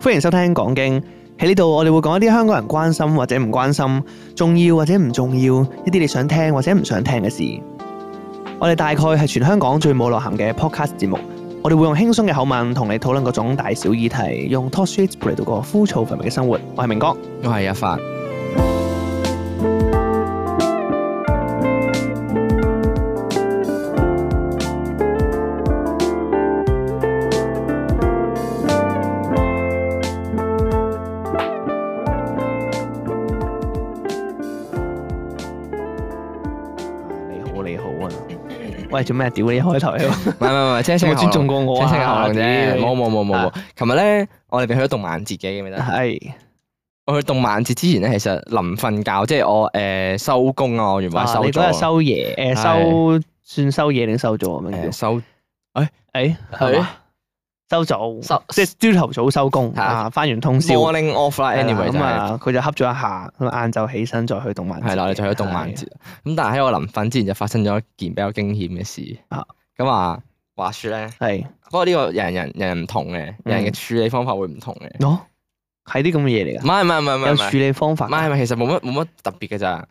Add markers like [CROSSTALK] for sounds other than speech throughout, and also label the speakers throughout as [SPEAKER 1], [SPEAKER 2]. [SPEAKER 1] 歡迎收聽講經。喺呢度，我哋會講一啲香港人關心或者唔關心，重要或者唔重要，一啲你想聽或者唔想聽嘅事。我哋大概係全香港最冇內涵嘅 podcast 節目。我哋會用輕鬆嘅口吻同你討論各種大小議題，用 Talk Shit 陪你度過枯燥乏味嘅生活。我係明哥，
[SPEAKER 2] 我係一發，
[SPEAKER 1] 你好你好啊！喂，做咩？屌你啊開頭喺度，
[SPEAKER 2] 唔係唔係唔係，清
[SPEAKER 1] 有
[SPEAKER 2] 清
[SPEAKER 1] 冇尊重過我
[SPEAKER 2] 清
[SPEAKER 1] 啊？
[SPEAKER 2] 清喉嚨啫，
[SPEAKER 1] 屌
[SPEAKER 2] 冇冇冇冇冇。琴日咧，我哋咪去咗動漫節嘅，記唔記得？
[SPEAKER 1] 係
[SPEAKER 2] 我去動漫節之前咧，其實臨瞓覺，即係我誒收工啊，我原本係
[SPEAKER 1] 啊
[SPEAKER 2] 收
[SPEAKER 1] 你嗰日
[SPEAKER 2] 咗
[SPEAKER 1] 收嘢，誒收算收嘢定收咗咁樣
[SPEAKER 2] 誒
[SPEAKER 1] 叫？
[SPEAKER 2] 收
[SPEAKER 1] 誒係嘛收早，
[SPEAKER 2] 收
[SPEAKER 1] 即係朝頭早收工
[SPEAKER 2] 係
[SPEAKER 1] 啊，翻完通宵。
[SPEAKER 2] morning off 啦
[SPEAKER 1] 係啦
[SPEAKER 2] ，anyway 就
[SPEAKER 1] 咁
[SPEAKER 2] 係
[SPEAKER 1] 啊，佢就恰咗一下，咁啊晏晝起身再去動漫節嘅。
[SPEAKER 2] 係啦，我哋就去咗動漫節。咁但係喺我臨瞓之前就發生咗一件比較驚險嘅事
[SPEAKER 1] 啊。
[SPEAKER 2] 咁啊，話説咧，
[SPEAKER 1] 係。
[SPEAKER 2] 不過呢個人人人人唔同嘅，人人嘅處理方法會唔同嘅。
[SPEAKER 1] 係，喏，哦係啲咁嘅嘢嚟
[SPEAKER 2] 唔係唔係唔係唔
[SPEAKER 1] 㗎，有
[SPEAKER 2] 係唔係
[SPEAKER 1] 處。理方法
[SPEAKER 2] 唔
[SPEAKER 1] 㗎。
[SPEAKER 2] 係唔係，其實冇乜冇乜特別嘅咋，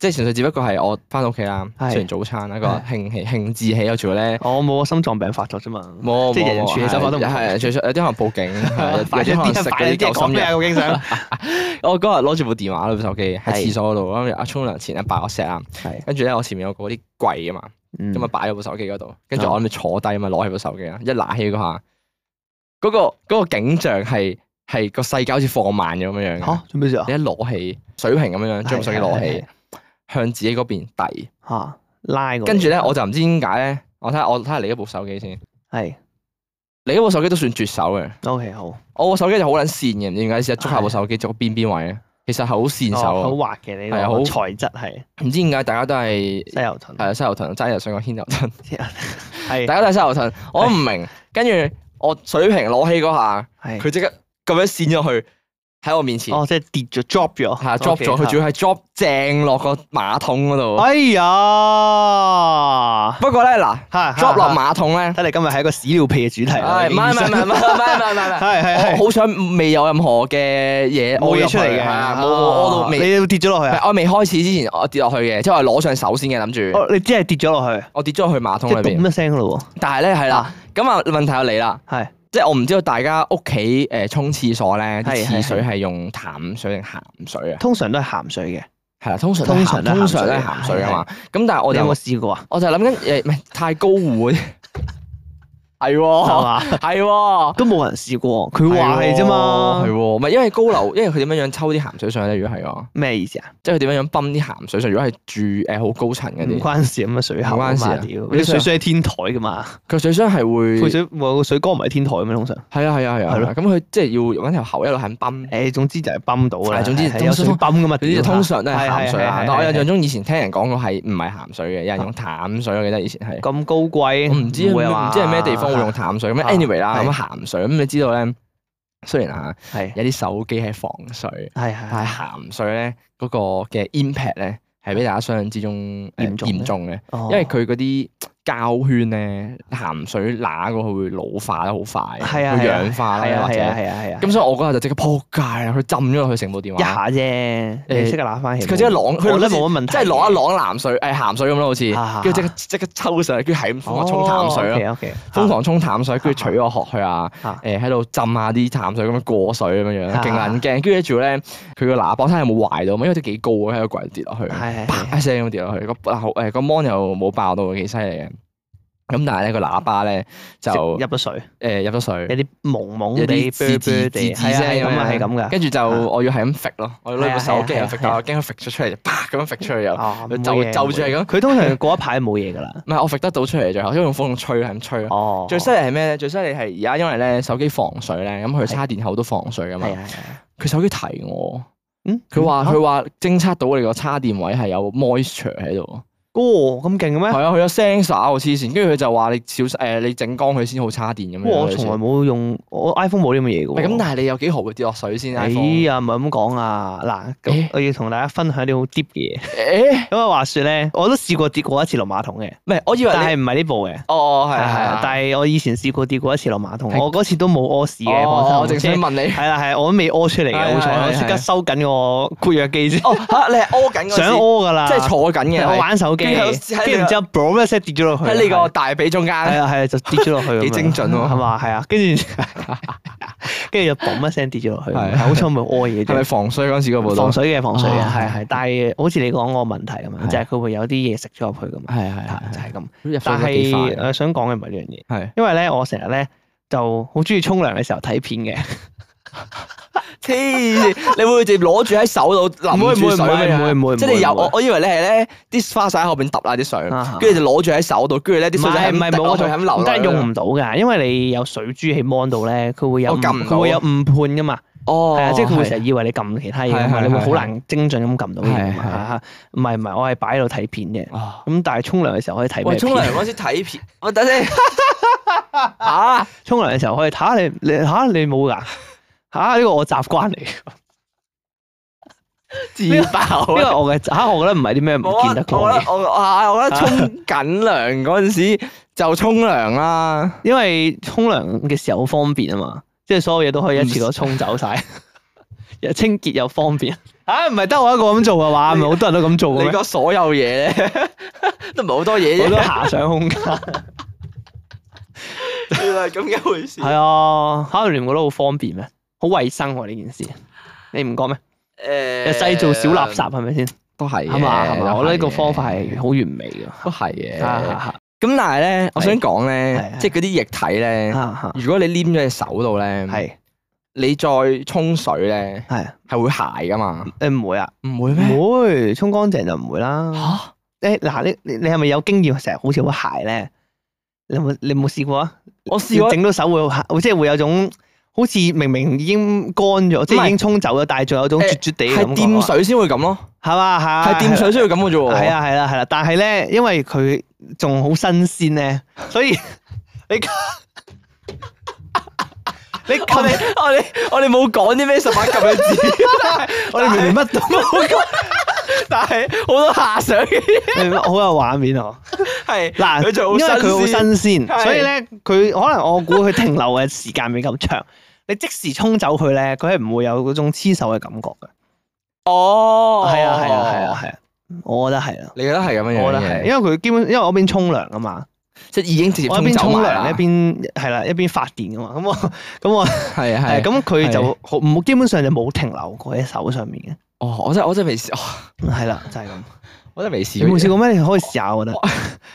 [SPEAKER 2] 即係純粹只不過係我翻到屋企啦，
[SPEAKER 1] 係
[SPEAKER 2] 食完早餐啊啦，個興起興致起，有時候咧
[SPEAKER 1] 我哦冇，我啊心臟病發作啫嘛。
[SPEAKER 2] 冇
[SPEAKER 1] 即係人人
[SPEAKER 2] 冇
[SPEAKER 1] 處理手法都唔同
[SPEAKER 2] 係，最有啲可能報警，
[SPEAKER 1] [LAUGHS]
[SPEAKER 2] 係有
[SPEAKER 1] 快
[SPEAKER 2] 啲
[SPEAKER 1] 啲
[SPEAKER 2] 可能
[SPEAKER 1] 啲，
[SPEAKER 2] 食
[SPEAKER 1] 快
[SPEAKER 2] 嗰啲
[SPEAKER 1] 啲
[SPEAKER 2] 救
[SPEAKER 1] 講
[SPEAKER 2] 心
[SPEAKER 1] 咩啊？
[SPEAKER 2] 藥。
[SPEAKER 1] 究
[SPEAKER 2] [LAUGHS]
[SPEAKER 1] 竟想
[SPEAKER 2] 我嗰日攞住部電話攞部手機喺
[SPEAKER 1] 係
[SPEAKER 2] 廁所嗰度，跟住啊沖涼前啊爆個石啊，
[SPEAKER 1] 係
[SPEAKER 2] 跟住咧我前面有個嗰啲櫃啊嘛，
[SPEAKER 1] 嗯
[SPEAKER 2] 咁啊擺咗部手機嗰度，跟住
[SPEAKER 1] 啊
[SPEAKER 2] 我咪坐低啊嘛，攞起部手機啦，一拿起嗰下，嗰個嗰個景象係係個世界好似放慢咗咁樣樣嘅
[SPEAKER 1] 嚇。做咩事啊
[SPEAKER 2] 你？一攞起水平咁樣樣，將部手機攞
[SPEAKER 1] 係係
[SPEAKER 2] 起，向自己嗰邊遞，
[SPEAKER 1] 嚇拉嗰個
[SPEAKER 2] 跟住咧我就唔知點解咧，我睇下我睇下你嗰部手機先，
[SPEAKER 1] 係
[SPEAKER 2] 你嗰部手機都算絕手嘅，
[SPEAKER 1] OK 好，哦
[SPEAKER 2] 我部手機就好撚跣嘅，唔知點解試下捉下部手機捉邊邊位咧，其實係好跣
[SPEAKER 1] 哦好
[SPEAKER 2] 手
[SPEAKER 1] 滑嘅你
[SPEAKER 2] 係啊好
[SPEAKER 1] 個材質係
[SPEAKER 2] 啊，唔知點解大家都係
[SPEAKER 1] 西遊盾，
[SPEAKER 2] 係西牛盾，齋日上
[SPEAKER 1] [LAUGHS]
[SPEAKER 2] 個牽牛盾，
[SPEAKER 1] 係
[SPEAKER 2] 大家都係西牛盾，我都唔明，跟住我水平攞起嗰下，
[SPEAKER 1] 係
[SPEAKER 2] 佢即刻咁樣跣咗去喺我面前，
[SPEAKER 1] 哦，即係跌咗 drop 咗，
[SPEAKER 2] 係啊 drop 咗，佢
[SPEAKER 1] OK，
[SPEAKER 2] 仲要係 drop 正落個馬桶嗰度，
[SPEAKER 1] 哎呀
[SPEAKER 2] 不過咧嗱。
[SPEAKER 1] 嚇
[SPEAKER 2] drop 落，
[SPEAKER 1] 嚇
[SPEAKER 2] 馬桶咧，
[SPEAKER 1] 睇嚟今日係一個屎尿屁嘅主題啊啦。
[SPEAKER 2] 唉唔係唔係唔係唔係唔係唔係唔係，
[SPEAKER 1] 係係係
[SPEAKER 2] 我好想未有任何嘅嘢
[SPEAKER 1] 冇
[SPEAKER 2] 屙入
[SPEAKER 1] 嘢
[SPEAKER 2] 去
[SPEAKER 1] 出嚟嘅，
[SPEAKER 2] 係啊
[SPEAKER 1] 啊
[SPEAKER 2] 冇冇屙到未，
[SPEAKER 1] 你跌咗落去啊？
[SPEAKER 2] 我未開始之前我跌落去嘅，即係我係攞上手先嘅諗住，
[SPEAKER 1] 哦，你只係跌咗落去，
[SPEAKER 2] 我跌咗去馬桶
[SPEAKER 1] 即
[SPEAKER 2] 裏
[SPEAKER 1] 係
[SPEAKER 2] 邊，
[SPEAKER 1] 咚一聲咯
[SPEAKER 2] 但係咧係啦，咁啊問題又嚟啦，
[SPEAKER 1] 喎，係
[SPEAKER 2] 即係我唔知道大家屋企誒沖廁所咧，
[SPEAKER 1] 係
[SPEAKER 2] 啲
[SPEAKER 1] 係
[SPEAKER 2] 廁水係用淡水定鹹水啊？
[SPEAKER 1] 通常都係鹹水嘅。
[SPEAKER 2] 係啦，通常
[SPEAKER 1] 通
[SPEAKER 2] 通
[SPEAKER 1] 常
[SPEAKER 2] 常
[SPEAKER 1] 都係
[SPEAKER 2] 通常都係
[SPEAKER 1] 鹹
[SPEAKER 2] 鹹
[SPEAKER 1] 水
[SPEAKER 2] 水啊嘛，咁但係我
[SPEAKER 1] 你
[SPEAKER 2] 哋
[SPEAKER 1] 有
[SPEAKER 2] 有
[SPEAKER 1] 冇
[SPEAKER 2] 冇
[SPEAKER 1] 試過啊？
[SPEAKER 2] 我就係諗緊誒，唔係太高會 [LAUGHS] 係
[SPEAKER 1] 係
[SPEAKER 2] 喎
[SPEAKER 1] 嘛？
[SPEAKER 2] 係喎。
[SPEAKER 1] 都冇人試過，佢話係啫嘛
[SPEAKER 2] 哦係。喎，唔係因為高樓，因為佢點樣樣抽啲鹹水上咧？如果係啊，
[SPEAKER 1] 咩意思啊？
[SPEAKER 2] 即係佢點樣樣泵啲鹹水上？如果係住誒好高層嗰
[SPEAKER 1] 唔
[SPEAKER 2] 啲，
[SPEAKER 1] 關事咁嘅水喉啊
[SPEAKER 2] 唔關事
[SPEAKER 1] 嘛，
[SPEAKER 2] 啊
[SPEAKER 1] 屌！
[SPEAKER 2] 你
[SPEAKER 1] 你水箱喺天台噶嘛？
[SPEAKER 2] 佢水箱係
[SPEAKER 1] 配
[SPEAKER 2] 會
[SPEAKER 1] 水冇個水缸唔係天台咁樣通常。
[SPEAKER 2] 係啊係啊係啊，
[SPEAKER 1] 係
[SPEAKER 2] 係
[SPEAKER 1] 咯
[SPEAKER 2] 咯。咁佢即係要揾條喉一路肯泵，
[SPEAKER 1] 誒，總之就係泵到啦。
[SPEAKER 2] 係總之
[SPEAKER 1] 係有水泵噶嘛？
[SPEAKER 2] 嗰啲就
[SPEAKER 1] 屌
[SPEAKER 2] 通常都係
[SPEAKER 1] 係
[SPEAKER 2] 鹹水
[SPEAKER 1] 係係
[SPEAKER 2] 啊
[SPEAKER 1] 係。
[SPEAKER 2] 但我
[SPEAKER 1] 係
[SPEAKER 2] 印象中以前聽人講過係唔係鹹水嘅，有人用淡水，我記得以前係。
[SPEAKER 1] 咁高貴，
[SPEAKER 2] 我唔知
[SPEAKER 1] 會啊嘛
[SPEAKER 2] 唔知係咩地方會用淡水咁
[SPEAKER 1] 啊
[SPEAKER 2] ，anyway 啦，
[SPEAKER 1] 係
[SPEAKER 2] 咁鹹水咁你知道咧，雖然啊
[SPEAKER 1] 係
[SPEAKER 2] 有啲手機係防水，
[SPEAKER 1] 係
[SPEAKER 2] 但
[SPEAKER 1] 係
[SPEAKER 2] 係啊鹹水咧嗰個嘅 impact 咧係俾大家想象之中誒
[SPEAKER 1] 嚴重嘅
[SPEAKER 2] 嚴重嘅。
[SPEAKER 1] 哦
[SPEAKER 2] 因為佢嗰啲膠圈咧，鹹水揦過佢會老化得好快，
[SPEAKER 1] 係啊，係
[SPEAKER 2] 會
[SPEAKER 1] 啊
[SPEAKER 2] 氧化
[SPEAKER 1] 係
[SPEAKER 2] 啦，
[SPEAKER 1] 啊
[SPEAKER 2] 或者
[SPEAKER 1] 係啊係啊係啊，
[SPEAKER 2] 咁，所以我嗰日就即刻撲街啦！佢浸咗落去成部電
[SPEAKER 1] 一
[SPEAKER 2] 話，
[SPEAKER 1] 下啫，你即刻揦翻起，
[SPEAKER 2] 佢即刻啷，佢
[SPEAKER 1] 啊我覺得
[SPEAKER 2] 好似
[SPEAKER 1] 冇乜問題，
[SPEAKER 2] 即係啷一啷藍水，誒鹹水咁咯，好
[SPEAKER 1] 啊啊
[SPEAKER 2] 似，跟住即刻即刻抽上嚟，跟住係咁瘋狂沖
[SPEAKER 1] 哦
[SPEAKER 2] 淡水咯，
[SPEAKER 1] 咯，OK，
[SPEAKER 2] 瘋狂沖淡水，跟住取我殼去啊
[SPEAKER 1] 啊，
[SPEAKER 2] 誒喺度浸下啲淡水咁樣過水咁樣樣，
[SPEAKER 1] 啊
[SPEAKER 2] 勁撚驚。跟住跟住咧，佢個喇叭睇下有冇壞到，因為都幾高啊，喺個櫃跌落去。
[SPEAKER 1] 係係係
[SPEAKER 2] 啪一聲咁跌落去，個後誒個 mon 又冇爆到，幾犀利嘅。咁但係咧個喇叭咧就
[SPEAKER 1] 入
[SPEAKER 2] 誒
[SPEAKER 1] 咗水，
[SPEAKER 2] 入咗水，
[SPEAKER 1] 有啲朦朦
[SPEAKER 2] 有
[SPEAKER 1] 地、
[SPEAKER 2] 啲
[SPEAKER 1] 啵
[SPEAKER 2] 吱
[SPEAKER 1] 啵
[SPEAKER 2] 吱吱
[SPEAKER 1] 地，
[SPEAKER 2] 吱
[SPEAKER 1] 係啊係
[SPEAKER 2] 聲
[SPEAKER 1] 咁啊係
[SPEAKER 2] 樣
[SPEAKER 1] 咁噶。
[SPEAKER 2] 跟住就我要係咁揈咯，我要攞部手機
[SPEAKER 1] 係啊係啊
[SPEAKER 2] 嚟揈，但我驚佢揈咗出嚟，啪咁樣揈出去又，
[SPEAKER 1] 哦，
[SPEAKER 2] 就
[SPEAKER 1] 冇嘢
[SPEAKER 2] 就住係咁
[SPEAKER 1] 冇嘢佢通常過一排冇嘢噶
[SPEAKER 2] [LAUGHS]
[SPEAKER 1] 啦。
[SPEAKER 2] 唔係我揈得到出嚟最後，因為用風筒吹係咁吹咯。
[SPEAKER 1] 哦，
[SPEAKER 2] 最犀利係咩咧？最犀利係而家因為咧手機防水咧，咁佢
[SPEAKER 1] 係
[SPEAKER 2] 叉電口都防水噶嘛
[SPEAKER 1] 係。啊係啊，
[SPEAKER 2] 佢手機提我，
[SPEAKER 1] 嗯，
[SPEAKER 2] 佢話
[SPEAKER 1] 啊
[SPEAKER 2] 佢話偵測到你個叉電位係有 moisture 喺度，
[SPEAKER 1] 哦，咁勁嘅咩？
[SPEAKER 2] 係啊，佢有 sensor 喎，黐線。跟住佢就話你小誒，你整光佢先好叉電咁樣。
[SPEAKER 1] 哇我從來冇用我 iPhone 冇呢咁嘅嘢
[SPEAKER 2] 唔
[SPEAKER 1] 嘅
[SPEAKER 2] 係
[SPEAKER 1] 喎。
[SPEAKER 2] 咁，但係你有幾毫會跌落水先啊
[SPEAKER 1] 哎
[SPEAKER 2] iPhone？
[SPEAKER 1] 呀，唔係咁講啊！嗱，咁
[SPEAKER 2] 欸
[SPEAKER 1] 我要同大家分享啲好 deep 嘅嘢。 [LAUGHS]
[SPEAKER 2] 誒，
[SPEAKER 1] 咁啊，話說咧，我都試過跌過一次落馬桶嘅，
[SPEAKER 2] 唔係，我以為
[SPEAKER 1] 但
[SPEAKER 2] 你
[SPEAKER 1] 係唔係呢部嘅。
[SPEAKER 2] 哦，係
[SPEAKER 1] 係
[SPEAKER 2] 啊係
[SPEAKER 1] 啊
[SPEAKER 2] 啊，，
[SPEAKER 1] 但係我以前試過跌過一次落馬桶，
[SPEAKER 2] 係
[SPEAKER 1] 我嗰次都冇屙屎嘅，
[SPEAKER 2] 哦我
[SPEAKER 1] 放
[SPEAKER 2] 正
[SPEAKER 1] 心。即
[SPEAKER 2] 想
[SPEAKER 1] 係
[SPEAKER 2] 問你，
[SPEAKER 1] 係啦，係我都未屙出嚟嘅，
[SPEAKER 2] 係
[SPEAKER 1] 好彩
[SPEAKER 2] 係
[SPEAKER 1] 我
[SPEAKER 2] 係
[SPEAKER 1] 即刻
[SPEAKER 2] 係
[SPEAKER 1] 收緊我括約肌先，
[SPEAKER 2] 哦嚇，你係屙緊嗰時
[SPEAKER 1] 想屙噶啦，
[SPEAKER 2] 即係坐緊嘅，
[SPEAKER 1] 我
[SPEAKER 2] 係
[SPEAKER 1] 玩手機，
[SPEAKER 2] 跟
[SPEAKER 1] 跟
[SPEAKER 2] 住有
[SPEAKER 1] 住然之後 boom 一聲跌咗落去，
[SPEAKER 2] 喺你個
[SPEAKER 1] 係
[SPEAKER 2] 大髀中
[SPEAKER 1] 係
[SPEAKER 2] 間，
[SPEAKER 1] 啊係啊就跌咗落去咁樣，
[SPEAKER 2] [LAUGHS] 幾精準喎
[SPEAKER 1] 係嘛係啊，
[SPEAKER 2] [LAUGHS]
[SPEAKER 1] 跟住跟住就 boom 一聲跌咗落去，
[SPEAKER 2] 係
[SPEAKER 1] 係好彩冇屙嘢
[SPEAKER 2] 係咪
[SPEAKER 1] 啫。
[SPEAKER 2] 防水嗰陣時嗰部都
[SPEAKER 1] 防？水嘅防水嘅
[SPEAKER 2] 啊
[SPEAKER 1] 係係，但係好似你講個問題咁樣，
[SPEAKER 2] 係
[SPEAKER 1] 就係佢會有啲嘢食咗入去咁樣，
[SPEAKER 2] 係係
[SPEAKER 1] 就係咁。
[SPEAKER 2] 入
[SPEAKER 1] 但
[SPEAKER 2] 水幾
[SPEAKER 1] 係
[SPEAKER 2] 快？啊
[SPEAKER 1] 誒想講嘅唔係呢樣嘢，
[SPEAKER 2] 係
[SPEAKER 1] 因為咧我成日咧就好中意沖涼嘅時候睇片嘅，
[SPEAKER 2] 黐線，你會唔會直接攞住喺手度
[SPEAKER 1] 唔會
[SPEAKER 2] 淋
[SPEAKER 1] 唔會
[SPEAKER 2] 住水
[SPEAKER 1] 唔會
[SPEAKER 2] 啊
[SPEAKER 1] 唔會唔會
[SPEAKER 2] 即係你
[SPEAKER 1] 唔會
[SPEAKER 2] 有
[SPEAKER 1] 唔會
[SPEAKER 2] 我，我以為你係咧啲花灑喺後邊揼下啲
[SPEAKER 1] 啊
[SPEAKER 2] 水，跟住就攞住喺手度，跟住咧啲
[SPEAKER 1] 唔
[SPEAKER 2] 水就
[SPEAKER 1] 係
[SPEAKER 2] 係
[SPEAKER 1] 唔係冇
[SPEAKER 2] 我
[SPEAKER 1] 嗰種
[SPEAKER 2] 就係咁流，啊
[SPEAKER 1] 但係用唔到㗎，因為你有水珠喺 mon 度咧，佢會有
[SPEAKER 2] 我撳
[SPEAKER 1] 誤
[SPEAKER 2] 唔到啊
[SPEAKER 1] 佢會有誤判㗎嘛。
[SPEAKER 2] 哦
[SPEAKER 1] 係啊，即係佢會成日以為你撳其他嘢㗎嘛，
[SPEAKER 2] 係係
[SPEAKER 1] 你會
[SPEAKER 2] 係
[SPEAKER 1] 好難精準咁撳到嘢㗎嘛
[SPEAKER 2] 係係
[SPEAKER 1] 係啊。唔係唔係，我係擺喺度睇片嘅。
[SPEAKER 2] 啊。
[SPEAKER 1] 咁但係沖涼嘅時候可以睇咩
[SPEAKER 2] 喂，沖涼
[SPEAKER 1] 片？
[SPEAKER 2] 嗰時睇片，我
[SPEAKER 1] [LAUGHS]
[SPEAKER 2] 等先啊！
[SPEAKER 1] 沖涼嘅時候可以睇下你你嚇你冇 [LAUGHS] 㗎嚇呢個我習慣嚟，呢
[SPEAKER 2] 自爆
[SPEAKER 1] 個
[SPEAKER 2] 啊！
[SPEAKER 1] 我嘅嚇我覺得唔係啲咩唔
[SPEAKER 2] 我
[SPEAKER 1] 見
[SPEAKER 2] 覺
[SPEAKER 1] 得
[SPEAKER 2] 得
[SPEAKER 1] 過嘅，
[SPEAKER 2] 我啊，我覺得沖緊涼嗰陣時就沖涼啦。
[SPEAKER 1] 因為沖涼嘅時候好方便啊嘛，即係所有嘢都可以一次過沖走晒， [LAUGHS] 又清潔又方便。嚇唔係得我一個咁做嘅 [LAUGHS] 話，唔係好多人都咁做嘅
[SPEAKER 2] 你
[SPEAKER 1] 咩？
[SPEAKER 2] 個所有嘢咧 [LAUGHS] 都唔係好多嘢
[SPEAKER 1] 好
[SPEAKER 2] 啫
[SPEAKER 1] 多，遐想空間。
[SPEAKER 2] 原來係咁嘅回事。
[SPEAKER 1] 係啊，考聯唔覺得好方便咩？好衞生喎呢件事，你唔覺咩？
[SPEAKER 2] 誒
[SPEAKER 1] 又製造小垃圾係咪先？
[SPEAKER 2] 都係嘅
[SPEAKER 1] 係嘛係
[SPEAKER 2] 都係
[SPEAKER 1] 嘛？
[SPEAKER 2] 嘅
[SPEAKER 1] 我覺得呢個方法係好完美嘅。啊
[SPEAKER 2] 都係嘅。
[SPEAKER 1] 嚇
[SPEAKER 2] 咁
[SPEAKER 1] 嚇
[SPEAKER 2] 但啊係咧，我想講
[SPEAKER 1] 係
[SPEAKER 2] 咧
[SPEAKER 1] 係，
[SPEAKER 2] 即係嗰啲啊液體
[SPEAKER 1] 嚇
[SPEAKER 2] 咧，
[SPEAKER 1] 嚇
[SPEAKER 2] 如果你黏咗隻手度咧，
[SPEAKER 1] 啊係
[SPEAKER 2] 你再沖水咧
[SPEAKER 1] 係
[SPEAKER 2] 係會鞋噶嘛？
[SPEAKER 1] 誒唔會啊，
[SPEAKER 2] 唔啊會咩？
[SPEAKER 1] 唔會沖乾淨就唔會啦。
[SPEAKER 2] 嚇！
[SPEAKER 1] 誒嗱，你你你係咪有經驗成日好似好鞋咧？你有冇你有冇試過啊？
[SPEAKER 2] 我試過
[SPEAKER 1] 整到手會好鞋，即係會有種好似明明已經乾咗，即
[SPEAKER 2] 唔
[SPEAKER 1] 係
[SPEAKER 2] 係
[SPEAKER 1] 已經沖走咗，但係仲有種
[SPEAKER 2] 誒
[SPEAKER 1] 絕絕地嘅
[SPEAKER 2] 係
[SPEAKER 1] 感覺啊。
[SPEAKER 2] 掂水先會咁咯，
[SPEAKER 1] 係嘛係啊
[SPEAKER 2] 係掂水先會咁嘅啫喎。
[SPEAKER 1] 係，啊，係啦，係啦，但係咧，因為佢仲好新鮮咧，所以 [LAUGHS] 你
[SPEAKER 2] [LAUGHS]
[SPEAKER 1] 你
[SPEAKER 2] 我
[SPEAKER 1] 撳
[SPEAKER 2] 哋 [LAUGHS] 我哋我哋冇講啲咩十八禁嘅字， [LAUGHS]
[SPEAKER 1] 我哋明明乜都冇講，
[SPEAKER 2] 但係好多下水嘅嘢
[SPEAKER 1] 明明好有畫面哦。
[SPEAKER 2] 係
[SPEAKER 1] 嗱，
[SPEAKER 2] 佢就好
[SPEAKER 1] 因為佢好
[SPEAKER 2] 新鮮。
[SPEAKER 1] 新鮮，
[SPEAKER 2] 係
[SPEAKER 1] 所以咧佢可能我估佢停留嘅時間未咁長。你即時沖走佢咧，佢係唔會有嗰種黐手嘅感覺嘅。
[SPEAKER 2] 哦，
[SPEAKER 1] 係啊，係啊，係啊，係啊，我覺得係啦，
[SPEAKER 2] 你覺得係咁樣樣嘅？
[SPEAKER 1] 我覺得係，因為佢基本因為我一邊沖涼啊嘛，
[SPEAKER 2] 即係已經直接
[SPEAKER 1] 我一邊沖
[SPEAKER 2] 沖
[SPEAKER 1] 涼一邊係啦，一邊發電啊嘛，咁我咁我。
[SPEAKER 2] 係
[SPEAKER 1] 係
[SPEAKER 2] 啊係啊。
[SPEAKER 1] 咁，佢
[SPEAKER 2] 係
[SPEAKER 1] 就好唔基本上就冇停留過喺手上面
[SPEAKER 2] 哦，我真係我真係未試，
[SPEAKER 1] 嘅，係啦，就係咁。
[SPEAKER 2] 我真係未試
[SPEAKER 1] 你
[SPEAKER 2] 過。
[SPEAKER 1] 冇試過咩？你可以試下，我覺得，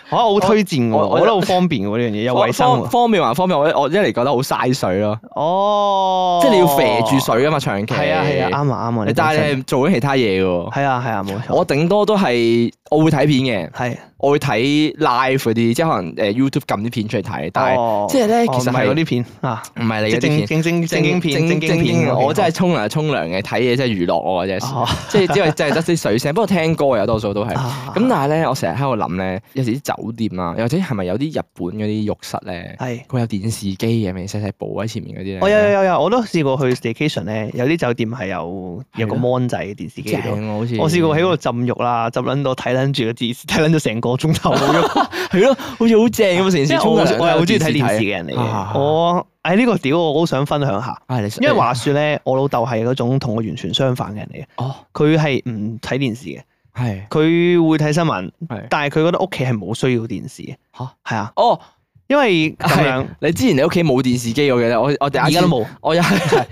[SPEAKER 1] 我我好推薦嘅喎，
[SPEAKER 2] 啊我我
[SPEAKER 1] 我覺得好方便嘅喎呢樣嘢，又衞生
[SPEAKER 2] 方
[SPEAKER 1] 喎。
[SPEAKER 2] 方便還方便，我我一嚟覺得好嘥水咯，
[SPEAKER 1] 哦，
[SPEAKER 2] 即係你要肥住，水啊嘛，長期。
[SPEAKER 1] 係啊係啊，啱啊啱啊，
[SPEAKER 2] 你但係
[SPEAKER 1] 係
[SPEAKER 2] 你係做緊其他嘢嘅喎。
[SPEAKER 1] 係啊係啊，冇錯，
[SPEAKER 2] 我頂多都係我會睇片嘅，
[SPEAKER 1] 係，
[SPEAKER 2] 我會睇 live 嗰啲，即係可能誒 YouTube 撳啲片出嚟睇，但係
[SPEAKER 1] 係
[SPEAKER 2] 即係咧其實
[SPEAKER 1] 哦係
[SPEAKER 2] 係
[SPEAKER 1] 嗰啲片啊，
[SPEAKER 2] 唔係你
[SPEAKER 1] 即係
[SPEAKER 2] 嗰啲
[SPEAKER 1] 正正
[SPEAKER 2] 片。
[SPEAKER 1] 正正經片，正經片，OK，
[SPEAKER 2] 我真係沖涼沖涼嘅，睇嘢真係娛樂我嘅啫，
[SPEAKER 1] 哦
[SPEAKER 2] 即係只係真係得啲水聲。不過聽歌有多數都
[SPEAKER 1] 啊
[SPEAKER 2] 係。咁但係咧，我成日喺度諗咧，有時啲酒店啊，又或者係咪有啲日本嗰啲浴室咧，
[SPEAKER 1] 係。
[SPEAKER 2] 佢有電視機嘅，咪細細部喺前面嗰啲咧。
[SPEAKER 1] 哦我有有有有，我都試過去 staycation 咧，有啲酒店係有有個
[SPEAKER 2] 係
[SPEAKER 1] mon 仔嘅電視機喺度
[SPEAKER 2] 正喎，好似
[SPEAKER 1] 我試過喺嗰度浸浴啦，浸撚到睇撚住個電視， [LAUGHS] 睇撚咗成個鐘頭冇 [LAUGHS] 喐。
[SPEAKER 2] 係咯，好似好正咁啊！成
[SPEAKER 1] 即
[SPEAKER 2] 件事
[SPEAKER 1] 係
[SPEAKER 2] 沖
[SPEAKER 1] 我我
[SPEAKER 2] 涼都
[SPEAKER 1] 係好
[SPEAKER 2] 有
[SPEAKER 1] 中意睇電視
[SPEAKER 2] 視
[SPEAKER 1] 嘅人嚟
[SPEAKER 2] 啊
[SPEAKER 1] 嘅。我誒呢個屌，我好想分享下，
[SPEAKER 2] 啊，你
[SPEAKER 1] 因 [LAUGHS] 為話説咧，我老豆係嗰種同我完全相反嘅人嚟嘅。
[SPEAKER 2] 哦，
[SPEAKER 1] 佢係唔睇電視嘅，
[SPEAKER 2] 係
[SPEAKER 1] 佢會睇新聞，
[SPEAKER 2] 係
[SPEAKER 1] 但係佢覺得屋企係冇需要電視嘅。
[SPEAKER 2] 嚇
[SPEAKER 1] 係啊，
[SPEAKER 2] 哦，
[SPEAKER 1] 因為咁樣
[SPEAKER 2] 係你之前你屋企冇電視機，我記得我我第一
[SPEAKER 1] 而
[SPEAKER 2] 次
[SPEAKER 1] 家都，冇，
[SPEAKER 2] [LAUGHS] 我又係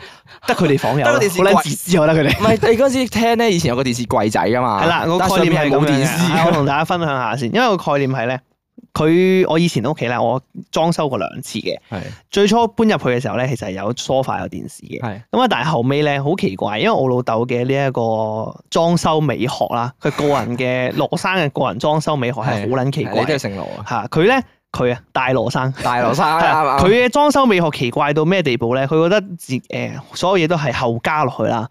[SPEAKER 1] 得佢哋房有啦，啊
[SPEAKER 2] 得
[SPEAKER 1] 好
[SPEAKER 2] 個電視
[SPEAKER 1] 撚
[SPEAKER 2] 櫃
[SPEAKER 1] 自私，我覺得佢哋。
[SPEAKER 2] 唔係你嗰陣時聽咧，以前有個電視櫃仔噶嘛，
[SPEAKER 1] 係啦，個
[SPEAKER 2] 啊但
[SPEAKER 1] 概
[SPEAKER 2] 上
[SPEAKER 1] 念係
[SPEAKER 2] 面係
[SPEAKER 1] 冇
[SPEAKER 2] 冇
[SPEAKER 1] 電
[SPEAKER 2] 電
[SPEAKER 1] 視。
[SPEAKER 2] 視
[SPEAKER 1] 我同大家分享下先，因為個概念係咧，佢我以前屋企咧，我裝修過兩次嘅。
[SPEAKER 2] 係
[SPEAKER 1] 最初搬入去嘅時候咧，其實係有 sofa 有電視嘅。
[SPEAKER 2] 係
[SPEAKER 1] 咁啊，但係後尾咧好奇怪，因為我老豆嘅呢一個裝修美學啦，佢個人嘅羅生嘅個人裝修美學係好撚奇
[SPEAKER 2] 你
[SPEAKER 1] 怪
[SPEAKER 2] 都係姓羅啊，
[SPEAKER 1] 嚇。佢咧佢啊大羅生。
[SPEAKER 2] [LAUGHS] 大羅
[SPEAKER 1] [LAUGHS]
[SPEAKER 2] 生
[SPEAKER 1] 係
[SPEAKER 2] 啱
[SPEAKER 1] 啊佢
[SPEAKER 2] 啱
[SPEAKER 1] 呃嘅裝修美學奇怪到咩地步咧？佢覺得自誒、所有嘢都係後加落去啦，
[SPEAKER 2] 啊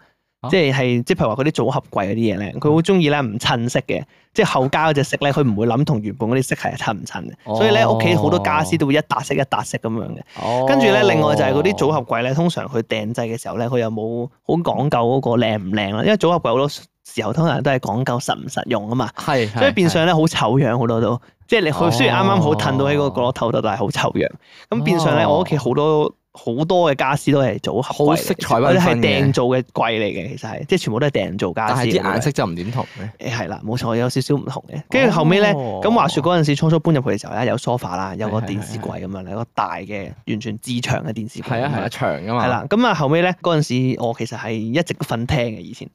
[SPEAKER 2] 嗯
[SPEAKER 1] 即係係即係譬如話嗰啲組合櫃嗰啲嘢咧，佢好中意咧唔襯色嘅，即係後加嗰隻色咧，佢唔會諗同原本嗰啲色係襯唔襯嘅，
[SPEAKER 2] 哦
[SPEAKER 1] 所以咧屋企好多家私都會一笪色一笪色咁樣嘅。
[SPEAKER 2] 哦
[SPEAKER 1] 跟住咧，另外就係嗰啲組合櫃咧，通常佢訂製嘅時候咧，佢又冇好講究嗰個靚唔靚啦，因為組合櫃好多時候通常都係講究實唔實用啊嘛，
[SPEAKER 2] 係，係
[SPEAKER 1] 所以變相咧好醜樣好多都，即係你
[SPEAKER 2] 哦
[SPEAKER 1] 佢雖然啱啱好褪到喺個角落頭度，但係好醜樣。咁變相咧，
[SPEAKER 2] 哦
[SPEAKER 1] 我屋企好多好多嘅家私都係組合櫃嚟
[SPEAKER 2] 好
[SPEAKER 1] 嘅，
[SPEAKER 2] 色彩
[SPEAKER 1] 或者
[SPEAKER 2] 繽紛
[SPEAKER 1] 係
[SPEAKER 2] 嘅
[SPEAKER 1] 訂做嘅櫃嚟嘅，其實係即係全部都係訂做家
[SPEAKER 2] 但
[SPEAKER 1] 私
[SPEAKER 2] 係
[SPEAKER 1] 嚟
[SPEAKER 2] 啲
[SPEAKER 1] 嘅。
[SPEAKER 2] 顏色就唔點同嘅。
[SPEAKER 1] 誒係啦，冇錯，有少少唔同嘅。跟住後尾咧，
[SPEAKER 2] 哦
[SPEAKER 1] 咁話説嗰陣時初初搬入去嘅時候咧，有 sofa 啦，有個
[SPEAKER 2] 係係
[SPEAKER 1] 電視櫃咁樣，有個大嘅完全自長嘅電視櫃。
[SPEAKER 2] 係啊係啊，長噶嘛。
[SPEAKER 1] 係啦。咁啊後尾咧，嗰陣時我其實係一直都瞓廳嘅，以前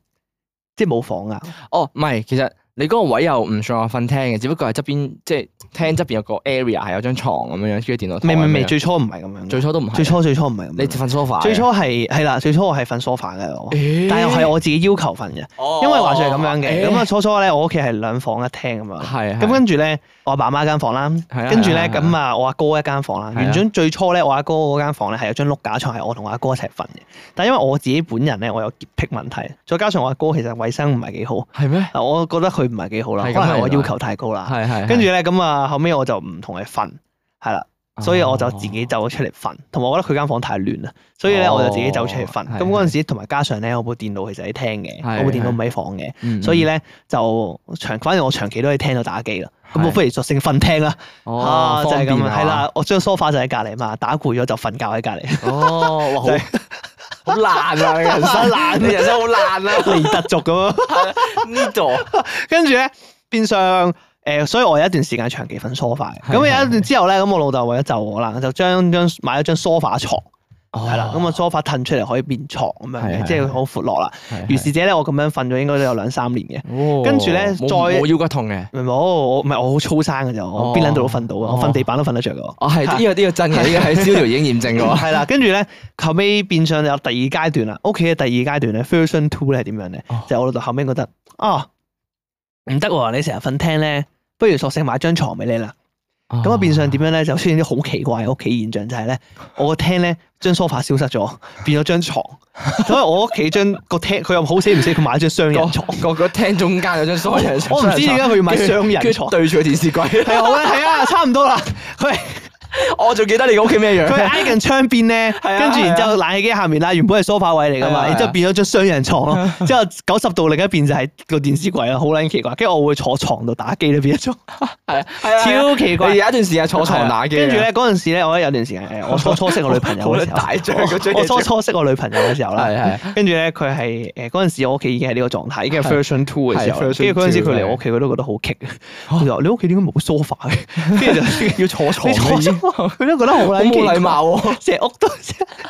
[SPEAKER 1] 即係冇房啊。
[SPEAKER 2] 哦，唔係，其實你嗰個位又唔算話瞓廳嘅，只不過係側邊即係廳側邊有個 area 係有張床咁樣樣，跟住電腦台
[SPEAKER 1] 未未
[SPEAKER 2] 咁
[SPEAKER 1] 未，
[SPEAKER 2] 樣
[SPEAKER 1] 最初唔係咁樣嘅。
[SPEAKER 2] 啊最初都唔係，啊
[SPEAKER 1] 最初最初唔係咁樣。
[SPEAKER 2] 你瞓 sofa 嘅。
[SPEAKER 1] 最初係係啦，最初我係瞓 sofa 嘅我，
[SPEAKER 2] 咦，
[SPEAKER 1] 但係係我自己要求瞓嘅，
[SPEAKER 2] 哦，
[SPEAKER 1] 因為話説係咁樣嘅。咁啊
[SPEAKER 2] 啊
[SPEAKER 1] 初初咧，我屋企係兩房一廳咁樣。
[SPEAKER 2] 係
[SPEAKER 1] 咁跟住咧，我阿爸媽間房啦，
[SPEAKER 2] 係啊
[SPEAKER 1] 跟住
[SPEAKER 2] 係啊
[SPEAKER 1] 咧
[SPEAKER 2] 係啊
[SPEAKER 1] 咁啊，我阿哥一間房啦。
[SPEAKER 2] 係啊
[SPEAKER 1] 原本最初咧，我阿哥嗰間房咧係有張碌架床，係我同我阿哥一齊瞓嘅。但因為我自己本人咧，我有潔癖問題，再加上我阿哥其實衞生唔係幾好，
[SPEAKER 2] 係咩？
[SPEAKER 1] 啊我覺得佢唔係幾好啦，
[SPEAKER 2] 係咁
[SPEAKER 1] 可能係我
[SPEAKER 2] 係啦
[SPEAKER 1] 要求太高啦。
[SPEAKER 2] 係係。
[SPEAKER 1] 跟住
[SPEAKER 2] 係哦
[SPEAKER 1] 咧咁啊，後尾我就唔同佢瞓，係啦。所以我就自己走咗出嚟瞓，同埋我覺得佢間房太亂啦，啊所以咧
[SPEAKER 2] 哦
[SPEAKER 1] 我就自己走出嚟瞓。
[SPEAKER 2] 係
[SPEAKER 1] 咁嗰陣時同埋加上咧，我部電腦其實喺廳嘅，
[SPEAKER 2] 係
[SPEAKER 1] 我部電腦唔喺房嘅，
[SPEAKER 2] 嗯
[SPEAKER 1] 所以咧就長，反正我長期都喺廳度打機啦。咁
[SPEAKER 2] 係
[SPEAKER 1] 我不如索性瞓廳啦，
[SPEAKER 2] 哦
[SPEAKER 1] 啊就係咁
[SPEAKER 2] 方便
[SPEAKER 1] 樣，
[SPEAKER 2] 啊
[SPEAKER 1] 係啦，我張 sofa 就喺隔離嘛，打攰咗就瞓覺喺隔
[SPEAKER 2] [LAUGHS]
[SPEAKER 1] 離，
[SPEAKER 2] 哦，哇，好
[SPEAKER 1] 就係
[SPEAKER 2] 好爛啊！你人生
[SPEAKER 1] 爛 [LAUGHS]
[SPEAKER 2] 你人生好爛啊！
[SPEAKER 1] 離特族咁樣。
[SPEAKER 2] 呢度
[SPEAKER 1] 跟住咧變相誒，所以我有一段時間長期瞓 sofa 嘅。咁
[SPEAKER 2] 係
[SPEAKER 1] 有
[SPEAKER 2] 係
[SPEAKER 1] 一段之後咧，咁我老豆為咗就我啦，就將張買咗張 sofa 床， [LAUGHS] 係
[SPEAKER 2] 係
[SPEAKER 1] 啦，咁啊 sofa 褪出嚟可以變床咁樣
[SPEAKER 2] 哦係
[SPEAKER 1] 嘅，
[SPEAKER 2] 係
[SPEAKER 1] 即係好闊落啦。如是者咧，我咁樣瞓咗應該都有兩三年嘅。跟住咧再
[SPEAKER 2] 我哦腰骨痛嘅。
[SPEAKER 1] 明唔明？我我唔係我好粗生嘅咋，我邊撚度都瞓到啊！
[SPEAKER 2] 哦
[SPEAKER 1] 我瞓地板都瞓得着嘅。
[SPEAKER 2] 哦，係
[SPEAKER 1] 嚇
[SPEAKER 2] 呢個呢個真嘅，呢個喺招條已經驗證過。
[SPEAKER 1] 係啦，跟住咧後尾變相有第二階段啦。屋企嘅第二階段咧，version two 咧係點樣咧
[SPEAKER 2] 哦？
[SPEAKER 1] 就係我老豆後尾覺得啊唔得喎，你成日瞓廳咧，不如索性買張床俾你啦。
[SPEAKER 2] 哦
[SPEAKER 1] 咁啊，變相點樣咧？就出現啲好奇怪嘅屋企現象，就係咧，我個廳咧張 sofa 消失咗，變咗張
[SPEAKER 2] [LAUGHS]
[SPEAKER 1] 床。所以我屋企張個廳，佢又好死唔死，佢買咗張雙人
[SPEAKER 2] [LAUGHS]
[SPEAKER 1] 床。
[SPEAKER 2] 個個廳中間有張雙人
[SPEAKER 1] 我
[SPEAKER 2] 床，
[SPEAKER 1] 唔知點解佢要買雙人
[SPEAKER 2] 跟住
[SPEAKER 1] 床。
[SPEAKER 2] 對住個電視櫃。 [LAUGHS]
[SPEAKER 1] 係好啦，係啊，差唔多啦。佢係
[SPEAKER 2] 我仲記得你個屋企咩樣
[SPEAKER 1] 佢係挨近窗邊咧，
[SPEAKER 2] 啊
[SPEAKER 1] 跟住然之後冷氣機下面啦，原本係 sofa 位嚟㗎
[SPEAKER 2] 係啊
[SPEAKER 1] 嘛，然之
[SPEAKER 2] 係啊
[SPEAKER 1] 後變咗張雙人床
[SPEAKER 2] [LAUGHS]
[SPEAKER 1] 咯。之後九十度另一邊就係個電視櫃啦，好撚奇怪。跟住我會坐床度打機咧，變咗張
[SPEAKER 2] 係啊係啊，
[SPEAKER 1] 超奇怪
[SPEAKER 2] 你有一段時間坐床打機，
[SPEAKER 1] 啊跟住，咧嗰陣時咧，我咧有段時間誒，我
[SPEAKER 2] [LAUGHS]
[SPEAKER 1] 初初識我女朋友嘅時候，
[SPEAKER 2] 好撚大張嗰張嘢
[SPEAKER 1] 我我初初識我女朋友嘅時候啦，
[SPEAKER 2] 係係
[SPEAKER 1] 跟住咧佢係誒嗰陣時我屋企已經係呢個狀態，已經係
[SPEAKER 2] 係
[SPEAKER 1] version two 嘅時候啦，
[SPEAKER 2] 係，version 啊
[SPEAKER 1] 跟住嗰陣時
[SPEAKER 2] two，
[SPEAKER 1] 佢嚟我屋企，佢都覺得好棘，佢就話你屋企點解冇
[SPEAKER 2] [LAUGHS]
[SPEAKER 1] sofa 嘅？跟住就要坐
[SPEAKER 2] 床
[SPEAKER 1] 你
[SPEAKER 2] 嘅
[SPEAKER 1] 坐
[SPEAKER 2] 已
[SPEAKER 1] [LAUGHS]
[SPEAKER 2] 經
[SPEAKER 1] 床佢都覺得好
[SPEAKER 2] 好
[SPEAKER 1] 撚奇
[SPEAKER 2] 冇
[SPEAKER 1] 怪
[SPEAKER 2] 禮。貌喎。
[SPEAKER 1] 成屋都 [LAUGHS]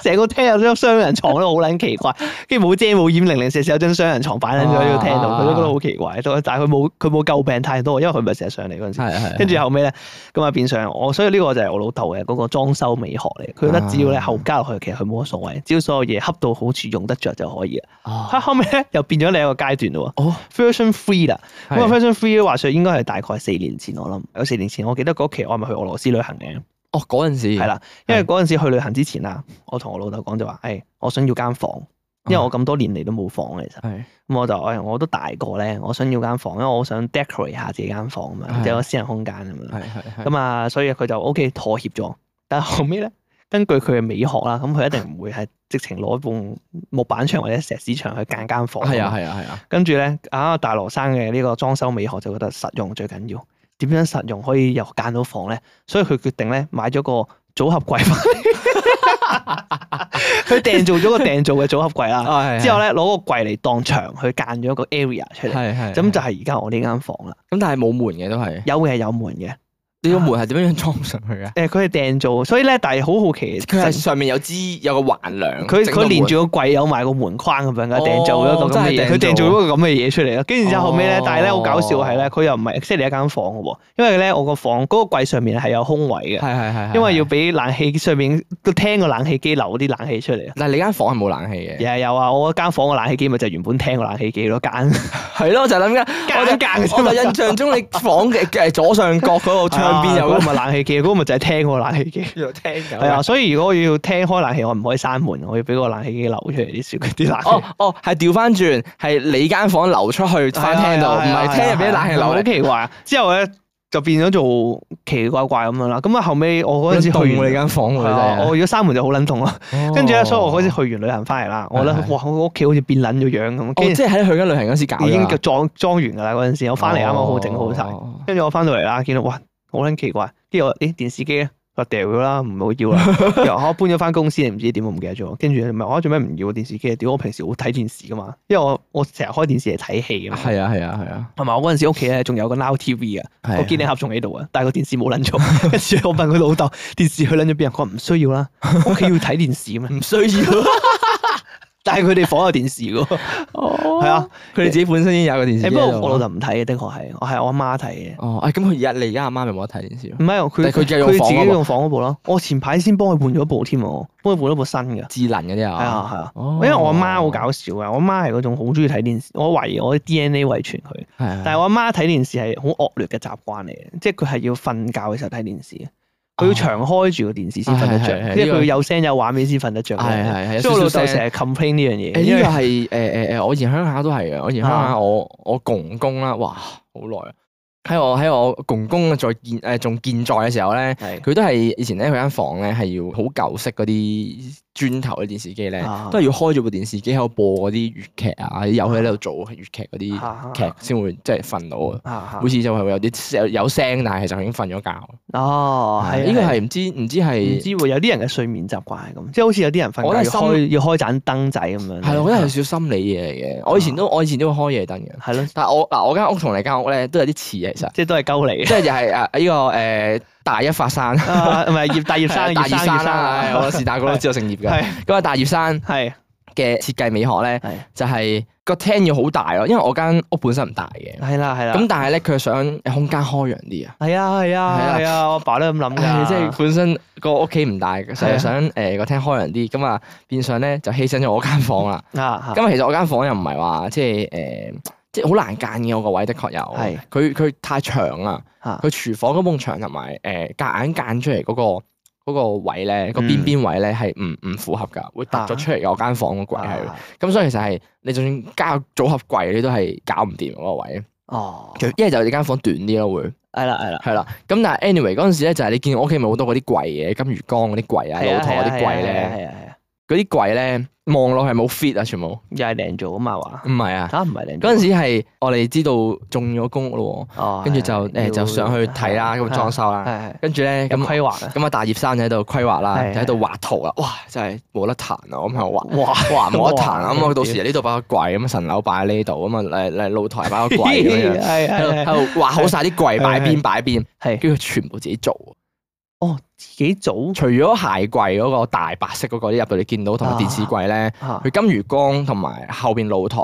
[SPEAKER 1] 成個廳有張雙人床都好撚奇怪，跟住冇遮冇掩，零零舍舍有張雙人床擺撚咗喺個廳
[SPEAKER 2] 啊
[SPEAKER 1] 度，佢都覺得好奇怪。但係佢冇佢冇詬病太多，因為佢唔係成日上嚟嗰陣時。
[SPEAKER 2] 係係啊
[SPEAKER 1] 跟住後尾咧，咁啊變相我，所以呢個就係我老豆嘅嗰個裝修美學嚟。佢覺得只要咧
[SPEAKER 2] 啊
[SPEAKER 1] 後加落去，其實佢冇乜所謂，只要所有嘢恰到好處，用得着就可以啦。嚇後尾 [LAUGHS] 咧又變咗另一個階段咯
[SPEAKER 2] 啊哦，
[SPEAKER 1] 喎，version three 啦。咁啊
[SPEAKER 2] 係
[SPEAKER 1] ，version three 話説應該係大概四年前我諗，有四年前我記得嗰期我係咪去俄羅斯旅行嘅，
[SPEAKER 2] 哦嗰陣時
[SPEAKER 1] 係，啦，因為嗰陣時去旅行之前啊，我同我老豆講就話，誒，我想要間房，
[SPEAKER 2] 嗯
[SPEAKER 1] 因為我咁多年嚟都冇房嘅其實。
[SPEAKER 2] 係
[SPEAKER 1] 咁我就誒我都大個咧，我想要間房，因為我想 decorate 下自己間房啊嘛，
[SPEAKER 2] 係
[SPEAKER 1] 有個私人空間咁樣。
[SPEAKER 2] 係係
[SPEAKER 1] 咁啊，所以佢就 O.K. 妥協咗。但係後尾咧， [LAUGHS] 根據佢嘅美學啦，咁佢一定唔會係直情攞埲木板牆或者石屎牆去間間房。
[SPEAKER 2] 係啊。係啊係啊，
[SPEAKER 1] 跟住咧，啊大羅生嘅呢個裝修美學就覺得實用最緊要。點樣實用可以又間到房咧？所以佢決定咧買咗個組合櫃翻嚟。 [LAUGHS] 佢訂做咗個訂做嘅組合櫃
[SPEAKER 2] [LAUGHS]
[SPEAKER 1] 啦，
[SPEAKER 2] 啊
[SPEAKER 1] 之後咧攞個櫃嚟當牆去間咗一個 area 出嚟。
[SPEAKER 2] 係係
[SPEAKER 1] 咁就啊係而家我呢間房啦。
[SPEAKER 2] 咁，但係冇門嘅都係。
[SPEAKER 1] 有嘅係有門嘅，
[SPEAKER 2] 你個門係點樣樣裝上去嘅？
[SPEAKER 1] 誒佢係訂做，所以咧，但係好好奇
[SPEAKER 2] 佢係上面有支有個橫梁，
[SPEAKER 1] 佢
[SPEAKER 2] 整個
[SPEAKER 1] 佢連
[SPEAKER 2] 門
[SPEAKER 1] 住個櫃有埋個門框咁樣嘅，
[SPEAKER 2] 哦
[SPEAKER 1] 訂做咗個咁嘅嘢，佢
[SPEAKER 2] 真係訂
[SPEAKER 1] 訂
[SPEAKER 2] 做
[SPEAKER 1] 做咗個咁嘅嘢出嚟啦。跟住之後後尾咧
[SPEAKER 2] 哦，
[SPEAKER 1] 但係咧好搞笑係咧，佢又唔係即係你一間房嘅喎，因為咧我個房嗰個櫃上面係有空位嘅，
[SPEAKER 2] 係係係，係
[SPEAKER 1] 因為要。俾冷氣上面個廳個冷氣機流啲冷氣出嚟啊。
[SPEAKER 2] 但係你間房係冇冷氣嘅，
[SPEAKER 1] 又有啊！我間房個冷氣機咪就係原本廳個冷氣機咯，間
[SPEAKER 2] 係咯，我就諗緊，我
[SPEAKER 1] 間
[SPEAKER 2] 就
[SPEAKER 1] 間嘅啫
[SPEAKER 2] 我
[SPEAKER 1] 嘛
[SPEAKER 2] 就印象中你房嘅嘅左上角嗰個窗兩邊有
[SPEAKER 1] 嗰個
[SPEAKER 2] 個
[SPEAKER 1] 咪冷氣機，嗰個咪就係聽嗰個冷氣機。
[SPEAKER 2] 要聽緊
[SPEAKER 1] 啊係啊，所以如果我要聽開冷氣，我唔可以閂門，我要俾個冷氣機流出嚟啲少啲冷
[SPEAKER 2] 哦
[SPEAKER 1] 氣。
[SPEAKER 2] 哦，係調翻轉，係你間房流出去翻廳度，
[SPEAKER 1] 係啊
[SPEAKER 2] 唔係廳入邊啲冷氣流
[SPEAKER 1] 好
[SPEAKER 2] 嚟。
[SPEAKER 1] 奇怪啊。之後咧就變咗做奇奇怪怪咁樣啦。咁啊後尾我嗰陣時去
[SPEAKER 2] 凍喎你
[SPEAKER 1] 完
[SPEAKER 2] 間房
[SPEAKER 1] 係啊我
[SPEAKER 2] 喎，
[SPEAKER 1] 如果閂門就好撚凍咯。
[SPEAKER 2] 真係。
[SPEAKER 1] 跟住咧，所以我嗰
[SPEAKER 2] 開
[SPEAKER 1] 陣時
[SPEAKER 2] 始
[SPEAKER 1] 去完旅行翻嚟啦，我覺得
[SPEAKER 2] 係係
[SPEAKER 1] 哇，我屋企好似變撚咗樣咁。
[SPEAKER 2] 哦，
[SPEAKER 1] 跟
[SPEAKER 2] 即
[SPEAKER 1] 住
[SPEAKER 2] 係喺你去緊旅行嗰時搞㗎
[SPEAKER 1] 已經裝裝完㗎啦嗰陣時，我翻嚟啱啱好整好晒。
[SPEAKER 2] 哦
[SPEAKER 1] 跟住我翻到嚟啦，見到哇好撚奇怪，跟住我咦電視機咧，我掉咗啦，唔好要啦。
[SPEAKER 2] [LAUGHS]
[SPEAKER 1] 跟住我哦搬咗翻公司，唔知點我唔記得咗。跟住唔係我做咩唔要電視機？屌我平時好睇電視噶嘛，因為我我成日開電視嚟睇戲㗎嘛。
[SPEAKER 2] 係啊係啊係啊
[SPEAKER 1] 同埋我嗰陣時屋企咧仲有個 Now TV 啊，
[SPEAKER 2] 係啊，
[SPEAKER 1] 個機頂盒仲喺度啊，但係個電視冇撚
[SPEAKER 2] [LAUGHS]
[SPEAKER 1] 咗。跟住我問佢老豆電視去撚咗邊啊？佢話唔需要啦，屋企要睇電視咩？
[SPEAKER 2] 唔需要。
[SPEAKER 1] 但係佢哋房有電視喎，
[SPEAKER 2] [LAUGHS] 哦
[SPEAKER 1] 係啊。
[SPEAKER 2] 佢哋自己本身已經有個電視機
[SPEAKER 1] 誒
[SPEAKER 2] 喺
[SPEAKER 1] 不過
[SPEAKER 2] 度。
[SPEAKER 1] 我老豆唔睇嘅，的確係，我係我阿媽睇嘅。
[SPEAKER 2] 哦，啊咁佢而家你而家阿媽咪冇得睇電視咯
[SPEAKER 1] 唔，
[SPEAKER 2] 啊
[SPEAKER 1] 係佢
[SPEAKER 2] 但係佢繼續用
[SPEAKER 1] 佢自
[SPEAKER 2] 房嗰
[SPEAKER 1] 己
[SPEAKER 2] 部
[SPEAKER 1] 用房嗰部咯。我前排先幫佢換咗部添啊喎，幫佢換咗部新嘅。
[SPEAKER 2] 智能嗰啲
[SPEAKER 1] 係
[SPEAKER 2] 啊。
[SPEAKER 1] 啊係啊，
[SPEAKER 2] 哦，
[SPEAKER 1] 因為我阿媽好搞笑啊嘅，我阿媽係嗰種好中意睇電視，我懷疑我啲 DNA 遺傳佢。
[SPEAKER 2] 係啊，
[SPEAKER 1] 但係我阿媽睇電視係好惡劣嘅習慣嚟嘅，即係佢係要瞓覺嘅時候睇電視嘅，佢要長開住個電視先瞓得
[SPEAKER 2] 啊係係係
[SPEAKER 1] 着，即係佢
[SPEAKER 2] 呢
[SPEAKER 1] 要
[SPEAKER 2] 個
[SPEAKER 1] 有聲有畫面先瞓得着。
[SPEAKER 2] 係係係有
[SPEAKER 1] 所以我老
[SPEAKER 2] 少少
[SPEAKER 1] 豆
[SPEAKER 2] 聲
[SPEAKER 1] 成日 complain 呢樣嘢，
[SPEAKER 2] 誒
[SPEAKER 1] 因
[SPEAKER 2] 呢
[SPEAKER 1] 為
[SPEAKER 2] 個係誒誒誒，我以前鄉下都係嘅。我以前鄉下
[SPEAKER 1] 啊
[SPEAKER 2] 我我公公啦，哇，好耐啊！喺我喺我公公在健誒仲健在嘅時候咧，
[SPEAKER 1] 係
[SPEAKER 2] 佢都係以前咧佢間房咧係要好舊式嗰啲磚頭嘅電視機咧，
[SPEAKER 1] 啊
[SPEAKER 2] 都係要開咗部電視機喺度播嗰啲粵劇啊，有佢喺度做粵劇嗰
[SPEAKER 1] 啊
[SPEAKER 2] 啲劇先會即係瞓到啊！
[SPEAKER 1] 啊啊
[SPEAKER 2] 每次就係會有啲有有聲，但係其實佢已經瞓咗覺。
[SPEAKER 1] 哦，係
[SPEAKER 2] 呢個
[SPEAKER 1] 係
[SPEAKER 2] 係唔知唔知
[SPEAKER 1] 唔
[SPEAKER 2] 係
[SPEAKER 1] 知喎，有啲人嘅睡眠習慣係咁，即係好似有啲人瞓
[SPEAKER 2] 我
[SPEAKER 1] 覺
[SPEAKER 2] 覺得
[SPEAKER 1] 要
[SPEAKER 2] 心
[SPEAKER 1] 開要開盞燈仔咁樣。
[SPEAKER 2] 係，我覺得係少心理嘢嚟嘅。我以前
[SPEAKER 1] 啊
[SPEAKER 2] 都我以前都會開夜燈嘅。
[SPEAKER 1] 係咯，
[SPEAKER 2] 但係我嗱，我間屋同你間屋咧都有啲似嘅，
[SPEAKER 1] [LAUGHS]
[SPEAKER 2] 其實
[SPEAKER 1] 即係都係鳩
[SPEAKER 2] [LAUGHS]
[SPEAKER 1] 嚟嘅。
[SPEAKER 2] 即係又係啊呢個誒大一發山，
[SPEAKER 1] 啊唔係葉大葉生
[SPEAKER 2] 係大
[SPEAKER 1] 葉生葉
[SPEAKER 2] 山
[SPEAKER 1] 生
[SPEAKER 2] 啦，係
[SPEAKER 1] 啊，
[SPEAKER 2] 我是但個都知道姓葉嘅。
[SPEAKER 1] 係
[SPEAKER 2] 咁啊，大葉山
[SPEAKER 1] 係
[SPEAKER 2] 嘅設計美學咧，
[SPEAKER 1] 係
[SPEAKER 2] 就係個廳要好大咯，因為我間屋本身唔大嘅，
[SPEAKER 1] 係啊啦係啦。
[SPEAKER 2] 咁但係咧佢想呃空間開揚啲啊。
[SPEAKER 1] 係啊係
[SPEAKER 2] 係啊
[SPEAKER 1] 啊係啊，我阿爸都咁諗㗎，
[SPEAKER 2] 唉即係本身個屋企唔大，
[SPEAKER 1] 係
[SPEAKER 2] 就
[SPEAKER 1] 啊
[SPEAKER 2] 想誒個廳開揚啲，咁啊變相咧就犧牲咗我間房啦。
[SPEAKER 1] [LAUGHS] 啊
[SPEAKER 2] 咁啊，其實我間房又唔係話即係誒，即係好難間嘅。我個位的確有，
[SPEAKER 1] 係
[SPEAKER 2] 佢佢太長啦，
[SPEAKER 1] 啊
[SPEAKER 2] 佢廚房嗰埲牆同埋誒夾硬間出嚟嗰、個。嗰個位咧，個
[SPEAKER 1] 嗯
[SPEAKER 2] 邊邊位咧係唔唔符合㗎，會突咗出嚟嘅。我間房個櫃係，
[SPEAKER 1] 啊
[SPEAKER 2] 咁所以其實係你就算加個組合櫃，你都係搞唔掂嗰個位。
[SPEAKER 1] 哦，
[SPEAKER 2] 一係就你間房短啲咯，會
[SPEAKER 1] 係啦係啦，
[SPEAKER 2] 係啦。咁但係 anyway 嗰陣時咧，就係你見我屋企咪好多嗰啲櫃嘅，金魚缸嗰啲櫃啊、
[SPEAKER 1] 係
[SPEAKER 2] 露
[SPEAKER 1] 啊
[SPEAKER 2] 台嗰啲櫃咧，
[SPEAKER 1] 係啊係啊係啊，
[SPEAKER 2] 嗰啲櫃咧望落係冇 fit 啊，全部唔
[SPEAKER 1] 又係靚做啊嘛話，
[SPEAKER 2] 係啊。
[SPEAKER 1] 嚇唔係靚做
[SPEAKER 2] 嗰陣時係我哋知道中咗公屋咯
[SPEAKER 1] 哦
[SPEAKER 2] 喎，跟住
[SPEAKER 1] 係
[SPEAKER 2] 就
[SPEAKER 1] 係
[SPEAKER 2] 誒就上去睇啦，咁啊裝修
[SPEAKER 1] 係啊
[SPEAKER 2] 啦，
[SPEAKER 1] 係
[SPEAKER 2] 跟住咧
[SPEAKER 1] 咁
[SPEAKER 2] 咁
[SPEAKER 1] 規劃
[SPEAKER 2] [LAUGHS]
[SPEAKER 1] 啊，
[SPEAKER 2] 咁啊大葉生就喺度規劃啦，
[SPEAKER 1] 係
[SPEAKER 2] 就喺度畫圖啦，哇真係冇得彈啊！我咁喺
[SPEAKER 1] [LAUGHS]
[SPEAKER 2] 度畫。
[SPEAKER 1] 哇
[SPEAKER 2] 哇！冇得彈啊！
[SPEAKER 1] 哇
[SPEAKER 2] 咁我到時呢度擺個櫃，咁啊神樓擺喺呢度，咁啊誒誒露台擺個櫃咁樣，
[SPEAKER 1] [LAUGHS] 係
[SPEAKER 2] 喺度
[SPEAKER 1] 係係
[SPEAKER 2] 喺度畫好晒啲櫃
[SPEAKER 1] 係
[SPEAKER 2] 擺邊
[SPEAKER 1] 係
[SPEAKER 2] 擺邊，
[SPEAKER 1] 係
[SPEAKER 2] 跟住佢全部自己做。
[SPEAKER 1] 哦自己組
[SPEAKER 2] 除咗鞋櫃嗰個大白色嗰個入到你見到，同埋電視櫃咧，
[SPEAKER 1] 嚇
[SPEAKER 2] 佢金魚缸同埋後邊露台，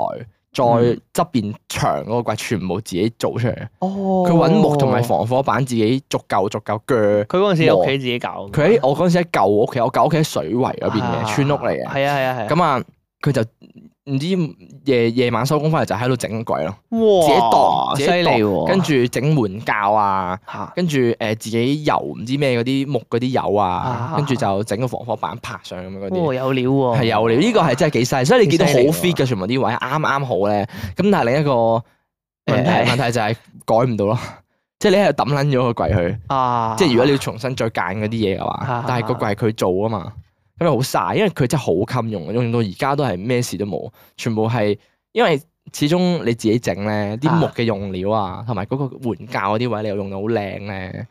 [SPEAKER 2] 再
[SPEAKER 1] 嗯
[SPEAKER 2] 側邊牆嗰個櫃全部自己做出嚟。
[SPEAKER 1] 哦，
[SPEAKER 2] 佢
[SPEAKER 1] 佢
[SPEAKER 2] 揾木同埋，防火板自己逐嚿逐嚿鋸。
[SPEAKER 1] 佢嗰陣時喺屋企自己搞㗎嘛，
[SPEAKER 2] 佢喺我嗰陣時喺舊屋企，我舊屋企喺水圍嗰邊嘅村屋嚟嘅。
[SPEAKER 1] 係啊係啊係啊，
[SPEAKER 2] 咁啊，佢就唔知夜夜晚收工翻嚟就喺度整櫃咯，自己度
[SPEAKER 1] 哇，
[SPEAKER 2] 自
[SPEAKER 1] 犀
[SPEAKER 2] 己度
[SPEAKER 1] 利喎，
[SPEAKER 2] 跟住整門鉸啊，
[SPEAKER 1] 嚇
[SPEAKER 2] 跟住誒自己油唔知咩嗰啲木嗰啲油啊
[SPEAKER 1] 啊，
[SPEAKER 2] 跟住就整個防火板拍上咁樣嗰啲。
[SPEAKER 1] 哇有料喎，
[SPEAKER 2] 係啊有料，呢個係真係幾細，所以你見到好
[SPEAKER 1] 幾犀利喎
[SPEAKER 2] fit 嘅全部啲位啱啱好咧。咁但係另一個誒
[SPEAKER 1] 問題
[SPEAKER 2] 問題就係改唔到咯，即係你喺度抌撚咗個櫃佢。
[SPEAKER 1] 啊，
[SPEAKER 2] 即係如果你要重新再揀嗰啲嘢嘅話
[SPEAKER 1] 啊，
[SPEAKER 2] 但係個櫃係佢做啊嘛，咁咪好嘥，因為佢真係好襟用，用到而家都係咩事都冇，全部係因為始終你自己整咧，啲
[SPEAKER 1] 啊
[SPEAKER 2] 木嘅用料啊，同埋嗰個換教嗰啲位你又用到好靚咧，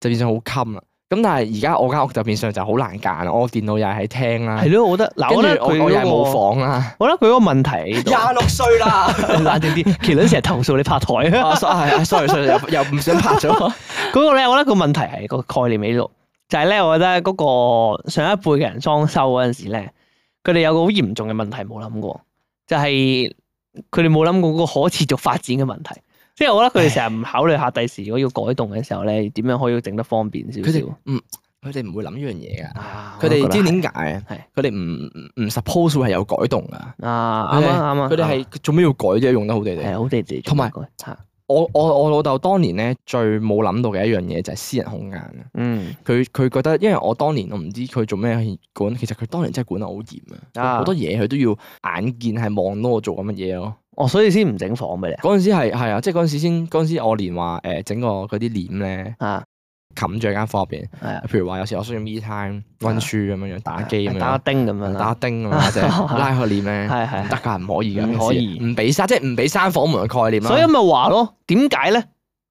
[SPEAKER 2] 就變相好襟啦。咁但係而家我間屋就變相就好難揀啦，我電腦又係喺廳啦
[SPEAKER 1] 係，咯，我覺得嗱，
[SPEAKER 2] 跟
[SPEAKER 1] 我覺得
[SPEAKER 2] 住
[SPEAKER 1] 佢
[SPEAKER 2] 我我又
[SPEAKER 1] 嗰
[SPEAKER 2] 係
[SPEAKER 1] 個
[SPEAKER 2] 冇房啦，
[SPEAKER 1] 我覺得佢嗰個問題喺度，
[SPEAKER 2] 六歲啦， [LAUGHS]
[SPEAKER 1] 冷靜啲。麒麟成日投訴你拍台啊，
[SPEAKER 2] 啊 sorry sorry，又又唔想
[SPEAKER 1] [LAUGHS]
[SPEAKER 2] 拍咗，
[SPEAKER 1] 嗰個咧，我覺得個問題係個概念喺度，就係咧，我覺得嗰個上一輩嘅人裝修嗰陣時咧，佢哋有個好嚴重嘅問題冇諗過，就係佢哋冇諗過嗰個可持續發展嘅問題。即係我覺得佢哋成日唔考慮下第時如果要改動嘅時候咧，點樣可以整得方便少
[SPEAKER 2] 佢
[SPEAKER 1] 少
[SPEAKER 2] 哋唔佢哋唔會諗呢樣嘢㗎。
[SPEAKER 1] 啊？
[SPEAKER 2] 佢哋知唔知點解啊
[SPEAKER 1] 係？
[SPEAKER 2] 佢哋唔唔唔 suppose 會係有改動噶。
[SPEAKER 1] 啊，
[SPEAKER 2] 佢
[SPEAKER 1] 啱
[SPEAKER 2] 哋
[SPEAKER 1] 啊啱啊，
[SPEAKER 2] 佢哋係做咩要改啫？用得好地
[SPEAKER 1] 係啊
[SPEAKER 2] 地。
[SPEAKER 1] 好地地做
[SPEAKER 2] 同埋
[SPEAKER 1] 改嚇
[SPEAKER 2] 我我我老豆當年咧最冇諗到嘅一樣嘢就係私人空間啊！
[SPEAKER 1] 嗯，
[SPEAKER 2] 佢佢覺得，因為我當年我唔知佢做咩管，其實佢當年真係管得好嚴啊，
[SPEAKER 1] 啊
[SPEAKER 2] 好多嘢佢都要眼見係望到我做緊乜嘢咯。
[SPEAKER 1] 哦，所以先唔整房俾你
[SPEAKER 2] 嗰陣時係係啊，即係嗰陣時先，嗰陣時我連話誒整個嗰啲簾咧
[SPEAKER 1] 啊，
[SPEAKER 2] 冚住喺間房入邊，
[SPEAKER 1] 係啊，
[SPEAKER 2] 譬如話有時我需要 me time 温書咁樣樣，打機咁
[SPEAKER 1] 打
[SPEAKER 2] 樣，
[SPEAKER 1] 丁咁樣啦，
[SPEAKER 2] 打丁咁樣
[SPEAKER 1] [LAUGHS]
[SPEAKER 2] 或者拉開簾咧，
[SPEAKER 1] 係
[SPEAKER 2] 唔
[SPEAKER 1] 係
[SPEAKER 2] 得㗎，唔可以㗎，
[SPEAKER 1] 唔可以
[SPEAKER 2] 唔俾閂，即係唔俾閂房門嘅概念啦。
[SPEAKER 1] 所以咪話咯，點解咧？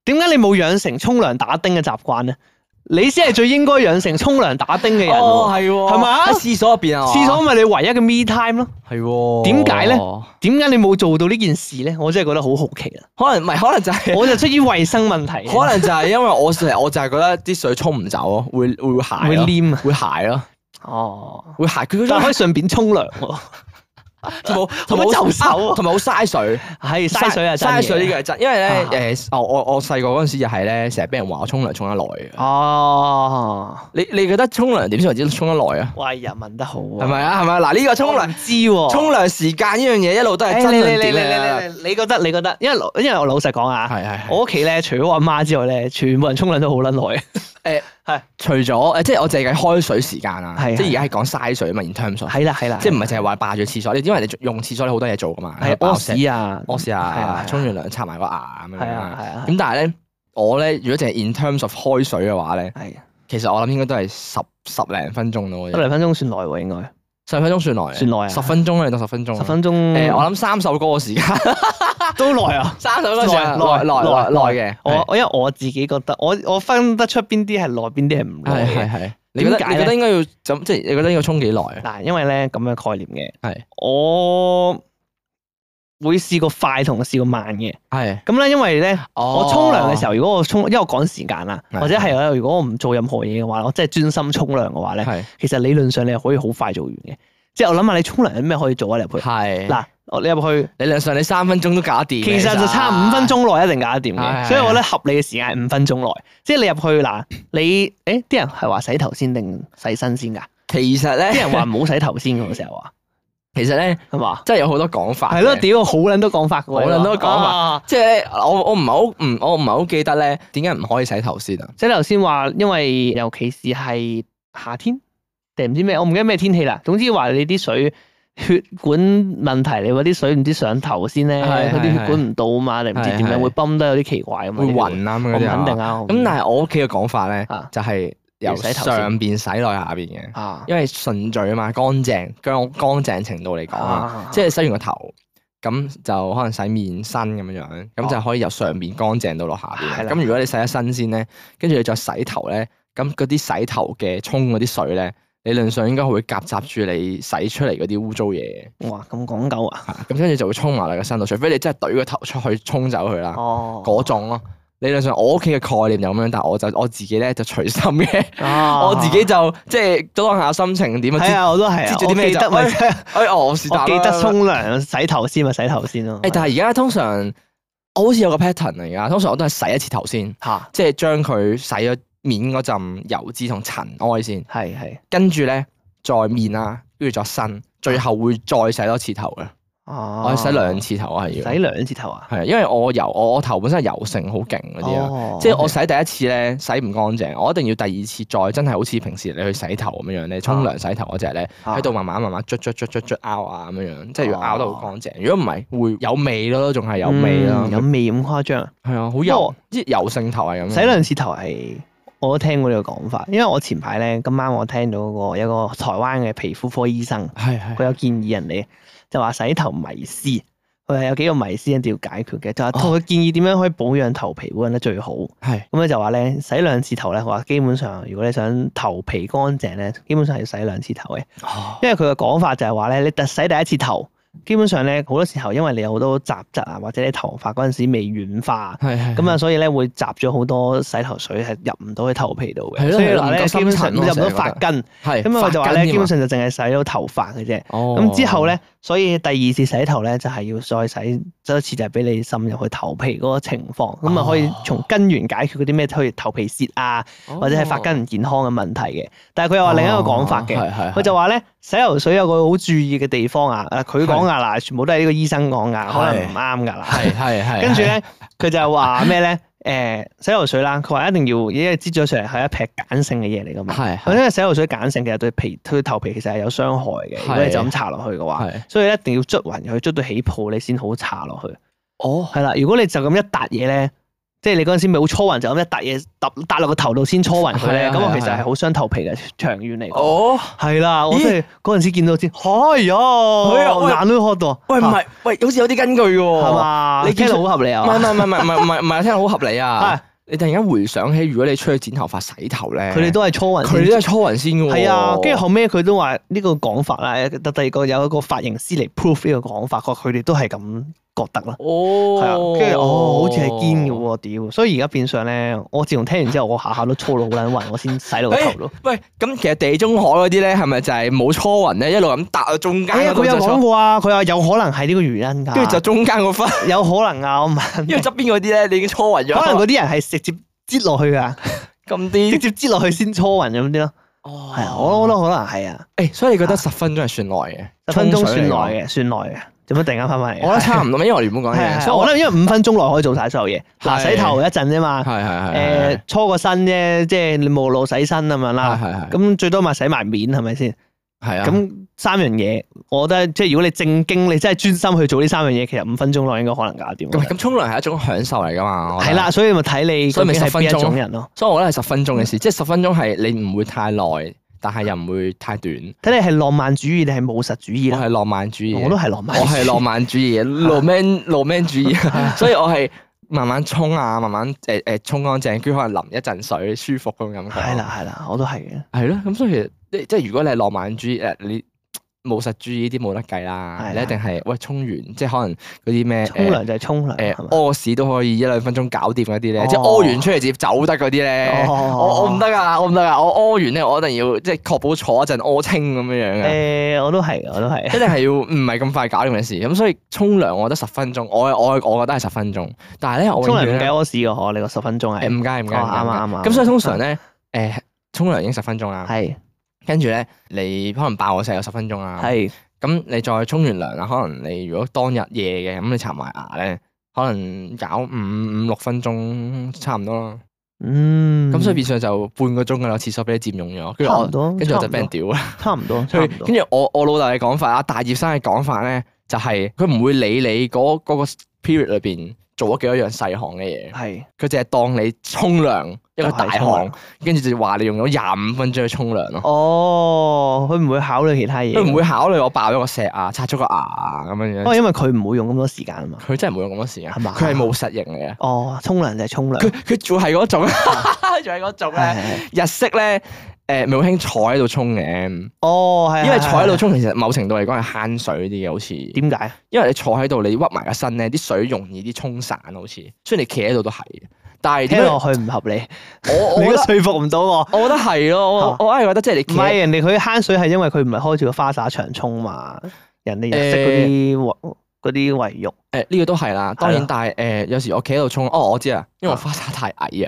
[SPEAKER 1] 點解你冇養成沖涼打丁嘅習慣咧？你先係最應該養成沖涼打丁嘅人
[SPEAKER 2] 哦
[SPEAKER 1] 喎。
[SPEAKER 2] 係喎，
[SPEAKER 1] 係咪啊
[SPEAKER 2] 喺廁所入邊啊？
[SPEAKER 1] 廁所咪你唯一嘅 me time 咯？
[SPEAKER 2] 係喎，
[SPEAKER 1] 點解呢點解你冇做到呢件事咧？我真係覺得好好奇
[SPEAKER 2] [LAUGHS]
[SPEAKER 1] 啦。
[SPEAKER 2] 可能唔係，可能就係。
[SPEAKER 1] 我就出於衞生問題，啊
[SPEAKER 2] 可能就係因為我成日我就係覺得啲水沖唔走咯，會會鞋
[SPEAKER 1] 會
[SPEAKER 2] 咯，
[SPEAKER 1] 黏啊。
[SPEAKER 2] 會鞋咯，
[SPEAKER 1] 哦，
[SPEAKER 2] 會鞋佢
[SPEAKER 1] 但
[SPEAKER 2] 嗰種
[SPEAKER 1] 可以順便沖涼喎，
[SPEAKER 2] 同埋好
[SPEAKER 1] 同埋好就手啊
[SPEAKER 2] 啊同埋好嘥水，
[SPEAKER 1] 係嘥水啊！真嘅
[SPEAKER 2] 嘥水呢個係真，因為
[SPEAKER 1] 啊
[SPEAKER 2] 咧誒，我我我細個嗰陣時就係咧，成日俾人話我沖涼沖得耐嘅。
[SPEAKER 1] 哦，
[SPEAKER 2] 你你覺得沖涼點先為之沖得耐啊？
[SPEAKER 1] 喂，人問得好啊，
[SPEAKER 2] 係咪啊？係咪啊？嗱，呢個沖
[SPEAKER 1] 我唔
[SPEAKER 2] 涼
[SPEAKER 1] 知喎，
[SPEAKER 2] 沖涼時間呢樣嘢一路都係
[SPEAKER 1] 誒
[SPEAKER 2] 爭
[SPEAKER 1] 你
[SPEAKER 2] 論
[SPEAKER 1] 你
[SPEAKER 2] 點
[SPEAKER 1] 你
[SPEAKER 2] 啊嚟㗎。
[SPEAKER 1] 你你你你覺得你覺得，因為因為我老實講啊，
[SPEAKER 2] 係係係
[SPEAKER 1] 我屋企咧，除咗我阿媽之外咧，全部人沖涼都好撚耐。
[SPEAKER 2] 除咗誒，即係我淨係計開水時間啊，
[SPEAKER 1] 係
[SPEAKER 2] 即係而家係講嘥水啊嘛，in terms of，
[SPEAKER 1] [LAUGHS] 係啦係啦，
[SPEAKER 2] 即係唔係淨係話霸住廁所？你因為你用廁所你好多嘢做噶嘛，
[SPEAKER 1] 係
[SPEAKER 2] 爆
[SPEAKER 1] 屙
[SPEAKER 2] 石
[SPEAKER 1] 屎啊，
[SPEAKER 2] 我試
[SPEAKER 1] 係啊係
[SPEAKER 2] 下
[SPEAKER 1] 啊
[SPEAKER 2] 沖完涼刷埋個牙咁樣
[SPEAKER 1] 係啊
[SPEAKER 2] 啦。
[SPEAKER 1] 係啊
[SPEAKER 2] 咁但係咧，我咧如果淨係 in terms of 開水嘅話咧，
[SPEAKER 1] 係啊，
[SPEAKER 2] 其實我諗應該都係十十零分鐘咯。
[SPEAKER 1] 得零分鐘算耐喎，應該
[SPEAKER 2] 十分鐘算耐，
[SPEAKER 1] 算耐啊
[SPEAKER 2] 十分鐘啦，你當十分鐘。啊
[SPEAKER 1] 十分鐘。啊
[SPEAKER 2] 誒，我諗三首歌嘅時間，
[SPEAKER 1] 都耐啊。
[SPEAKER 2] [LAUGHS] 三首歌嘅時間 [LAUGHS]
[SPEAKER 1] 耐
[SPEAKER 2] 耐耐
[SPEAKER 1] 耐
[SPEAKER 2] 耐耐嘅。
[SPEAKER 1] 我我因為我自己覺得，我我分得出邊啲係耐，邊啲係唔
[SPEAKER 2] 係
[SPEAKER 1] 耐
[SPEAKER 2] 係
[SPEAKER 1] 嘅。
[SPEAKER 2] 係，你覺得
[SPEAKER 1] 點
[SPEAKER 2] 你
[SPEAKER 1] 解咧
[SPEAKER 2] 覺得應該要怎即係你覺得應該沖幾耐啊？
[SPEAKER 1] 嗱，因為咧咁嘅概念嘅，
[SPEAKER 2] 係
[SPEAKER 1] 我會試過快同試過慢嘅。
[SPEAKER 2] 係
[SPEAKER 1] 咁咧，因為咧。我沖涼嘅時
[SPEAKER 2] 候
[SPEAKER 1] 候，如果我沖，因為我趕時間啦，
[SPEAKER 2] 哦係
[SPEAKER 1] 或者係我如果我唔做任何嘢嘅話，我真係專心沖涼嘅話咧，
[SPEAKER 2] 係
[SPEAKER 1] 其實理論上你係可以好快做完嘅。即係我諗下你沖涼有咩可以做啊？你入去
[SPEAKER 2] 係嗱，
[SPEAKER 1] 嗱，我你入去
[SPEAKER 2] 理論上你三分鐘都搞掂嘅，
[SPEAKER 1] 其實就差五分鐘內一定搞得掂
[SPEAKER 2] 係
[SPEAKER 1] 嘅，所以我覺得合理嘅時間係五分鐘內。即係你入去嗱，你誒啲人係話洗頭先定洗身先㗎？ [LAUGHS]
[SPEAKER 2] 其實
[SPEAKER 1] 啲
[SPEAKER 2] 咧，
[SPEAKER 1] 人話唔好洗頭先嘅成日話
[SPEAKER 2] [LAUGHS] 其實咧，
[SPEAKER 1] 啊係嘛？
[SPEAKER 2] 真係有好多講法嘅。
[SPEAKER 1] 係咯，屌好撚多講法嘅喎，
[SPEAKER 2] 好撚多講法
[SPEAKER 1] 啊
[SPEAKER 2] 即係咧，我我唔係好唔我唔係好記得咧，點解唔可以洗頭先啊？
[SPEAKER 1] 即係頭先話，因為尤其是係夏天定唔知咩，我唔記得咩天氣啦。總之話你啲水血管問題，你話啲水唔知上頭先咧，
[SPEAKER 2] 係
[SPEAKER 1] 佢
[SPEAKER 2] 係
[SPEAKER 1] 啲血管唔到啊嘛，定唔知點
[SPEAKER 2] 係係
[SPEAKER 1] 樣會泵得有啲奇怪啊嘛。
[SPEAKER 2] 會暈啊咁
[SPEAKER 1] 我
[SPEAKER 2] 嗰
[SPEAKER 1] 唔
[SPEAKER 2] 啲啊
[SPEAKER 1] 肯定啊。
[SPEAKER 2] 咁但係我屋企嘅講法咧
[SPEAKER 1] 啊，
[SPEAKER 2] 就係由
[SPEAKER 1] 要洗頭先
[SPEAKER 2] 上邊洗落下邊嘅，
[SPEAKER 1] 係啊
[SPEAKER 2] 因為順序啊嘛，乾淨乾乾淨程度嚟講啊，
[SPEAKER 1] 啊
[SPEAKER 2] 即係洗完個頭。咁就可能洗面身咁樣樣，咁就可以由上邊乾淨到落下邊。
[SPEAKER 1] 哦係啦
[SPEAKER 2] 咁如果你洗咗身先咧，跟住你再洗頭咧，咁嗰啲洗頭嘅沖嗰啲水咧，理論上應該會夾雜住你洗出嚟嗰啲污糟嘢嘅。
[SPEAKER 1] 哇咁講究啊！
[SPEAKER 2] 係咁跟住就會沖埋你個身度，除非你真係懟個頭出去沖走佢啦，
[SPEAKER 1] 哦，
[SPEAKER 2] 嗰種咯。理論上我屋企嘅概念就咁樣，但係我就我自己咧就隨心嘅，我自己就即係當下心情點
[SPEAKER 1] 啊係
[SPEAKER 2] 啊，
[SPEAKER 1] 啊，我都係啊
[SPEAKER 2] 知。知咗啲咩
[SPEAKER 1] 我記得咪
[SPEAKER 2] 就哎哦我是但
[SPEAKER 1] 我
[SPEAKER 2] 啦
[SPEAKER 1] 記得沖涼洗頭先啊咪洗頭先咯。
[SPEAKER 2] 誒，但係而家通常我好似有個 pattern 啊，而家通常我都係洗一次頭先，
[SPEAKER 1] 嚇
[SPEAKER 2] 即係將佢洗咗面嗰陣油脂同塵埃先，
[SPEAKER 1] 係係
[SPEAKER 2] 跟住咧再面啦，跟住再身，最後會再洗多次頭嘅，
[SPEAKER 1] 哦
[SPEAKER 2] 我係洗兩次頭啊，係要
[SPEAKER 1] 洗兩次頭啊！
[SPEAKER 2] 係，因為我油我我頭本身係油性好勁嗰啲啊，
[SPEAKER 1] 哦
[SPEAKER 2] 即係我洗第一次咧洗唔乾淨，我一定要第二次再真係好似平時你去洗頭咁樣樣咧，沖涼洗頭嗰只咧，
[SPEAKER 1] 啊哦
[SPEAKER 2] 喺度慢慢慢慢捽捽捽捽捽拗啊咁樣樣，即係要拗得好乾淨。如果唔係會有味咯，仲係有味啦
[SPEAKER 1] 嗯，有味咁誇張啊！
[SPEAKER 2] 係啊，好
[SPEAKER 1] 不
[SPEAKER 2] 油
[SPEAKER 1] 過，
[SPEAKER 2] 即係油性頭係咁樣。
[SPEAKER 1] 洗兩次頭係我都聽過呢個講法，因為我前排咧今晚我聽到個有個台灣嘅皮膚科醫生，
[SPEAKER 2] 係係
[SPEAKER 1] 佢有建議人哋就話洗頭迷思，佢係有幾個迷思一定要解決嘅，就話
[SPEAKER 2] 哦
[SPEAKER 1] 佢建議點樣可以保養頭皮保養得最好。
[SPEAKER 2] 係
[SPEAKER 1] 咁咧就話咧洗兩次頭咧，佢話基本上如果你想頭皮乾淨咧，基本上係要洗兩次頭嘅，
[SPEAKER 2] 哦
[SPEAKER 1] 因為佢嘅講法就係話咧，你特洗第一次頭，基本上咧好多時候因為你有好多雜質啊，或者你頭髮嗰陣時未軟化。
[SPEAKER 2] 係係
[SPEAKER 1] 咁啊，所以咧會集咗好多洗頭水係入唔到去頭皮度
[SPEAKER 2] 係
[SPEAKER 1] 嘅，
[SPEAKER 2] 咯
[SPEAKER 1] 所以
[SPEAKER 2] 係咯
[SPEAKER 1] 話
[SPEAKER 2] 唔夠
[SPEAKER 1] 咧
[SPEAKER 2] 深
[SPEAKER 1] 基本
[SPEAKER 2] 層
[SPEAKER 1] 上
[SPEAKER 2] 咯
[SPEAKER 1] 入唔到
[SPEAKER 2] 成日覺
[SPEAKER 1] 髮根，
[SPEAKER 2] 係
[SPEAKER 1] 咁啊就話
[SPEAKER 2] 發根
[SPEAKER 1] 咧
[SPEAKER 2] 添啊
[SPEAKER 1] 基本上就淨係洗到頭髮嘅啫。
[SPEAKER 2] 哦
[SPEAKER 1] 咁之後咧所以第二次洗頭咧，就係、要再洗多一次，就係俾你滲入去頭皮嗰個情況，咁
[SPEAKER 2] 哦
[SPEAKER 1] 啊可以從根源解決嗰啲咩，譬如頭皮屑啊，
[SPEAKER 2] 哦
[SPEAKER 1] 或者係髮根唔健康嘅問題嘅。但係佢又話另一個講法嘅，
[SPEAKER 2] 嘅
[SPEAKER 1] 佢就話咧洗頭水有個好注意嘅地方啊，誒佢講噶嗱，全部都係呢個醫生講噶，可能唔啱噶啦。
[SPEAKER 2] 係係係，
[SPEAKER 1] [LAUGHS] 跟住咧，佢就話咩咧？ [LAUGHS] 誒洗頭水啦，佢話一定要，因為擠咗上嚟係一撇鹼性嘅嘢嚟噶嘛。
[SPEAKER 2] 係
[SPEAKER 1] 因為洗頭水鹼性其實對皮對頭皮其實係有傷害嘅，如果你就咁搽落去嘅話，
[SPEAKER 2] 係
[SPEAKER 1] 所以一定要捽勻佢，捽到起泡你先好搽落去。
[SPEAKER 2] 哦
[SPEAKER 1] 係啦，如果你就咁一笪嘢咧，即係你嗰陣時咪好搓勻，就咁一笪嘢揼笪落個頭度先搓勻佢
[SPEAKER 2] 係
[SPEAKER 1] 咧，
[SPEAKER 2] 啊
[SPEAKER 1] 咁
[SPEAKER 2] 係啊
[SPEAKER 1] 我其實係好傷頭皮嘅，長遠嚟講。
[SPEAKER 2] 哦，
[SPEAKER 1] 係啦，我
[SPEAKER 2] 咦
[SPEAKER 1] 真係嗰陣時見到先，哎呀，
[SPEAKER 2] 啊喂
[SPEAKER 1] 眼都渴到。
[SPEAKER 2] 喂唔係喂，好似有啲根據喎，
[SPEAKER 1] 啊係？嘛？
[SPEAKER 2] 你
[SPEAKER 1] 你
[SPEAKER 2] 見
[SPEAKER 1] 聽到好合理
[SPEAKER 2] 唔
[SPEAKER 1] 啊？
[SPEAKER 2] 係唔係唔係唔係唔係唔係，聽落好合
[SPEAKER 1] [LAUGHS]
[SPEAKER 2] 理
[SPEAKER 1] 係
[SPEAKER 2] 啊！你突然間回想起，如果你出去剪頭髮洗頭咧，
[SPEAKER 1] 佢哋都係搓勻先。
[SPEAKER 2] 佢哋都係搓勻先嘅喎。
[SPEAKER 1] 係啊，跟住後尾佢都話呢個講法啦，第第二個有一個髮型師嚟 proof 呢個講法，佢哋都係咁覺得啦。係啊
[SPEAKER 2] 哦，，
[SPEAKER 1] 跟住哦，好似係堅嘅喎，屌！所以而家變相咧，我自從聽完之後，我下下都粗到好撚暈，我先洗到個
[SPEAKER 2] 哎
[SPEAKER 1] 頭咯。
[SPEAKER 2] 喂，咁其實地中海嗰啲咧，係咪就係冇搓勻咧，一路咁搭到中間
[SPEAKER 1] 哎呀，
[SPEAKER 2] 嗰
[SPEAKER 1] 佢
[SPEAKER 2] 度
[SPEAKER 1] 有
[SPEAKER 2] 就搓
[SPEAKER 1] 講過啊，佢話有可能係呢個原因㗎，
[SPEAKER 2] 跟住就中間嗰忽，
[SPEAKER 1] [LAUGHS] 有可能啊，我唔肯
[SPEAKER 2] 因為
[SPEAKER 1] 定，
[SPEAKER 2] 側邊嗰啲咧，你已經搓勻咗，
[SPEAKER 1] 可能嗰啲人係直接擠落去㗎，
[SPEAKER 2] 咁
[SPEAKER 1] 直
[SPEAKER 2] 啲。
[SPEAKER 1] 接擠落去先搓暈咁啲咯。
[SPEAKER 2] 哦
[SPEAKER 1] 係啊，我覺得可能係啊，
[SPEAKER 2] 誒，所以你覺得十分鐘係算耐嘅，
[SPEAKER 1] 十分鐘算耐
[SPEAKER 2] 嘅。
[SPEAKER 1] 嘅，算耐嘅。做乜突然間翻返嚟？啊
[SPEAKER 2] 我覺得差唔多，因為我原本講
[SPEAKER 1] 係
[SPEAKER 2] 嘢，
[SPEAKER 1] 係，
[SPEAKER 2] 所以
[SPEAKER 1] 我
[SPEAKER 2] 我
[SPEAKER 1] 覺得因為五分鐘內可以做晒所有嘢，嗱
[SPEAKER 2] 係
[SPEAKER 1] 洗頭一陣啫嘛，
[SPEAKER 2] 係係係
[SPEAKER 1] 誒搓個身啫，即係你沐露洗身咁樣
[SPEAKER 2] 係
[SPEAKER 1] 啦，
[SPEAKER 2] 係係
[SPEAKER 1] 咁最多咪洗埋面係咪先？
[SPEAKER 2] 係啊，
[SPEAKER 1] 咁三樣嘢，我覺得即係如果你正經，你真係專心去做呢三樣嘢，其實五分鐘內應該可能搞掂。
[SPEAKER 2] 咁咁沖涼係一種享受嚟㗎嘛，我覺
[SPEAKER 1] 係
[SPEAKER 2] 得
[SPEAKER 1] 啦，所以咪睇你
[SPEAKER 2] 所
[SPEAKER 1] 究
[SPEAKER 2] 以咪
[SPEAKER 1] 竟係
[SPEAKER 2] 10分
[SPEAKER 1] 邊
[SPEAKER 2] 鐘
[SPEAKER 1] 一種人咯，
[SPEAKER 2] 所以我覺得係十分鐘嘅事，即係十分鐘係你唔會太耐，但係又唔會太短。
[SPEAKER 1] 睇你係浪漫主義定係務實主義
[SPEAKER 2] 我
[SPEAKER 1] 啦。
[SPEAKER 2] 係浪漫主義，
[SPEAKER 1] 我都係浪
[SPEAKER 2] 我
[SPEAKER 1] 漫，
[SPEAKER 2] 係浪漫主義嘅，roman roman 主
[SPEAKER 1] [LAUGHS]
[SPEAKER 2] 義，所以我係慢慢沖啊，慢慢誒誒沖乾淨，跟住可能淋一陣水，舒服嗰種感覺。
[SPEAKER 1] 係，啦係啦，我都係嘅，
[SPEAKER 2] 係咯，咁所以其實即即係如果你係浪漫主義誒，你務實主義呢啲冇得計啦，
[SPEAKER 1] 係
[SPEAKER 2] 你一定係喂沖完，即係可能嗰啲咩
[SPEAKER 1] 沖涼就係沖涼，
[SPEAKER 2] 誒
[SPEAKER 1] 係嘛
[SPEAKER 2] 屙屎都可以一兩分鐘搞掂嗰啲咧，即係
[SPEAKER 1] 哦
[SPEAKER 2] 屙完出嚟直接走得嗰啲咧。
[SPEAKER 1] 哦
[SPEAKER 2] 我我唔得噶，我唔得噶，我屙完咧，我一定要即係確保坐一陣屙清咁樣啊樣嘅，
[SPEAKER 1] 誒，我都係，我都係。
[SPEAKER 2] [LAUGHS] 一定係要唔係咁快搞掂嘅事。咁所以沖涼，我覺得十分鐘，我我我覺得係十分鐘。但係咧，我
[SPEAKER 1] 沖涼
[SPEAKER 2] 永遠
[SPEAKER 1] 唔計
[SPEAKER 2] 咧
[SPEAKER 1] 屙屎嘅嗬，你個十分鐘係
[SPEAKER 2] 誒唔介唔介，唔介
[SPEAKER 1] 哦啱啊啱啊
[SPEAKER 2] 咁所以通常咧誒沖涼已經十分鐘啦，
[SPEAKER 1] 係
[SPEAKER 2] 跟住咧你可能爆我細有十分鐘啦，
[SPEAKER 1] 係
[SPEAKER 2] 咁你再沖完涼啦，可能你如果當日夜嘅咁你刷埋牙咧，可能搞五五六分鐘差唔多啦。
[SPEAKER 1] 嗯，
[SPEAKER 2] 咁所以變相就半個鐘噶啦，廁所俾你佔用咗，跟住
[SPEAKER 1] 差
[SPEAKER 2] 我
[SPEAKER 1] 唔多，
[SPEAKER 2] 跟住我就
[SPEAKER 1] 差唔多
[SPEAKER 2] 俾人屌啦。
[SPEAKER 1] 差唔多，差唔多
[SPEAKER 2] 跟，住我我老豆嘅講法啊，大葉生嘅講法咧，就係佢唔會理你嗰嗰個 period 裏邊做咗幾多樣細項嘅嘢，
[SPEAKER 1] 係
[SPEAKER 2] 佢淨係當你沖涼一個大
[SPEAKER 1] 就係沖涼
[SPEAKER 2] 項，跟住就話你用咗廿五分鐘去沖涼咯。
[SPEAKER 1] 哦，佢唔會考慮其他嘢，
[SPEAKER 2] 佢唔會考慮我爆咗個石啊，刷咗個牙啊咁樣
[SPEAKER 1] 哦，
[SPEAKER 2] 樣，
[SPEAKER 1] 因為佢唔會用咁多時間啊嘛。
[SPEAKER 2] 佢真係冇用咁多時間，
[SPEAKER 1] 係嘛
[SPEAKER 2] 佢係冇實型嚟嘅。
[SPEAKER 1] 哦，沖涼就係沖
[SPEAKER 2] 佢
[SPEAKER 1] 涼，
[SPEAKER 2] 佢仲係
[SPEAKER 1] [LAUGHS]
[SPEAKER 2] 嗰種，仲係嗰種
[SPEAKER 1] 係
[SPEAKER 2] 咧，
[SPEAKER 1] 係係
[SPEAKER 2] 日式咧，誒咪好興坐喺度沖嘅。
[SPEAKER 1] 哦，係，
[SPEAKER 2] 因為坐喺度
[SPEAKER 1] 係係
[SPEAKER 2] 沖，其實某程度嚟講係慳水啲嘅，好似，
[SPEAKER 1] 點解？
[SPEAKER 2] 因為你坐喺度，你屈埋個身咧，啲水容易啲沖散，好似。雖然你企喺度都係，但係點
[SPEAKER 1] 聽落
[SPEAKER 2] 樣？
[SPEAKER 1] 去唔合理，
[SPEAKER 2] 我我
[SPEAKER 1] 你
[SPEAKER 2] 覺
[SPEAKER 1] 都說
[SPEAKER 2] 得
[SPEAKER 1] 服唔到我。
[SPEAKER 2] 我覺得係咯，我我硬係覺得即係你
[SPEAKER 1] 唔啊
[SPEAKER 2] 企
[SPEAKER 1] 係
[SPEAKER 2] 喺。
[SPEAKER 1] 人哋佢慳水係因為佢唔係開住個花灑長沖嘛，人哋日式嗰啲衛嗰啲衛浴。
[SPEAKER 2] 誒呢個都係啦，當
[SPEAKER 1] 係
[SPEAKER 2] 然
[SPEAKER 1] 咯，
[SPEAKER 2] 但係誒有時我企喺度沖，哦我知啦，因為我花灑太矮啊，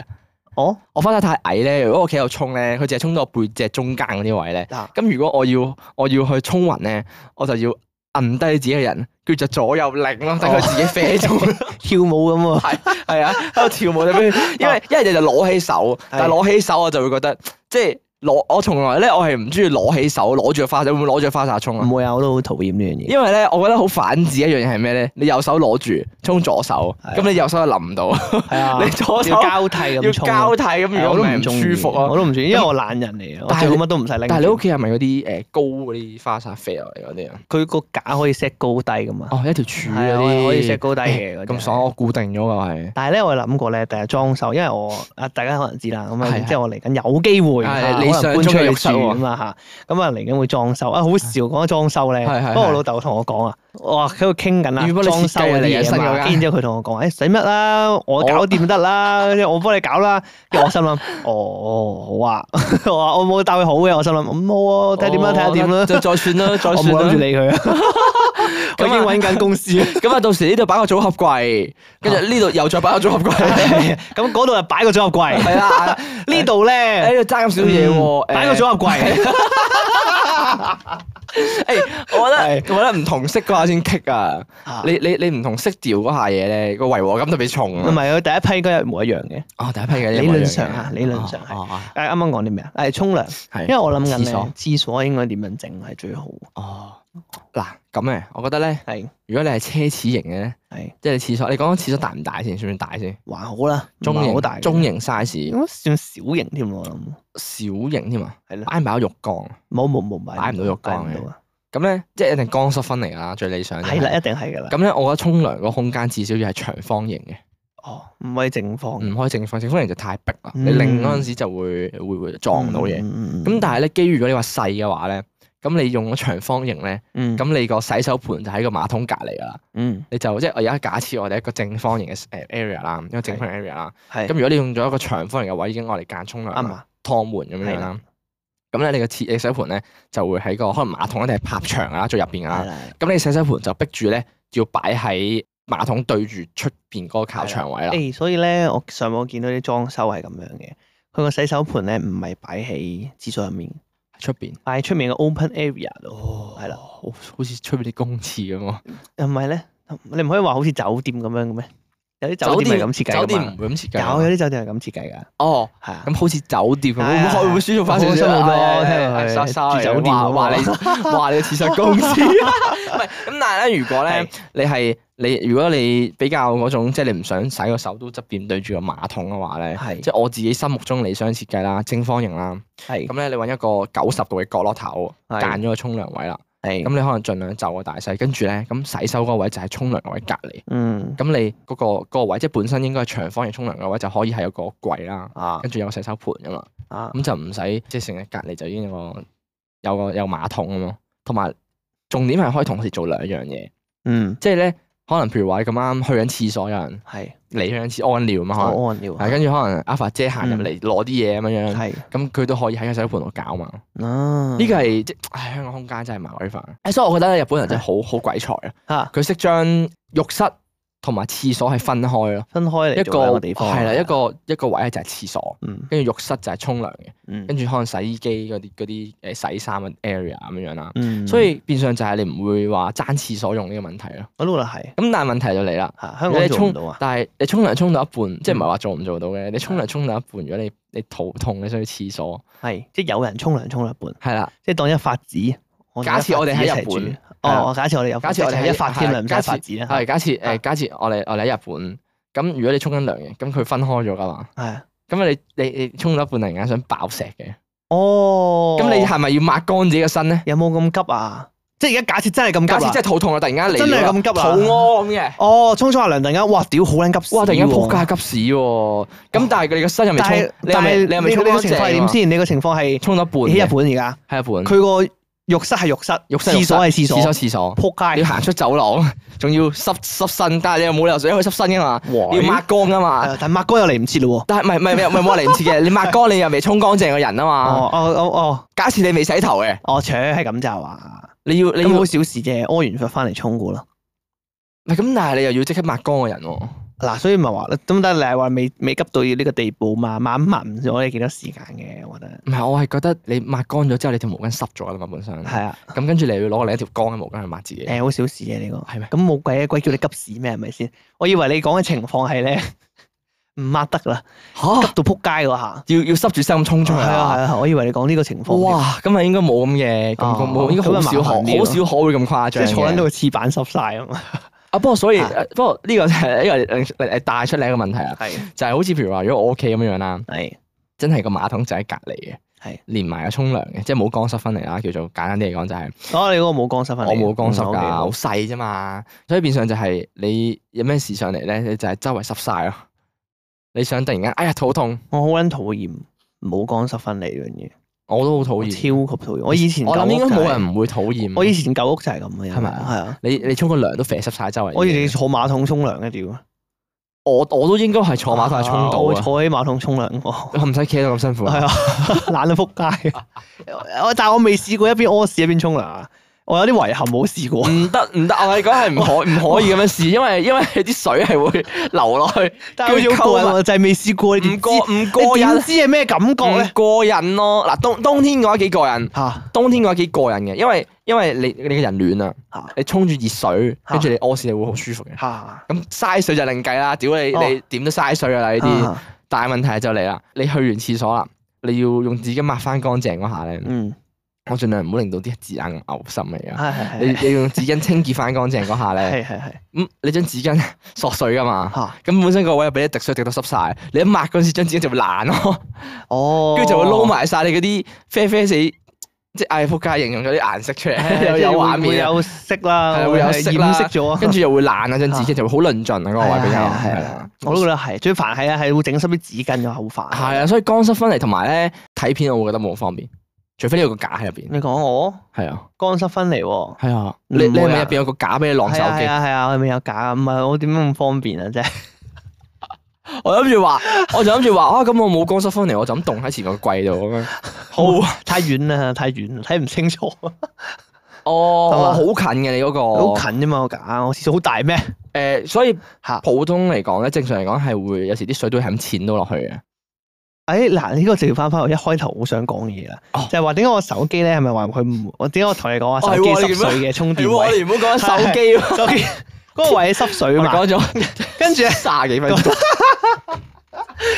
[SPEAKER 1] 哦，
[SPEAKER 2] 我花灑太矮咧，如果我企喺度沖咧，佢淨係沖到我背脊中間嗰啲位咧，
[SPEAKER 1] 嗱，
[SPEAKER 2] 咁如果我要我要去沖暈咧，我就要摁低自己嘅人，跟住就左右擰咯，等佢自己
[SPEAKER 1] 哦
[SPEAKER 2] 啡咗。
[SPEAKER 1] [LAUGHS] 跳舞咁喎。
[SPEAKER 2] 係啊，喺度 [LAUGHS] 跳舞就俾佢，
[SPEAKER 1] 哦
[SPEAKER 2] 因為一係你就攞起手，但係攞起手我就會覺得，即係攞我從來咧我係唔中意攞起手攞住個花灑，會唔會攞住個花灑沖啊？
[SPEAKER 1] 唔會啊，我都好討厭呢樣嘢。
[SPEAKER 2] 因為咧，我覺得好反智一樣嘢係咩咧？你右手攞住沖左手，
[SPEAKER 1] 係啊
[SPEAKER 2] 咁你右手就淋唔到，
[SPEAKER 1] 係啊，
[SPEAKER 2] 你左手
[SPEAKER 1] 要交替
[SPEAKER 2] 要
[SPEAKER 1] 咁沖啊。
[SPEAKER 2] 交替咁，如
[SPEAKER 1] 我
[SPEAKER 2] 果
[SPEAKER 1] 都
[SPEAKER 2] 唔係
[SPEAKER 1] 唔中意
[SPEAKER 2] 唔舒服啊
[SPEAKER 1] 我。都唔中意，因為我懶人嚟嘅，我
[SPEAKER 2] 但係
[SPEAKER 1] 最好
[SPEAKER 2] 你
[SPEAKER 1] 乜都唔使拎住。
[SPEAKER 2] 但係你屋企係咪嗰啲誒高嗰啲花灑飛落嚟嗰啲啊？
[SPEAKER 1] 佢個架可以 set 高低噶嘛？
[SPEAKER 2] 哦，一條柱
[SPEAKER 1] 係
[SPEAKER 2] 嗰
[SPEAKER 1] 啊可以
[SPEAKER 2] 啲哎
[SPEAKER 1] set 高低嘅嗰啲
[SPEAKER 2] 咁爽，我固定咗㗎係。
[SPEAKER 1] 但係咧，我諗過咧，第日裝修，因為我啊，大家可能知啦，咁啊，
[SPEAKER 2] 係
[SPEAKER 1] 即係我嚟緊有機會
[SPEAKER 2] 係
[SPEAKER 1] 啊
[SPEAKER 2] 理
[SPEAKER 1] 可能搬
[SPEAKER 2] 想中
[SPEAKER 1] 出
[SPEAKER 2] 嘅
[SPEAKER 1] 去
[SPEAKER 2] 浴室
[SPEAKER 1] 住
[SPEAKER 2] 喎
[SPEAKER 1] 啊嘛嚇，咁啊嚟緊會裝修啊，好笑講緊裝修咧
[SPEAKER 2] 係係，
[SPEAKER 1] 不過我
[SPEAKER 2] 係
[SPEAKER 1] 老豆同我講啊，哇喺度傾緊啦，
[SPEAKER 2] 要幫你
[SPEAKER 1] 裝修嗰
[SPEAKER 2] 設計啊
[SPEAKER 1] 啲
[SPEAKER 2] 你
[SPEAKER 1] 嘢
[SPEAKER 2] 新嗰
[SPEAKER 1] 嘛，
[SPEAKER 2] 間
[SPEAKER 1] 跟住之後佢同我講，哎誒使乜啦，我搞掂得
[SPEAKER 2] [LAUGHS]
[SPEAKER 1] 啦，即係我幫你搞啦，跟住我心諗，哦好啊， [LAUGHS] 我話我冇答佢好嘅，我心諗，嗯好啊，睇下點啦，睇下點啦，
[SPEAKER 2] 哦就再算啦，
[SPEAKER 1] [LAUGHS]
[SPEAKER 2] 再
[SPEAKER 1] 我
[SPEAKER 2] 算
[SPEAKER 1] 冇諗
[SPEAKER 2] 啦 [LAUGHS]
[SPEAKER 1] 住。理佢啊，我已經揾緊公司， [LAUGHS]
[SPEAKER 2] 咁啊，到時呢度擺個組合櫃，跟
[SPEAKER 1] 啊
[SPEAKER 2] 住呢度又再擺個組合櫃，
[SPEAKER 1] 咁嗰度就擺個組合櫃，
[SPEAKER 2] 係啦，
[SPEAKER 1] 呢度咧嗯
[SPEAKER 2] 喺度嗯爭咁少嘢喎，
[SPEAKER 1] 擺個組合櫃，
[SPEAKER 2] 誒，哎我
[SPEAKER 1] 哎係
[SPEAKER 2] 覺得我覺得唔同色嗰下先棘 [LAUGHS] 啊！
[SPEAKER 1] 你
[SPEAKER 2] 你你你唔同色調嗰下嘢咧，個違和感特別重
[SPEAKER 1] 唔
[SPEAKER 2] 啊！
[SPEAKER 1] 係佢第一批應該一模一樣嘅。
[SPEAKER 2] 哦，第一批嘅哦
[SPEAKER 1] 理論上啊理論上係
[SPEAKER 2] 係
[SPEAKER 1] 誒啱啱講啲咩啊？誒沖涼，因為
[SPEAKER 2] 係
[SPEAKER 1] 我諗緊
[SPEAKER 2] 廁所
[SPEAKER 1] 咧，廁所應該點樣整係最好？
[SPEAKER 2] 哦嗱咁嘅，我覺得咧，
[SPEAKER 1] 係
[SPEAKER 2] 如果你係奢侈型嘅咧，
[SPEAKER 1] 係
[SPEAKER 2] 即係你廁所，你講緊廁所大唔大先，算唔算大先？
[SPEAKER 1] 還好啦，唔
[SPEAKER 2] 中
[SPEAKER 1] 係
[SPEAKER 2] 型
[SPEAKER 1] 好大嘅，
[SPEAKER 2] 中型 size，
[SPEAKER 1] 應該算小型添喎我諗。
[SPEAKER 2] 小型添啊，
[SPEAKER 1] 係咯
[SPEAKER 2] 擺唔擺到浴缸？
[SPEAKER 1] 冇冇冇買
[SPEAKER 2] 擺唔到浴缸
[SPEAKER 1] 買唔
[SPEAKER 2] 嘅
[SPEAKER 1] 到啊！
[SPEAKER 2] 咁咧，即係一定乾濕分離啦，最理想就係
[SPEAKER 1] 係啦，一定係㗎啦。
[SPEAKER 2] 咁咧，我覺得沖涼個空間至少要係長方形嘅，
[SPEAKER 1] 哦，唔係正方，
[SPEAKER 2] 唔可以正方形，正方形就太逼啦，
[SPEAKER 1] 嗯
[SPEAKER 2] 你擰嗰陣時就會會會撞到嘢。咁
[SPEAKER 1] 咁
[SPEAKER 2] 但係咧，基於如果你話細嘅話咧，咁你用咗長方形咧，
[SPEAKER 1] 但
[SPEAKER 2] 咁你個洗手盆就喺個馬桶隔離噶啦，
[SPEAKER 1] 嗯
[SPEAKER 2] 你就即係我而家假設我哋一個正方形嘅誒 area 啦，一個正方形 area 啦，
[SPEAKER 1] 係
[SPEAKER 2] 咁如果你用咗一個長方形嘅位，已經我哋間沖涼
[SPEAKER 1] 啱
[SPEAKER 2] 啦、
[SPEAKER 1] 啊，
[SPEAKER 2] 湯門咁樣樣啦，咁咧你個廁你洗手盆咧就會喺個可能馬桶一定係拍牆㗎啦，最入邊㗎啦
[SPEAKER 1] 係。啦，
[SPEAKER 2] 咁你洗手盆就逼住咧，要擺喺馬桶對住出邊嗰個靠牆位啦。
[SPEAKER 1] 誒，所以咧，我上網見到啲裝修係咁樣嘅，佢個洗手盆咧唔係擺喺廁所入面，
[SPEAKER 2] 出邊
[SPEAKER 1] 擺喺出面嘅 open area 度，係啦，
[SPEAKER 2] 好好似出邊啲公廁咁啊喎。
[SPEAKER 1] 又唔係咧，你唔可以話好似酒店咁樣嘅咩？有啲酒店係咁設計
[SPEAKER 2] 酒
[SPEAKER 1] 㗎
[SPEAKER 2] 店
[SPEAKER 1] 嘛
[SPEAKER 2] 唔會咁設計㗎嘛。
[SPEAKER 1] 有有啲酒店係咁設計㗎，
[SPEAKER 2] 哦，
[SPEAKER 1] 係啊。
[SPEAKER 2] 咁好似酒店咁，
[SPEAKER 1] 係啊
[SPEAKER 2] 會唔會會唔會舒服翻少少
[SPEAKER 1] 好好
[SPEAKER 2] 啊
[SPEAKER 1] 多
[SPEAKER 2] 係
[SPEAKER 1] 聽落
[SPEAKER 2] 係
[SPEAKER 1] 去
[SPEAKER 2] 係 sorry，
[SPEAKER 1] 住酒店
[SPEAKER 2] 話
[SPEAKER 1] 喎
[SPEAKER 2] 啊話你 [LAUGHS] 話你嘅廁所公廁。 [LAUGHS] 唔係咁，但係咧，如果咧
[SPEAKER 1] 係
[SPEAKER 2] 你係你，如果你比較嗰種即係你唔想洗個手都側邊對住個馬桶嘅話咧，
[SPEAKER 1] 係
[SPEAKER 2] 即係我自己心目中理想設計啦，正方形啦。
[SPEAKER 1] 係
[SPEAKER 2] 咁咧，你揾一個九十度嘅角落頭，
[SPEAKER 1] 係
[SPEAKER 2] 間咗個沖涼位啦。
[SPEAKER 1] 係
[SPEAKER 2] 咁你可能盡量就個大細，跟住咧，咁洗手嗰個位就係沖涼位隔離。
[SPEAKER 1] 嗯
[SPEAKER 2] 咁你嗰、個嗰個位，即係本身應該係長方形沖涼嘅位，就可以係有個櫃啦，
[SPEAKER 1] 啊
[SPEAKER 2] 跟住有個洗手盆噶嘛。
[SPEAKER 1] 啊
[SPEAKER 2] 咁就唔使即係成日隔離就已經有個有個有馬桶咁咯。同埋重點係可以同時做兩樣嘢，
[SPEAKER 1] 嗯
[SPEAKER 2] 即係咧可能譬如話你咁啱去緊廁所，有人
[SPEAKER 1] 係
[SPEAKER 2] 嚟去緊廁所屙緊尿咁啊，
[SPEAKER 1] 我按尿
[SPEAKER 2] 可能係跟住可能阿發姐行入嚟攞啲嘢咁樣樣，
[SPEAKER 1] 哦係
[SPEAKER 2] 咁佢都可以喺個洗手盆度搞嘛。
[SPEAKER 1] 啊
[SPEAKER 2] 呢個係即係唉香港空間真係麻鬼煩。誒，所以我覺得咧，日本人真係好好鬼才啊！
[SPEAKER 1] 嚇
[SPEAKER 2] 佢識將浴室同埋廁所係分開咯，
[SPEAKER 1] 分開
[SPEAKER 2] 一
[SPEAKER 1] 嚟做兩
[SPEAKER 2] 個
[SPEAKER 1] 個地方啊
[SPEAKER 2] 係啦，一個一個位咧就係廁所，
[SPEAKER 1] 嗯
[SPEAKER 2] 跟住浴室就係沖涼嘅，
[SPEAKER 1] 嗯
[SPEAKER 2] 跟住可能洗衣機嗰啲嗰啲誒洗衫嘅 area 咁樣樣啦。
[SPEAKER 1] 嗯
[SPEAKER 2] 所以變相就係你唔會話爭廁所用呢個問題咯。
[SPEAKER 1] 我都覺得係
[SPEAKER 2] 咁但係問題就嚟啦，
[SPEAKER 1] 嚇
[SPEAKER 2] 如
[SPEAKER 1] 香
[SPEAKER 2] 果
[SPEAKER 1] 港
[SPEAKER 2] 你
[SPEAKER 1] 做唔
[SPEAKER 2] 沖
[SPEAKER 1] 到啊，
[SPEAKER 2] 但係你沖涼沖到一
[SPEAKER 1] 嗯
[SPEAKER 2] 半，即係唔係話做唔做到嘅？你沖涼沖到一半，如果你你肚痛你想去廁所，
[SPEAKER 1] 係即係有人沖涼沖一半，
[SPEAKER 2] 係啦，
[SPEAKER 1] 即係當一發子。
[SPEAKER 2] 假設我哋喺
[SPEAKER 1] 一齊
[SPEAKER 2] 日本啊
[SPEAKER 1] 住哦，假設我哋有，
[SPEAKER 2] 假設我哋喺
[SPEAKER 1] 一發添
[SPEAKER 2] 係
[SPEAKER 1] 兩唔
[SPEAKER 2] 假
[SPEAKER 1] 使
[SPEAKER 2] 設
[SPEAKER 1] 發子啦，
[SPEAKER 2] 係
[SPEAKER 1] 係
[SPEAKER 2] 假設
[SPEAKER 1] 啊
[SPEAKER 2] 誒，假設我哋我哋喺日本，咁如果你沖緊涼嘅，咁佢分開咗噶嘛，
[SPEAKER 1] 係
[SPEAKER 2] 咁你你你沖到一半突然間想爆石嘅，
[SPEAKER 1] 哦，
[SPEAKER 2] 咁你係咪要抹乾自己嘅身咧？
[SPEAKER 1] 有冇咁急啊？即係而家假設真係咁急
[SPEAKER 2] 假
[SPEAKER 1] 啊
[SPEAKER 2] 設真係肚痛啊，突然間嚟
[SPEAKER 1] 真係
[SPEAKER 2] 咗啦
[SPEAKER 1] 咁急啊
[SPEAKER 2] 肚屙咁嘅，
[SPEAKER 1] 哦，沖沖下涼，突然間哇屌好撚急，
[SPEAKER 2] 哇！突然間撲街急屎喎，咁但係佢哋個身又未
[SPEAKER 1] 但
[SPEAKER 2] 沖
[SPEAKER 1] 係，
[SPEAKER 2] 你係
[SPEAKER 1] 啊但
[SPEAKER 2] 咪
[SPEAKER 1] 係
[SPEAKER 2] 你係咪
[SPEAKER 1] 你
[SPEAKER 2] 沖
[SPEAKER 1] 你個
[SPEAKER 2] 乾
[SPEAKER 1] 情況係
[SPEAKER 2] 淨
[SPEAKER 1] 點
[SPEAKER 2] 啊？
[SPEAKER 1] 先？你個情況係
[SPEAKER 2] 沖到一半
[SPEAKER 1] 喺
[SPEAKER 2] 嘅
[SPEAKER 1] 日本而家，
[SPEAKER 2] 喺日本，
[SPEAKER 1] 佢個浴室係浴室，
[SPEAKER 2] 浴室
[SPEAKER 1] 廁所係
[SPEAKER 2] 浴
[SPEAKER 1] 廁
[SPEAKER 2] 室
[SPEAKER 1] 所
[SPEAKER 2] 廁，所廁所，
[SPEAKER 1] 撲街
[SPEAKER 2] 你要行出走廊， [LAUGHS] 仲要濕濕身，但係你又冇理由想去濕身噶嘛，
[SPEAKER 1] 哇
[SPEAKER 2] 要抹乾噶嘛。
[SPEAKER 1] 係但抹哥又嚟唔切咯喎。
[SPEAKER 2] 但係唔係唔係唔係冇話嚟唔切
[SPEAKER 1] [LAUGHS]
[SPEAKER 2] 嘅，你抹乾你又未沖乾淨個人啊嘛。
[SPEAKER 1] 哦哦哦
[SPEAKER 2] 假設你未洗頭嘅，
[SPEAKER 1] 哦，我扯係咁就話，
[SPEAKER 2] 你要你
[SPEAKER 1] 你
[SPEAKER 2] 要
[SPEAKER 1] 好
[SPEAKER 2] 唔
[SPEAKER 1] 小事啫，屙完就翻嚟沖過啦。
[SPEAKER 2] 係咁，但係你又要即刻抹乾個人喎。
[SPEAKER 1] 嗱，所以咪話咁，但係你係話未未急到要呢個地步嘛，慢慢慢咗你幾多時間嘅，我覺得
[SPEAKER 2] 唔係，我係覺得你抹乾咗之後，你條毛巾濕咗啦嘛，本身。
[SPEAKER 1] 係啊，
[SPEAKER 2] 咁跟住你要攞另一條乾嘅毛巾去抹自己。
[SPEAKER 1] 誒好小事嘅呢個，
[SPEAKER 2] 係咩？
[SPEAKER 1] 咁冇鬼啊，鬼叫你急屎咩係咪先？我以為你講嘅情況係咧 [LAUGHS] 唔抹得啦，
[SPEAKER 2] 嚇！
[SPEAKER 1] 急到撲街嗰下，
[SPEAKER 2] 要要濕住哦身咁衝出
[SPEAKER 1] 係
[SPEAKER 2] 去
[SPEAKER 1] 啊係
[SPEAKER 2] 啊！
[SPEAKER 1] 啊，我以為你講呢個情況，
[SPEAKER 2] 哇！咁啊應該冇咁嘅，咁咁
[SPEAKER 1] 哦
[SPEAKER 2] 冇應該
[SPEAKER 1] 咁啊
[SPEAKER 2] 好少可
[SPEAKER 1] 麻煩啲咯
[SPEAKER 2] 好少可會咁誇
[SPEAKER 1] 即
[SPEAKER 2] 張
[SPEAKER 1] 係坐
[SPEAKER 2] 嘅
[SPEAKER 1] 撚到個廁板濕晒啊嘛，
[SPEAKER 2] 啊！不過所以
[SPEAKER 1] 啊
[SPEAKER 2] 不過呢個就係因為誒帶出另一個問題啊，
[SPEAKER 1] 係
[SPEAKER 2] 就係好似譬如話，如果我屋企咁樣樣啦，
[SPEAKER 1] 係
[SPEAKER 2] 真係個馬桶就喺隔離嘅，
[SPEAKER 1] 係，
[SPEAKER 2] 連埋個沖涼嘅，即係冇乾濕分離啦，叫做簡單啲嚟講就係。
[SPEAKER 1] 哦你嗰個冇乾濕翻嚟，
[SPEAKER 2] 我冇乾濕
[SPEAKER 1] 嗯
[SPEAKER 2] 㗎，好
[SPEAKER 1] ，OK，
[SPEAKER 2] 細啫嘛，所以變相就係你有咩事上嚟咧，你就係周圍濕晒咯。你想突然間，哎呀肚痛，
[SPEAKER 1] 我好撚討厭冇乾濕分離呢樣嘢，
[SPEAKER 2] 我都好討
[SPEAKER 1] 我超
[SPEAKER 2] 厭。
[SPEAKER 1] 級討厭，我以前
[SPEAKER 2] 我
[SPEAKER 1] 舊
[SPEAKER 2] 諗
[SPEAKER 1] 屋
[SPEAKER 2] 應該
[SPEAKER 1] 就係
[SPEAKER 2] 冇人唔會討厭。
[SPEAKER 1] 我以前舊屋就係咁嘅，
[SPEAKER 2] 係咪啊
[SPEAKER 1] 係啊。
[SPEAKER 2] 你你沖個涼都啡濕晒周圍。
[SPEAKER 1] 我以前坐馬桶沖涼嘅屌，
[SPEAKER 2] 我我都應該係坐馬桶係沖
[SPEAKER 1] 啊我會
[SPEAKER 2] 到
[SPEAKER 1] 坐喺馬桶沖涼喎， [LAUGHS]
[SPEAKER 2] 啊，唔使企喺度咁辛苦
[SPEAKER 1] [LAUGHS]
[SPEAKER 2] 啊。
[SPEAKER 1] 係啊，懶到仆街。我但係我未試過一邊屙屎一邊沖涼啊！我有啲遺憾冇試過，
[SPEAKER 2] 唔得唔得，我哋講係
[SPEAKER 1] [LAUGHS]
[SPEAKER 2] 唔可唔可以咁樣試，因為因為啲水係會流落去，
[SPEAKER 1] 但係要過癮喎，就係未試過，你
[SPEAKER 2] 啊唔
[SPEAKER 1] 點知
[SPEAKER 2] 過唔
[SPEAKER 1] 你
[SPEAKER 2] 過
[SPEAKER 1] 點
[SPEAKER 2] 癮，嗯
[SPEAKER 1] 知係咩感覺
[SPEAKER 2] 唔
[SPEAKER 1] 咧？
[SPEAKER 2] 過癮咯。嗱，冬冬天嘅話幾過癮，
[SPEAKER 1] 嚇
[SPEAKER 2] 冬天嘅話幾過癮嘅，因為因為你你個人暖啊，
[SPEAKER 1] 嚇
[SPEAKER 2] 你沖住熱水，
[SPEAKER 1] 嚇
[SPEAKER 2] 跟住你屙屎你會好舒服嘅。
[SPEAKER 1] 嚇
[SPEAKER 2] 咁嘥水就另計啦，屌你
[SPEAKER 1] 哦啊
[SPEAKER 2] 你點都嘥水噶啦呢啲。
[SPEAKER 1] 啲
[SPEAKER 2] 但係問題就嚟啦，你去完廁所啦，你要用紙巾抹翻乾淨嗰下咧，
[SPEAKER 1] 嗯
[SPEAKER 2] 我盡量唔好令到啲字眼咁嘔心嚟㗎。
[SPEAKER 1] 係係
[SPEAKER 2] 嗯你
[SPEAKER 1] 係
[SPEAKER 2] 你用紙巾清潔翻乾淨嗰下咧，
[SPEAKER 1] 係係係
[SPEAKER 2] 咁你張紙巾 [LAUGHS] 索水㗎嘛，
[SPEAKER 1] 嚇
[SPEAKER 2] 咁本身個位俾啲滴水滴到濕晒，你一抹嗰陣時張紙巾就會爛咯，
[SPEAKER 1] 哦，
[SPEAKER 2] 跟住就會撈埋晒你嗰啲啡啡死，即係唉仆街形容咗啲顏色出嚟， [LAUGHS] 又有畫
[SPEAKER 1] 會
[SPEAKER 2] 面啊，
[SPEAKER 1] 有色啦，
[SPEAKER 2] 係會有色啦
[SPEAKER 1] 掩飾咗啊，
[SPEAKER 2] 跟住又會爛啊張紙巾，就會好論盡啊嗰個位比
[SPEAKER 1] 係啊係
[SPEAKER 2] 較
[SPEAKER 1] 啊
[SPEAKER 2] 係
[SPEAKER 1] 係
[SPEAKER 2] 啊
[SPEAKER 1] 啊，我都覺得係最煩係啊，係會整濕啲紙巾又好煩。
[SPEAKER 2] 係啊，所以乾濕分離同埋咧睇片我會覺得冇咁方便，除非你有個架喺入邊，
[SPEAKER 1] 你講我
[SPEAKER 2] 係啊
[SPEAKER 1] 乾濕分離喎，
[SPEAKER 2] 係啊，
[SPEAKER 1] 嗯唔
[SPEAKER 2] 你你係
[SPEAKER 1] 會
[SPEAKER 2] 咪
[SPEAKER 1] 啊
[SPEAKER 2] 入邊有個架俾你晾手
[SPEAKER 1] 係啊係
[SPEAKER 2] 機？
[SPEAKER 1] 啊係啊，我咪有假，唔係我點樣咁方便啊？真係
[SPEAKER 2] 我諗住話，我就諗住話啊，咁我冇乾濕分離，我就咁凍喺前面個櫃度咁樣，
[SPEAKER 1] [LAUGHS]
[SPEAKER 2] 好。啊
[SPEAKER 1] 啊太遠啦，太遠啦，睇唔清楚，
[SPEAKER 2] 哦，好近嘅你嗰個，
[SPEAKER 1] 好近啫嘛個架，我廁所好大咩？
[SPEAKER 2] 誒，所以
[SPEAKER 1] 嚇
[SPEAKER 2] 普通嚟講咧，正常嚟講係會有時啲水都係咁濺到落去嘅。
[SPEAKER 1] 誒哎嗱，呢個就要翻返我一開頭好想講嘅嘢啦
[SPEAKER 2] 哦，
[SPEAKER 1] 就係話點解我手機咧係咪話佢唔？我點解我同你講話手機
[SPEAKER 2] 哦係喎
[SPEAKER 1] 濕
[SPEAKER 2] 啊你點樣
[SPEAKER 1] 水嘅充電位，
[SPEAKER 2] 哋唔好講
[SPEAKER 1] 手
[SPEAKER 2] 機喎，
[SPEAKER 1] 手機嗰個位濕水啊
[SPEAKER 2] 我
[SPEAKER 1] 嘛，
[SPEAKER 2] 講咗
[SPEAKER 1] 跟住咧。
[SPEAKER 2] 卅幾分 [LAUGHS] 鐘，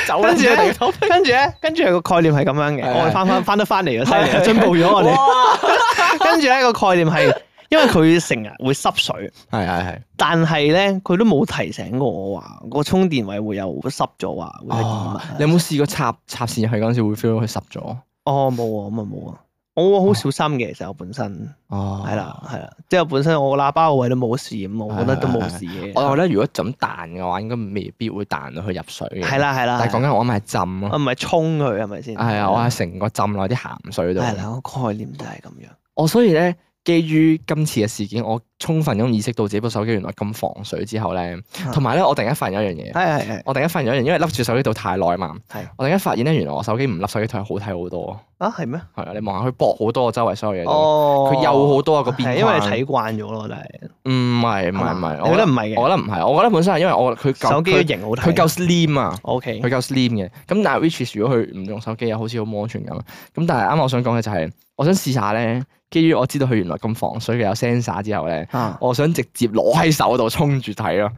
[SPEAKER 2] 走
[SPEAKER 1] 跟住
[SPEAKER 2] 啦
[SPEAKER 1] 咧，跟住咧，跟住個概念係咁樣
[SPEAKER 2] 係
[SPEAKER 1] 嘅，我哋
[SPEAKER 2] 係
[SPEAKER 1] 翻翻翻得翻嚟嘅，犀利
[SPEAKER 2] 係
[SPEAKER 1] 啊，
[SPEAKER 2] 係
[SPEAKER 1] 進步咗我哋。
[SPEAKER 2] 哇
[SPEAKER 1] 跟住咧個概念係，因為佢成日會濕水，
[SPEAKER 2] 係係係，
[SPEAKER 1] 但係咧佢都冇提醒過我話個充電位會有濕咗啊，會有異物
[SPEAKER 2] 哦
[SPEAKER 1] 啊。，
[SPEAKER 2] 你有冇試過插插線入去嗰陣時會 feel 到佢濕咗？
[SPEAKER 1] 哦，冇啊，咁啊冇啊。我好小心嘅，其實我本身
[SPEAKER 2] 哦，
[SPEAKER 1] 係啦，係啦，即係我本身我個喇叭個位都冇事咁，我覺得都冇事嘅。
[SPEAKER 2] 我覺得如果就咁彈嘅話，應該未必會彈到佢入水嘅。
[SPEAKER 1] 係，啦係啦，
[SPEAKER 2] 但係講緊我啱啱係浸
[SPEAKER 1] 我
[SPEAKER 2] 咯，
[SPEAKER 1] 唔係沖佢係咪先？
[SPEAKER 2] 係啊，我係成個浸落啲鹹水度。
[SPEAKER 1] 係啦，個概念就係咁樣。
[SPEAKER 2] 我所以咧，基於今次嘅事件，我充分咁意識到自己部手機原來咁防水之後咧，同埋咧，我突然間發現一樣嘢，
[SPEAKER 1] 啊係係係
[SPEAKER 2] 我突然間發現一樣嘢，因為笠住手機度太耐嘛，
[SPEAKER 1] 係
[SPEAKER 2] 我突然間發現咧，原來我手機唔笠手機套係好睇好多，
[SPEAKER 1] 啊，係咩？
[SPEAKER 2] 係啊，你望下佢薄好多，周圍所有嘢都，
[SPEAKER 1] 哦，
[SPEAKER 2] 佢幼好多啊個
[SPEAKER 1] 係
[SPEAKER 2] 邊
[SPEAKER 1] 因為你
[SPEAKER 2] 框，
[SPEAKER 1] 睇慣咗咯，但係
[SPEAKER 2] 唔係唔係唔係，
[SPEAKER 1] 你
[SPEAKER 2] 我
[SPEAKER 1] 覺
[SPEAKER 2] 覺
[SPEAKER 1] 得
[SPEAKER 2] 得
[SPEAKER 1] 唔係嘅，
[SPEAKER 2] 我覺得唔係，我覺得本身係因為我佢夠
[SPEAKER 1] 手機
[SPEAKER 2] 佢
[SPEAKER 1] 嘅型好睇，
[SPEAKER 2] 佢夠 slim 啊。
[SPEAKER 1] O K，
[SPEAKER 2] 佢夠 slim 嘅，咁但係 which is 如果佢唔用手機又啊好似好冇安全感。咁但係啱啱我想講嘅就係、我想試下咧，基於我知道佢原來咁防水嘅有 sensor 之後咧，
[SPEAKER 1] 啊，
[SPEAKER 2] 我想直接攞喺手度衝住睇咯，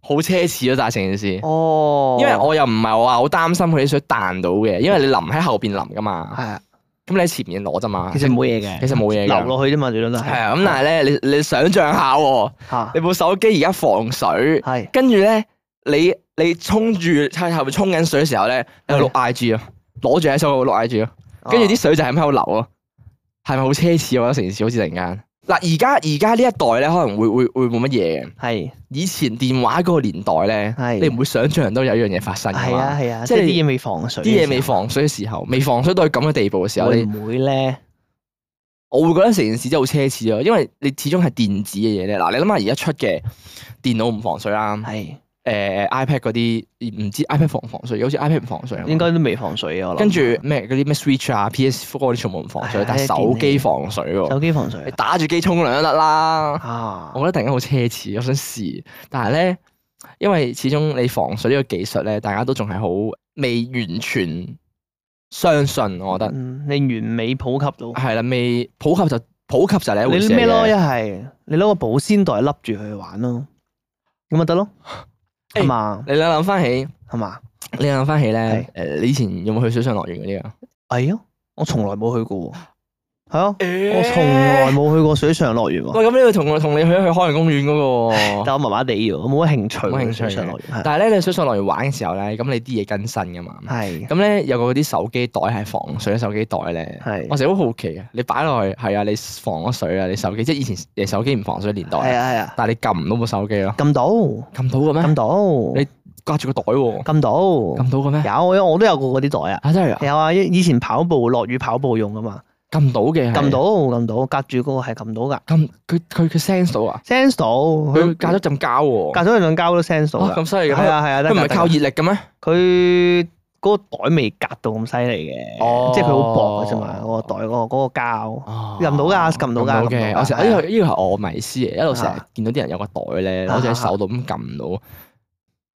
[SPEAKER 2] 好奢侈咯，但係成件事。
[SPEAKER 1] 哦，
[SPEAKER 2] 因為我又唔係話好擔心佢啲水彈到嘅，因為你淋喺後邊淋噶嘛，
[SPEAKER 1] 係啊，
[SPEAKER 2] 咁你喺前面攞啫嘛。
[SPEAKER 1] 其實冇嘢嘅，
[SPEAKER 2] 啊其實冇嘢
[SPEAKER 1] 流
[SPEAKER 2] 㗎。
[SPEAKER 1] 落去啫嘛，最多都
[SPEAKER 2] 係
[SPEAKER 1] 係
[SPEAKER 2] 啊，咁但係咧，你你想象下喎，
[SPEAKER 1] 嚇
[SPEAKER 2] 你部手機而家防水，
[SPEAKER 1] 係
[SPEAKER 2] 跟住咧，你你衝住喺後面衝緊水嘅時候咧，
[SPEAKER 1] 嗯
[SPEAKER 2] 你去碌 I G 啊，攞住喺手度碌 I G 咯，
[SPEAKER 1] 哦
[SPEAKER 2] 跟住啲水就係咁喺度流咯，係咪好奢侈啊？我覺得成件事好似突然間。嗱，而家而家呢一代咧，可能會會會冇乜嘢嘅。
[SPEAKER 1] 哦係
[SPEAKER 2] 以前電話嗰個年代
[SPEAKER 1] 係
[SPEAKER 2] 咧，你唔會想象到有一樣嘢發生㗎
[SPEAKER 1] 係啊
[SPEAKER 2] 嘛。
[SPEAKER 1] 係啊，
[SPEAKER 2] 即
[SPEAKER 1] 即
[SPEAKER 2] 係
[SPEAKER 1] 係
[SPEAKER 2] 你
[SPEAKER 1] 啲嘢未防水
[SPEAKER 2] 啲
[SPEAKER 1] 嘅時候，
[SPEAKER 2] 嘢未防水嘅時候，未防水到咁嘅地步嘅時候，
[SPEAKER 1] 會
[SPEAKER 2] 你
[SPEAKER 1] 唔會咧？
[SPEAKER 2] 我會覺得成件事真係好奢侈啊咯，因為你始終係電子嘅嘢咧。嗱，你諗下而家出嘅電腦唔防水啦，
[SPEAKER 1] 係
[SPEAKER 2] 誒呃 iPad 嗰啲唔知 iPad 防唔防水，好似 iPad 唔防水啊嘛。
[SPEAKER 1] 應該都未防水嘅，我諗
[SPEAKER 2] 跟住咩嗰啲咩 Switch 啊、PS4 嗰啲全部唔防水，
[SPEAKER 1] 係
[SPEAKER 2] 但係手機防水喎。
[SPEAKER 1] 手機防水
[SPEAKER 2] 你打住機沖涼都得啦。
[SPEAKER 1] 啊
[SPEAKER 2] 我，覺得突然間好奢侈，我想試，但係咧，因為始終你防水呢個技術咧，大家都仲係好未完全相信，我覺得
[SPEAKER 1] 嗯你完美普及到，
[SPEAKER 2] 係啦，未普及就普及就係另一回事
[SPEAKER 1] 你
[SPEAKER 2] 嚟
[SPEAKER 1] 咩咯？一
[SPEAKER 2] 嘅。
[SPEAKER 1] 係你攞個保鮮袋笠住佢去玩咯，咁咪得
[SPEAKER 2] [LAUGHS]
[SPEAKER 1] 咯，係嘛
[SPEAKER 2] 你諗諗翻起，
[SPEAKER 1] 係嘛？
[SPEAKER 2] 你諗翻起咧，誒，你以前有冇去水上樂園嗰啲啊？
[SPEAKER 1] 係啊，我從來冇去過
[SPEAKER 2] [LAUGHS]
[SPEAKER 1] 喎。係啊，我從來冇去過水上樂園
[SPEAKER 2] [LAUGHS]
[SPEAKER 1] 喎。
[SPEAKER 2] 喂，咁呢個同我同你去一去海洋公園嗰個喎。
[SPEAKER 1] 但我麻麻地喎，我冇乜興趣
[SPEAKER 2] 冇
[SPEAKER 1] 喎。
[SPEAKER 2] 興趣
[SPEAKER 1] 水上樂園係
[SPEAKER 2] 但係咧，你水上樂園玩嘅時候咧，咁你啲嘢更新噶嘛。
[SPEAKER 1] 係
[SPEAKER 2] 咁咧有個嗰啲手機袋係防水嘅手機袋咧，
[SPEAKER 1] 係
[SPEAKER 2] 我成日好好奇啊！你擺落去係啊，你防咗水啊，你手機即係以前誒手機唔防水年代
[SPEAKER 1] 係
[SPEAKER 2] 啊，
[SPEAKER 1] 啊係啊，
[SPEAKER 2] 但係你撳唔到部手機咯，
[SPEAKER 1] 撳到撳
[SPEAKER 2] 撳到嘅咩？
[SPEAKER 1] 到
[SPEAKER 2] 你掛住個袋喎，
[SPEAKER 1] 撳到
[SPEAKER 2] 撳到嘅咩？
[SPEAKER 1] 有，我我都有過嗰啲袋啊。
[SPEAKER 2] 啊真係啊，
[SPEAKER 1] 有啊，以以前跑步落雨跑步用噶嘛，
[SPEAKER 2] 撳到嘅係，
[SPEAKER 1] 撳到撳到，隔住嗰個係撳到噶
[SPEAKER 2] 撳佢佢佢 sense 到啊，
[SPEAKER 1] ，sense 到
[SPEAKER 2] 佢
[SPEAKER 1] 佢
[SPEAKER 2] 隔咗陣膠喎，
[SPEAKER 1] 隔咗兩兩膠都 sense 到
[SPEAKER 2] 啊
[SPEAKER 1] 㗎。
[SPEAKER 2] 咁犀利
[SPEAKER 1] 係
[SPEAKER 2] 嘅咩？
[SPEAKER 1] 啊係啊，得
[SPEAKER 2] 佢唔
[SPEAKER 1] 㗎
[SPEAKER 2] 係靠熱力嘅咩？
[SPEAKER 1] 佢嗰個袋未隔到咁犀利嘅，
[SPEAKER 2] 哦
[SPEAKER 1] 即係佢好薄嘅啫嘛，嗰個袋嗰個嗰個膠。
[SPEAKER 2] 哦
[SPEAKER 1] 撳到㗎撳到㗎撳到
[SPEAKER 2] 嘅。
[SPEAKER 1] 㗎
[SPEAKER 2] 我成
[SPEAKER 1] 係
[SPEAKER 2] 呢個呢個係我迷思嚟，一路成日
[SPEAKER 1] 啊
[SPEAKER 2] 見到啲人有個袋咧，攞住喺
[SPEAKER 1] 啊
[SPEAKER 2] 手度咁撳到。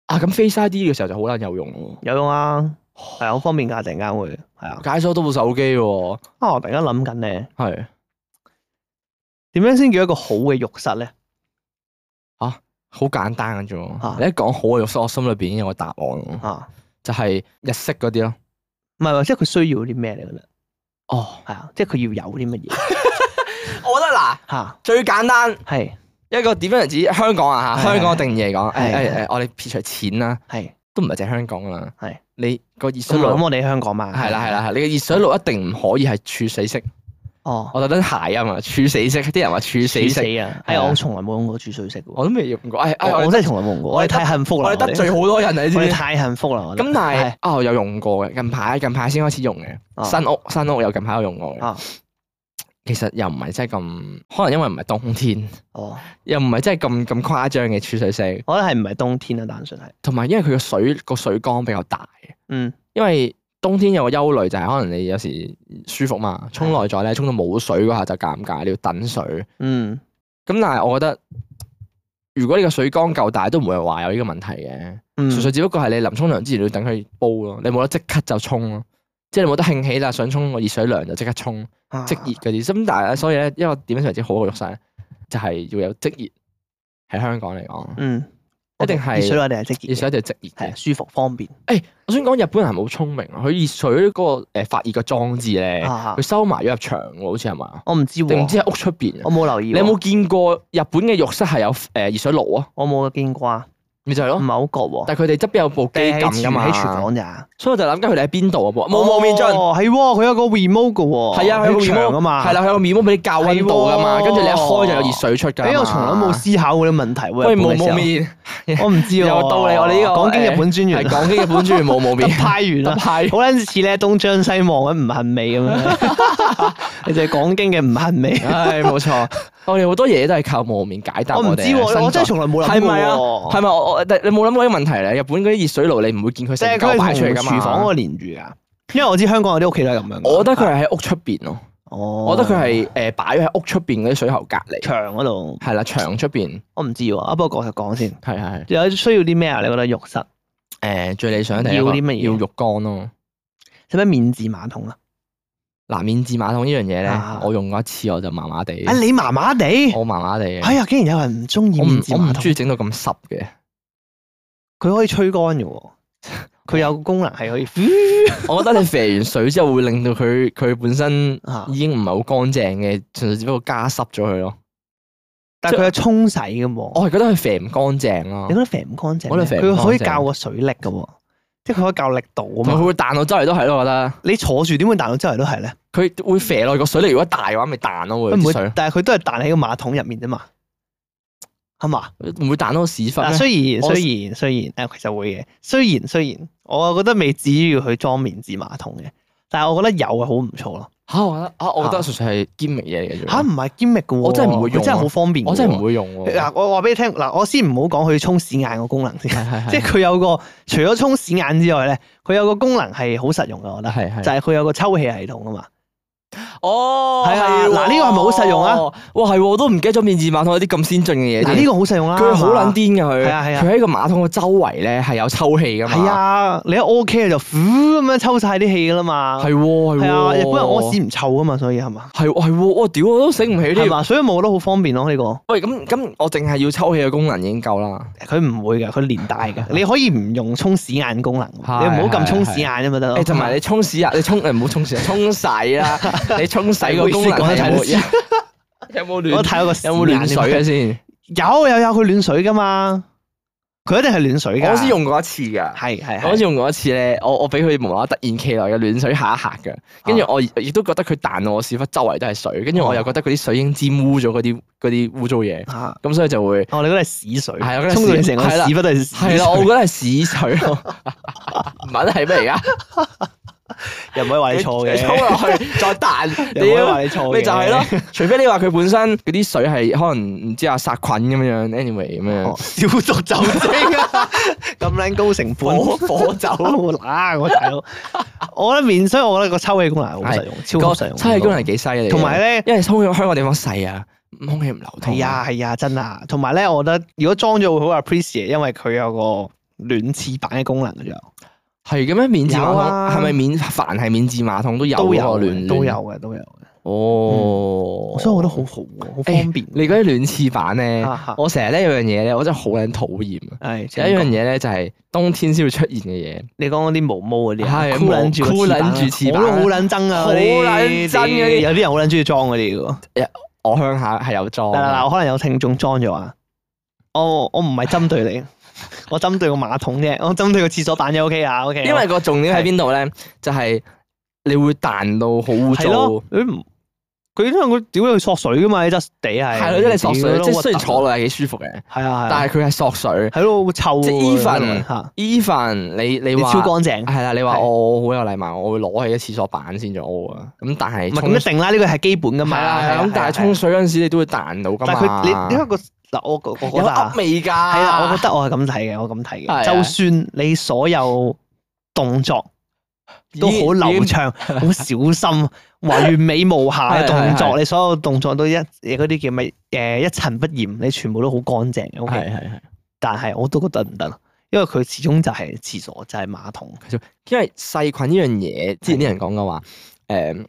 [SPEAKER 2] 啊，咁 Face ID 嘅時候就好撚有用喎。
[SPEAKER 1] 有用啊，係啊好方便㗎，突然間會係啊。
[SPEAKER 2] 解鎖到部手機喎，
[SPEAKER 1] 啊，我突然間諗緊咧，
[SPEAKER 2] 係
[SPEAKER 1] 點樣先叫一個好嘅浴室咧？
[SPEAKER 2] 好簡單嘅啫
[SPEAKER 1] 啊
[SPEAKER 2] 喎。你一講好嘅浴室，我心裏邊已經有個答案喎，
[SPEAKER 1] 啊，
[SPEAKER 2] 就係日式嗰啲咯。
[SPEAKER 1] 唔係，即係佢需要啲咩嚟㗎咧？
[SPEAKER 2] 哦，
[SPEAKER 1] 係啊，即係佢要有啲乜嘢
[SPEAKER 2] 我覺得嗱，
[SPEAKER 1] 嚇？
[SPEAKER 2] 最簡單
[SPEAKER 1] 係
[SPEAKER 2] 一個點樣指香港啊
[SPEAKER 1] 係
[SPEAKER 2] 嚇，香港定義嚟講，
[SPEAKER 1] 係
[SPEAKER 2] 誒
[SPEAKER 1] 係
[SPEAKER 2] 誒誒，我哋撇除錢啦，
[SPEAKER 1] 係
[SPEAKER 2] 都唔係淨係香港㗎啦。
[SPEAKER 1] 係
[SPEAKER 2] 你個熱水
[SPEAKER 1] 咁
[SPEAKER 2] 爐
[SPEAKER 1] 咁，我哋喺香港嘛。
[SPEAKER 2] 啊
[SPEAKER 1] 啊
[SPEAKER 2] 係啦係啦，係你個熱水爐一定唔可以係儲水式。
[SPEAKER 1] 哦，
[SPEAKER 2] 我特登鞋音啊，處死式，啲人話處死
[SPEAKER 1] 死死
[SPEAKER 2] 式，
[SPEAKER 1] 啊！
[SPEAKER 2] 係
[SPEAKER 1] 哎，
[SPEAKER 2] 啊
[SPEAKER 1] 我從來冇用過注水式喎。
[SPEAKER 2] 我都未用過。哎哎，
[SPEAKER 1] 我
[SPEAKER 2] 我
[SPEAKER 1] 我真係從來冇用過，
[SPEAKER 2] 我
[SPEAKER 1] 我
[SPEAKER 2] 哋
[SPEAKER 1] 哋太幸福啦！
[SPEAKER 2] 我哋得罪好多人啊，你知
[SPEAKER 1] 我
[SPEAKER 2] 唔
[SPEAKER 1] 哋
[SPEAKER 2] 知？
[SPEAKER 1] 太幸福啦！我覺得
[SPEAKER 2] 咁但係
[SPEAKER 1] 係
[SPEAKER 2] 啊，我有用過嘅，近排近排先開始用嘅，
[SPEAKER 1] 啊
[SPEAKER 2] 新屋新屋有近排有用過
[SPEAKER 1] 啊
[SPEAKER 2] 嘅。其實又唔係真係咁，可能因為唔係冬天，
[SPEAKER 1] 哦，
[SPEAKER 2] 又唔係真係咁咁誇張嘅儲水式，
[SPEAKER 1] 我覺得係唔係冬天啊？單純係
[SPEAKER 2] 同埋因為佢個水個水缸比較大，
[SPEAKER 1] 嗯
[SPEAKER 2] 因為冬天有個憂慮就係可能你有時舒服嘛，沖耐咗咧，沖到冇水嗰下就尷尬，你要等水。
[SPEAKER 1] 嗯
[SPEAKER 2] 咁但係我覺得，如果你個水缸夠大，都唔會話有呢個問題嘅。
[SPEAKER 1] 嗯，
[SPEAKER 2] 純粹只不過係你臨沖涼之前你要等佢煲咯，你冇得即刻就沖咯。即係你冇得興起啦，想沖個熱水涼就即刻沖，
[SPEAKER 1] 啊
[SPEAKER 2] 即熱嗰啲。咁但係咧所以咧，一個點樣先為之好嘅浴室咧，就係、要有即熱。喺香港嚟講，
[SPEAKER 1] 嗯，
[SPEAKER 2] 一定係
[SPEAKER 1] 熱水我哋係即
[SPEAKER 2] 熱
[SPEAKER 1] 熱
[SPEAKER 2] 水就係即熱
[SPEAKER 1] 嘅，係
[SPEAKER 2] 嘅。
[SPEAKER 1] 舒服方便
[SPEAKER 2] 我想講日本人好聰明啊，佢熱水嗰、個、呃、發熱嘅裝置咧，佢、
[SPEAKER 1] 啊！
[SPEAKER 2] 收埋咗入牆喎，好似係嘛？
[SPEAKER 1] 我唔知
[SPEAKER 2] 定唔知
[SPEAKER 1] 喎，
[SPEAKER 2] 喺屋出邊啊？
[SPEAKER 1] 我冇留意
[SPEAKER 2] 你
[SPEAKER 1] 喎，
[SPEAKER 2] 有冇見過日本嘅浴室係有誒、呃、熱水爐啊？
[SPEAKER 1] 我冇見過啊？
[SPEAKER 2] 咪就係咯
[SPEAKER 1] 唔。係好覺喎，
[SPEAKER 2] 但係佢哋側邊有部機
[SPEAKER 1] 定係喺
[SPEAKER 2] 哦撳噶嘛，
[SPEAKER 1] 廚喺廚房咋？
[SPEAKER 2] 所以我就諗緊佢哋喺邊度啊？部冇冇面樽，
[SPEAKER 1] 哦，係喎，佢有個 remote 嘅喎，
[SPEAKER 2] 係啊，佢有個
[SPEAKER 1] 喺牆
[SPEAKER 2] remote
[SPEAKER 1] 啊嘛，
[SPEAKER 2] 係啦，佢有個 remote 俾你校溫度噶
[SPEAKER 1] 係
[SPEAKER 2] 嘛，
[SPEAKER 1] 喎
[SPEAKER 2] 跟住你一開就有熱水出㗎。
[SPEAKER 1] 哎，因為我從來冇，思考過呢個問題喎。
[SPEAKER 2] 喂
[SPEAKER 1] 日本
[SPEAKER 2] 冇
[SPEAKER 1] 嘅時
[SPEAKER 2] 冇
[SPEAKER 1] 候，
[SPEAKER 2] 面，
[SPEAKER 1] [LAUGHS] 我唔知喎。
[SPEAKER 2] 有道理我呢個哎
[SPEAKER 1] 講經日本專員
[SPEAKER 2] 係講緊日本專員冇冇
[SPEAKER 1] 特 [LAUGHS]
[SPEAKER 2] 面，
[SPEAKER 1] 派員
[SPEAKER 2] 特
[SPEAKER 1] 啦，
[SPEAKER 2] 派
[SPEAKER 1] 好撚似咧東張西望咁唔恨味咁樣，
[SPEAKER 2] [LAUGHS]
[SPEAKER 1] 你就係講經嘅唔恨味。
[SPEAKER 2] 唉，冇錯，我哋好多嘢都係靠冇面解 [LAUGHS] 答
[SPEAKER 1] 我唔知
[SPEAKER 2] 哋嘅
[SPEAKER 1] 喎，我真係
[SPEAKER 2] 生
[SPEAKER 1] 從來冇
[SPEAKER 2] 活
[SPEAKER 1] 諗
[SPEAKER 2] 係
[SPEAKER 1] 過
[SPEAKER 2] 咪啊？
[SPEAKER 1] 喎。
[SPEAKER 2] 係咪我我但你冇諗過呢個問題咧？日本嗰啲熱水爐你唔會見佢
[SPEAKER 1] 即
[SPEAKER 2] 成
[SPEAKER 1] 係
[SPEAKER 2] 嚿
[SPEAKER 1] 佢
[SPEAKER 2] 擺
[SPEAKER 1] 係
[SPEAKER 2] 出
[SPEAKER 1] 同
[SPEAKER 2] 嚟㗎嘛
[SPEAKER 1] 廚房嗰個連住啊，因為我知香港有啲屋企都係咁樣㗎。啊
[SPEAKER 2] 我覺得佢係喺屋出邊咯，
[SPEAKER 1] 哦，
[SPEAKER 2] 我覺得佢係誒擺喺屋出邊嗰啲水喉隔離，
[SPEAKER 1] 牆嗰度，
[SPEAKER 2] 係啦，牆出邊，
[SPEAKER 1] 我唔知喎。啊，不過講講先，
[SPEAKER 2] 係係係。
[SPEAKER 1] 有需要啲咩啊？你覺得浴室
[SPEAKER 2] 誒、最理想就係一個
[SPEAKER 1] 要啲乜嘢
[SPEAKER 2] 要浴缸咯。
[SPEAKER 1] 使唔使免治馬桶啊？
[SPEAKER 2] 嗱，免治馬桶呢樣嘢咧，
[SPEAKER 1] 啊
[SPEAKER 2] 我用過一次我就麻麻地，
[SPEAKER 1] 啊，你麻麻地，
[SPEAKER 2] 我麻麻地嘅。
[SPEAKER 1] 哎呀，竟然有人唔中意
[SPEAKER 2] 我唔
[SPEAKER 1] 免治
[SPEAKER 2] 我唔
[SPEAKER 1] 馬
[SPEAKER 2] 中
[SPEAKER 1] 桶
[SPEAKER 2] 意，整到咁濕嘅，
[SPEAKER 1] 佢可以吹乾嘅
[SPEAKER 2] [LAUGHS]
[SPEAKER 1] 喎，佢有個功能係可以
[SPEAKER 2] 我覺得你肥完水之後會令到佢佢本身
[SPEAKER 1] 啊，
[SPEAKER 2] 已經唔係好乾淨嘅，純粹只不過加濕咗佢咯。
[SPEAKER 1] 但係佢有沖洗嘅喎。
[SPEAKER 2] 我係覺得佢肥唔乾淨咯
[SPEAKER 1] 你，覺得肥唔乾淨
[SPEAKER 2] 哦我覺
[SPEAKER 1] 咩？
[SPEAKER 2] 得肥唔乾淨
[SPEAKER 1] 佢可以教個水力嘅喎，即係佢可以教力度啊
[SPEAKER 2] 同埋
[SPEAKER 1] 嘛。
[SPEAKER 2] 佢會彈到周圍都係咯。我覺得
[SPEAKER 1] 你坐住點會彈到周圍都係咧？
[SPEAKER 2] 佢會肥落去個水，你如果大嘅話咪彈咯，會
[SPEAKER 1] 佢唔
[SPEAKER 2] 啲
[SPEAKER 1] 會
[SPEAKER 2] 水，
[SPEAKER 1] 但係佢都係彈喺個馬桶入面啫嘛，係嘛？
[SPEAKER 2] 唔會彈到屎忽咩
[SPEAKER 1] 嗱，。雖然
[SPEAKER 2] 我
[SPEAKER 1] 雖然雖然誒，啊其實會嘅。雖然雖然，我覺得未至於要去裝免治馬桶嘅，但係我覺得有係好唔錯咯。
[SPEAKER 2] 嚇，我覺得啊，我覺得純粹係堅力嘢嚟嘅啫。
[SPEAKER 1] 吓，唔係堅力嘅喎，
[SPEAKER 2] 啊我真係唔會用
[SPEAKER 1] 佢真係
[SPEAKER 2] 啊
[SPEAKER 1] 好方便。
[SPEAKER 2] 我真係唔。會用喎。
[SPEAKER 1] 嗱，我話俾你聽，嗱，我先唔好講佢沖屎眼個功能先，
[SPEAKER 2] 係係係
[SPEAKER 1] 即係佢有個除咗沖屎眼之外咧，佢有個功能係好實用嘅，我覺得。
[SPEAKER 2] 係係
[SPEAKER 1] 就係佢有個抽氣系統啊嘛。
[SPEAKER 2] 哦，
[SPEAKER 1] 係啊
[SPEAKER 2] 喎
[SPEAKER 1] 嗱呢個係咪好實用啊？
[SPEAKER 2] 哇，係喎，我都唔記得咗免治馬桶有啲咁先進嘅嘢。
[SPEAKER 1] 嗱呢個好實用啦，
[SPEAKER 2] 佢好
[SPEAKER 1] 啲。
[SPEAKER 2] 撚癲㗎佢，
[SPEAKER 1] 係啊係啊
[SPEAKER 2] 佢喺個馬桶個周圍咧係有抽氣㗎嘛。
[SPEAKER 1] 係，啊，你一 OK 就呼咁樣抽晒啲氣噶啦嘛。
[SPEAKER 2] 係喎係
[SPEAKER 1] 係啊，
[SPEAKER 2] 喎，
[SPEAKER 1] 日本人屙屎唔臭噶嘛，所以係嘛。
[SPEAKER 2] 係喎係喎，哇屌我都醒唔起
[SPEAKER 1] 係
[SPEAKER 2] 添。
[SPEAKER 1] 嘛，所以我覺得好方便咯呢個。
[SPEAKER 2] 喂咁咁，我淨係要抽氣嘅功能已經夠啦。
[SPEAKER 1] 佢唔會嘅，佢連帶
[SPEAKER 2] [LAUGHS]
[SPEAKER 1] 嘅。你可以唔用沖屎眼功能，你唔
[SPEAKER 2] 係
[SPEAKER 1] 好撳沖屎眼啫嘛得咯。
[SPEAKER 2] 誒同埋你沖屎啊，你沖誒唔好沖 [LAUGHS] 屎啊，沖洗啦，你沖洗個功能係有冇有冇
[SPEAKER 1] 我
[SPEAKER 2] 暖
[SPEAKER 1] 睇過個屎
[SPEAKER 2] 有
[SPEAKER 1] 眼
[SPEAKER 2] 冇暖水啊嘅
[SPEAKER 1] 嘅？
[SPEAKER 2] 先？
[SPEAKER 1] 有有有，佢暖水噶嘛，佢一定係暖水㗎。
[SPEAKER 2] 我先用過一次㗎。
[SPEAKER 1] 係係
[SPEAKER 2] 我好似
[SPEAKER 1] 係
[SPEAKER 2] 用過一次咧，我我俾佢無啦啦突然其來嘅暖水下一下嘅，跟住
[SPEAKER 1] 啊
[SPEAKER 2] 我亦都覺得佢彈到我屎忽周圍都係水，跟住我又覺得嗰啲水已經沾污咗嗰啲嗰啲污糟嘢，
[SPEAKER 1] 嚇。
[SPEAKER 2] 咁所以就會
[SPEAKER 1] 哦，你嗰啲係屎水，
[SPEAKER 2] 係啊嗰啲係
[SPEAKER 1] 沖到你
[SPEAKER 2] 屎
[SPEAKER 1] 成個
[SPEAKER 2] 係啦
[SPEAKER 1] 屎忽都係屎
[SPEAKER 2] 係啦，我
[SPEAKER 1] 水
[SPEAKER 2] 覺得係屎水咯，唔係係咩嚟噶？
[SPEAKER 1] 又唔可以話你錯
[SPEAKER 2] 你衝
[SPEAKER 1] 嘅，[LAUGHS]
[SPEAKER 2] 落去再彈，
[SPEAKER 1] 又唔可以
[SPEAKER 2] 屌
[SPEAKER 1] 話你錯嘅，
[SPEAKER 2] 咪就係咯。除非你話佢本身嗰啲水係可能唔知啊殺菌咁樣，anyway 咁
[SPEAKER 1] 哦。
[SPEAKER 2] [LAUGHS]
[SPEAKER 1] 消
[SPEAKER 2] 樣
[SPEAKER 1] 毒酒精啊，咁撚高成本，
[SPEAKER 2] 火
[SPEAKER 1] [LAUGHS]
[SPEAKER 2] 火酒
[SPEAKER 1] 嗱，我大佬，我覺得面，所以我覺得個抽氣功能係好實用，超
[SPEAKER 2] 個
[SPEAKER 1] 級實用。
[SPEAKER 2] 抽氣功能幾犀利嘅，啊
[SPEAKER 1] 同埋咧
[SPEAKER 2] 因為香港香港地方細啊，空氣唔流通。
[SPEAKER 1] 係啊，係啊，真啊。同埋咧，我覺得如果裝咗會好 appreciate，因為佢有個暖廁板嘅功能嘅啫，
[SPEAKER 2] 係嘅咩？免治馬
[SPEAKER 1] 有
[SPEAKER 2] 桶
[SPEAKER 1] 啊
[SPEAKER 2] 係咪免凡係免治馬桶都有
[SPEAKER 1] 都有
[SPEAKER 2] 嗰
[SPEAKER 1] 嘅
[SPEAKER 2] 個暖
[SPEAKER 1] 都有
[SPEAKER 2] 暖
[SPEAKER 1] 嘅，都有嘅。
[SPEAKER 2] 哦，
[SPEAKER 1] 所以我覺得好好喎，好方便。
[SPEAKER 2] 你嗰啲暖廁板咧
[SPEAKER 1] 啊哈，
[SPEAKER 2] 我成日咧有樣嘢咧，我真係好撚討厭啊！
[SPEAKER 1] 係
[SPEAKER 2] 有一樣嘢咧就係冬天先會出現嘅
[SPEAKER 1] 你講嗰啲毛毛嗰啲啊，
[SPEAKER 2] 係
[SPEAKER 1] 箍撚住個
[SPEAKER 2] 毛箍
[SPEAKER 1] 板啊
[SPEAKER 2] 撚住翅膀
[SPEAKER 1] 我都好撚憎啊！
[SPEAKER 2] 好
[SPEAKER 1] 嗰啲
[SPEAKER 2] 撚憎嗰啲
[SPEAKER 1] 有啲人好撚中意裝嗰啲嘅喎。
[SPEAKER 2] 嘢，我鄉下係有裝
[SPEAKER 1] 嗱嗱嗱，
[SPEAKER 2] 嘅。
[SPEAKER 1] 我可能有聽眾裝咗啊！我我唔係針對
[SPEAKER 2] [LAUGHS]
[SPEAKER 1] 你，我針對個馬桶啫，我針對個廁所板就 OK 啊，OK 啊。
[SPEAKER 2] 因為個重點喺邊度咧，就係你會彈到好污
[SPEAKER 1] 係咯
[SPEAKER 2] 糟。，
[SPEAKER 1] 佢唔佢因為佢屌佢索水噶嘛，你質地係
[SPEAKER 2] 係咯，即係你索水，即係雖然
[SPEAKER 1] 落，
[SPEAKER 2] 坐落係幾舒服嘅，
[SPEAKER 1] 係啊，
[SPEAKER 2] 但係佢係索水。
[SPEAKER 1] 係咯會臭喎，啊
[SPEAKER 2] 即係 even
[SPEAKER 1] 嚇
[SPEAKER 2] even 你你
[SPEAKER 1] 你
[SPEAKER 2] 話
[SPEAKER 1] 超乾淨，
[SPEAKER 2] 係啦，你話
[SPEAKER 1] 係
[SPEAKER 2] 我好有禮貌，我會攞起個廁所板先做屙啊。咁但係
[SPEAKER 1] 唔係
[SPEAKER 2] 沖
[SPEAKER 1] 咁一定啦，呢個係基本噶
[SPEAKER 2] 係
[SPEAKER 1] 嘛。
[SPEAKER 2] 啦，
[SPEAKER 1] 係啊
[SPEAKER 2] 係咁但係沖，水嗰陣時你都會彈到噶
[SPEAKER 1] 但
[SPEAKER 2] 嘛。
[SPEAKER 1] 係佢你因為個嗱我我我覺
[SPEAKER 2] 有
[SPEAKER 1] 得啊
[SPEAKER 2] 噏，味㗎。係
[SPEAKER 1] 係啦，我覺得我係咁睇嘅，我咁睇
[SPEAKER 2] 係啊
[SPEAKER 1] 嘅，就算你所有動作。都好流暢，好小
[SPEAKER 2] [LAUGHS]
[SPEAKER 1] 心，話完美無瑕嘅動
[SPEAKER 2] 係係
[SPEAKER 1] 作，你所有動作都一誒嗰啲叫咩誒一塵不染，你全部都好乾淨嘅。O
[SPEAKER 2] 係
[SPEAKER 1] K，
[SPEAKER 2] 係係，
[SPEAKER 1] 但係我都覺得唔得，因為佢始終就係廁所就係馬桶，
[SPEAKER 2] 因為細菌呢樣嘢，之前啲人講嘅話，誒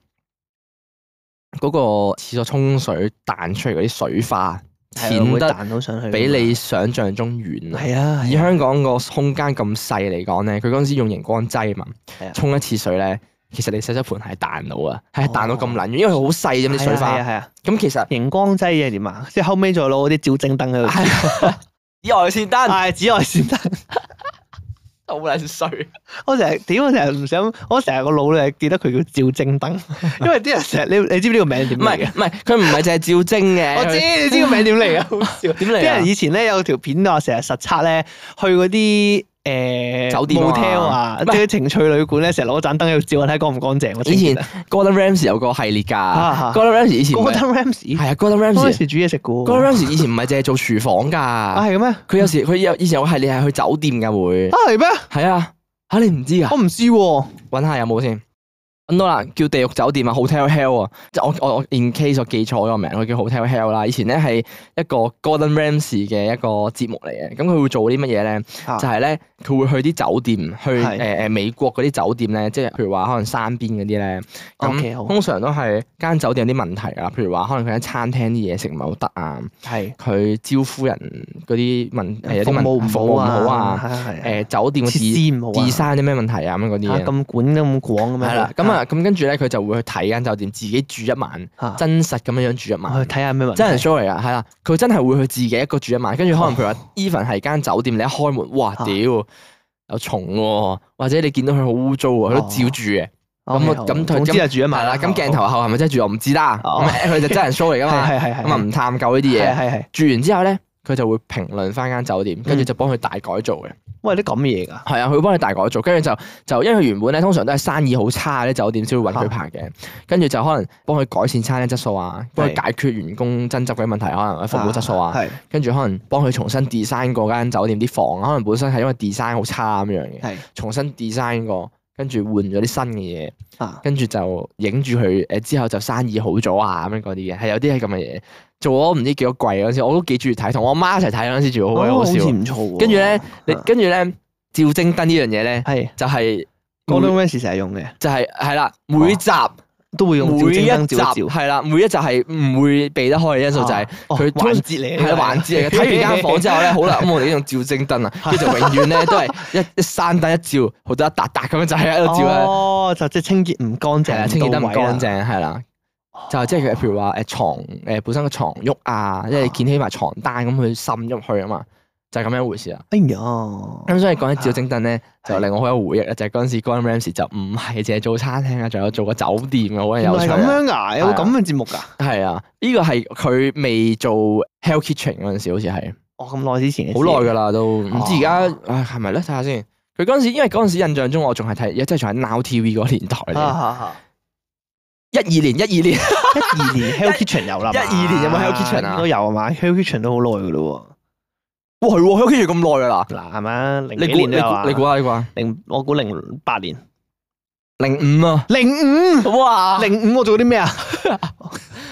[SPEAKER 2] 嗰個廁所沖水彈出嚟嗰啲水花，
[SPEAKER 1] 係啊
[SPEAKER 2] 淺
[SPEAKER 1] 會
[SPEAKER 2] 得
[SPEAKER 1] 彈到上去㗎嘛。
[SPEAKER 2] 比你想象中遠啊。
[SPEAKER 1] 係啊，
[SPEAKER 2] 以
[SPEAKER 1] 係啊
[SPEAKER 2] 香港個空間咁細嚟講咧，佢嗰陣時用熒光劑嘛
[SPEAKER 1] 係啊，
[SPEAKER 2] 沖一次水咧，其實你洗手盆係彈到啊，係
[SPEAKER 1] 哦
[SPEAKER 2] 彈到咁撚遠，因為佢好細啫嘛啲水
[SPEAKER 1] 係
[SPEAKER 2] 花。
[SPEAKER 1] 啊係啊，
[SPEAKER 2] 咁其實
[SPEAKER 1] 熒光劑係點啊？即係後尾再攞嗰啲照精燈喺度， [LAUGHS]
[SPEAKER 2] 以外先得，
[SPEAKER 1] 係紫外線燈。
[SPEAKER 2] 好撚衰。
[SPEAKER 1] 我成日點我成日唔想，我成日個腦咧記得佢叫照精燈，因為啲人成日你你知唔知個名點
[SPEAKER 2] 唔
[SPEAKER 1] 嚟
[SPEAKER 2] 係
[SPEAKER 1] 嘅？
[SPEAKER 2] 唔係，佢唔係淨係照精嘅。
[SPEAKER 1] [LAUGHS] 我知
[SPEAKER 2] 佢
[SPEAKER 1] 你知個名點嚟啊，好笑。
[SPEAKER 2] 點
[SPEAKER 1] 啲人
[SPEAKER 2] 嚟啊？
[SPEAKER 1] 以前咧有條片話成日實測咧，去嗰啲誒
[SPEAKER 2] 酒店啊
[SPEAKER 1] motel 啊，
[SPEAKER 2] 唔
[SPEAKER 1] 即
[SPEAKER 2] 係
[SPEAKER 1] 係啲情趣旅館咧，成日攞盞燈喺度照睇乾唔乾淨。我
[SPEAKER 2] 以前
[SPEAKER 1] 記得
[SPEAKER 2] Gordon Ramsay 有個系列
[SPEAKER 1] 啊
[SPEAKER 2] 㗎，Gordon Ramsay 以前咪
[SPEAKER 1] Gordon Ramsay 哎
[SPEAKER 2] 係啊，Gordon
[SPEAKER 1] 嗰陣
[SPEAKER 2] Ramsay。
[SPEAKER 1] 時煮嘢食嘅喎
[SPEAKER 2] Gordon Ramsay 以前唔係淨係做廚房
[SPEAKER 1] 啊
[SPEAKER 2] 㗎，
[SPEAKER 1] 係嘅咩？
[SPEAKER 2] 佢有時佢有以前有個系列係去酒店㗎會
[SPEAKER 1] 啊，係咩？
[SPEAKER 2] 係啊嚇你唔知㗎
[SPEAKER 1] 我？唔知喎，
[SPEAKER 2] 揾下有冇先。揾到啦，叫地獄酒店啊，Hotel Hell 啊，即係我我我 in case 我記錯咗個名，佢叫 Hotel Hell 啦。以前咧係一個 Gordon Ramsay 嘅一個節目嚟嘅，咁佢會做啲乜嘢咧？
[SPEAKER 1] 啊
[SPEAKER 2] 就係咧，佢會去啲酒店，去誒
[SPEAKER 1] 係
[SPEAKER 2] 誒、美國嗰啲酒店咧，即係譬如話可能山邊嗰啲咧，
[SPEAKER 1] OK，好
[SPEAKER 2] 咁通常都係間酒店有啲問題啊，譬如話可能佢喺餐廳啲嘢食唔係好得啊，
[SPEAKER 1] 係
[SPEAKER 2] 佢招呼人嗰啲問係有
[SPEAKER 1] 服
[SPEAKER 2] 啲
[SPEAKER 1] 務
[SPEAKER 2] 問
[SPEAKER 1] 唔
[SPEAKER 2] 服務唔好
[SPEAKER 1] 好啊，
[SPEAKER 2] 啊，
[SPEAKER 1] 係啊
[SPEAKER 2] 誒、
[SPEAKER 1] 係啊
[SPEAKER 2] 酒店嘅
[SPEAKER 1] 設
[SPEAKER 2] 治
[SPEAKER 1] 施唔好
[SPEAKER 2] 治
[SPEAKER 1] 啊
[SPEAKER 2] 生啲咩問題啊咁樣嗰啲
[SPEAKER 1] 啊，
[SPEAKER 2] 嘢。
[SPEAKER 1] 咁管得咁廣咁樣
[SPEAKER 2] 係啦，咁啊，咁跟住咧，佢就會去睇間酒店，自己住一晚，
[SPEAKER 1] 啊，
[SPEAKER 2] 真實咁樣樣住一
[SPEAKER 1] 我
[SPEAKER 2] 晚
[SPEAKER 1] 去，睇下咩問題
[SPEAKER 2] 啊真人 show 嚟噶，係啦，佢真係會去自己一個住一晚，跟住可能譬如 [LAUGHS] 話，even 係間酒店，你一開門，哇
[SPEAKER 1] 啊
[SPEAKER 2] 屌，有蟲喎，或者你見到佢好污糟啊，佢都照住嘅，咁
[SPEAKER 1] OK，
[SPEAKER 2] 我
[SPEAKER 1] 好
[SPEAKER 2] 咁
[SPEAKER 1] 總之
[SPEAKER 2] 咁
[SPEAKER 1] 就住一
[SPEAKER 2] 係
[SPEAKER 1] 晚啊
[SPEAKER 2] 啦，咁鏡頭後係咪真係住我唔知啦，
[SPEAKER 1] 哦
[SPEAKER 2] [LAUGHS] 咁啊佢就真人 show 嚟噶
[SPEAKER 1] 係
[SPEAKER 2] 嘛，
[SPEAKER 1] 係係係
[SPEAKER 2] 咁啊唔探究呢啲
[SPEAKER 1] 係
[SPEAKER 2] 嘢，
[SPEAKER 1] 係係，
[SPEAKER 2] 住完之後咧，佢就會評論翻間酒店，跟住就幫佢大改造嘅。
[SPEAKER 1] 喂啲咁嘢㗎，
[SPEAKER 2] 係啊，佢會幫你大改造，跟住就就因為佢原本咧通常都係生意好差嘅啲酒店先會揾
[SPEAKER 1] 啊
[SPEAKER 2] 佢拍嘅，跟住就可能幫佢改善餐廳質素啊，幫佢解決員工爭執嘅問題，可能服務質素啊，
[SPEAKER 1] 係
[SPEAKER 2] 跟住可能幫佢重新 design 嗰間酒店啲房，啊可能本身係因為 design 好差咁樣嘅，
[SPEAKER 1] 係
[SPEAKER 2] 重新 design 過，跟住換咗啲新嘅嘢，
[SPEAKER 1] 啊，
[SPEAKER 2] 跟住就影住佢誒之後就生意好咗啊咁樣嗰啲嘅，係有啲係咁嘅嘢，做咗唔知幾多季嗰陣時，我都幾中意睇，同我媽一齊睇嗰陣時仲好鬼
[SPEAKER 1] 哦
[SPEAKER 2] 好
[SPEAKER 1] 似
[SPEAKER 2] 笑。
[SPEAKER 1] 唔錯喎，
[SPEAKER 2] 跟住咧，你
[SPEAKER 1] 啊
[SPEAKER 2] 跟住咧，照精燈呢樣嘢咧，
[SPEAKER 1] 係
[SPEAKER 2] 就係
[SPEAKER 1] Gordon Ramsay 成日用嘅。
[SPEAKER 2] 就係係啦，每集
[SPEAKER 1] 都會用照
[SPEAKER 2] 每
[SPEAKER 1] 精
[SPEAKER 2] 一
[SPEAKER 1] 燈
[SPEAKER 2] 集
[SPEAKER 1] 照一照，
[SPEAKER 2] 係啦，每一集係唔會避得開嘅因素就係
[SPEAKER 1] 哦
[SPEAKER 2] 佢通
[SPEAKER 1] 環節嚟嘅，
[SPEAKER 2] 係啊
[SPEAKER 1] [LAUGHS]
[SPEAKER 2] 環節嚟嘅。睇完間房之後咧，好啦，咁我哋呢用照精燈啊，跟住就永遠咧都係一一山燈一照，好多一笪笪咁樣就喺度照咧，
[SPEAKER 1] 哦，就即係清潔唔乾
[SPEAKER 2] 係啦，啊
[SPEAKER 1] 淨，啊
[SPEAKER 2] 清潔得唔乾
[SPEAKER 1] 淨，
[SPEAKER 2] 淨係啦。就係即係佢譬如話誒
[SPEAKER 1] 哦
[SPEAKER 2] 床誒本身個床褥啊，即係掀起埋床單咁去滲入去啊嘛，就係咁樣一回事啊。
[SPEAKER 1] 哎呀，
[SPEAKER 2] 咁所以講起照精燈咧，
[SPEAKER 1] 係
[SPEAKER 2] 就令我好有回憶啦。啊就係嗰陣時 g o r d Ramsay 就唔係淨係做餐廳啊，仲有做過酒店嘅，好
[SPEAKER 1] 原
[SPEAKER 2] 有
[SPEAKER 1] 來係
[SPEAKER 2] 趣
[SPEAKER 1] 咁
[SPEAKER 2] 啊。
[SPEAKER 1] 樣㗎，有個咁嘅節目㗎，
[SPEAKER 2] 係啊，呢個係佢未做 Hell Kitchen 嗰陣時，好似係
[SPEAKER 1] 哦，咁耐之前嘅事
[SPEAKER 2] 好耐㗎啦，都唔知而家啊
[SPEAKER 1] 哦
[SPEAKER 2] 唉係咪咧？睇下先。佢嗰陣時，因為嗰陣時印象中我仲係睇，即係仲喺 Now TV 嗰個年代
[SPEAKER 1] 啊
[SPEAKER 2] 嚟
[SPEAKER 1] 啊啊
[SPEAKER 2] 嘅，一二年，一二年。 [LAUGHS]
[SPEAKER 1] 一二年 Hell Kitchen 有啦嘛，
[SPEAKER 2] 一二年有冇 Hell Kitchen 啊
[SPEAKER 1] 應該有啊嘛，Hell Kitchen 都好耐噶咯
[SPEAKER 2] 哇，係喎，喺屋企住咁耐㗎啦
[SPEAKER 1] 喎，。嗱係嘛，零
[SPEAKER 2] 你
[SPEAKER 1] 幾
[SPEAKER 2] 估
[SPEAKER 1] 年
[SPEAKER 2] 你
[SPEAKER 1] 都有啊
[SPEAKER 2] 估你估下你估下，
[SPEAKER 1] 零我估零八年，
[SPEAKER 2] 零五啊，
[SPEAKER 1] 零五
[SPEAKER 2] 哇
[SPEAKER 1] 零五我做過啲咩啊？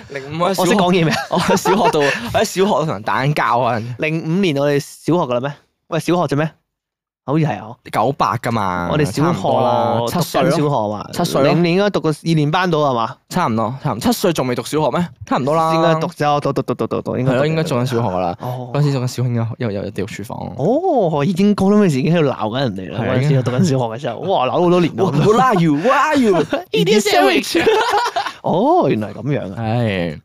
[SPEAKER 2] 零五
[SPEAKER 1] 我
[SPEAKER 2] 啊，
[SPEAKER 1] 識講嘢未啊？
[SPEAKER 2] [LAUGHS] 我喺小學度，我喺小學度同人打緊交啊，
[SPEAKER 1] 零五年我哋小學噶啦咩？喂，小學啫咩？好似係啊，
[SPEAKER 2] 九八噶嘛，
[SPEAKER 1] 我哋小
[SPEAKER 2] 差唔多啦
[SPEAKER 1] 學
[SPEAKER 2] 七歲
[SPEAKER 1] 讀緊
[SPEAKER 2] 咯，
[SPEAKER 1] 小學嘛，
[SPEAKER 2] 七歲咯
[SPEAKER 1] 零五年應該讀個二年班到係嘛？
[SPEAKER 2] 差唔多，差唔多七歲仲未讀小學咩？差唔多啦，
[SPEAKER 1] 應該讀咗讀讀讀讀讀讀，應該
[SPEAKER 2] 係
[SPEAKER 1] 讀
[SPEAKER 2] 咯，
[SPEAKER 1] 嘅
[SPEAKER 2] 應該做緊小學。噶啦，嗰
[SPEAKER 1] 哦
[SPEAKER 2] 陣時做緊小學應該又又有調廚房。
[SPEAKER 1] 哦，已經高中嗰陣時已經喺度鬧緊人哋啦。
[SPEAKER 2] 係啊
[SPEAKER 1] 嗰陣時我讀緊小學嘅時候，哇，鬧咗好多年咯。
[SPEAKER 2] [LAUGHS] 拉 you，拉 you，呢
[SPEAKER 1] 啲 sandwich 哦，原來係咁樣啊！
[SPEAKER 2] 係，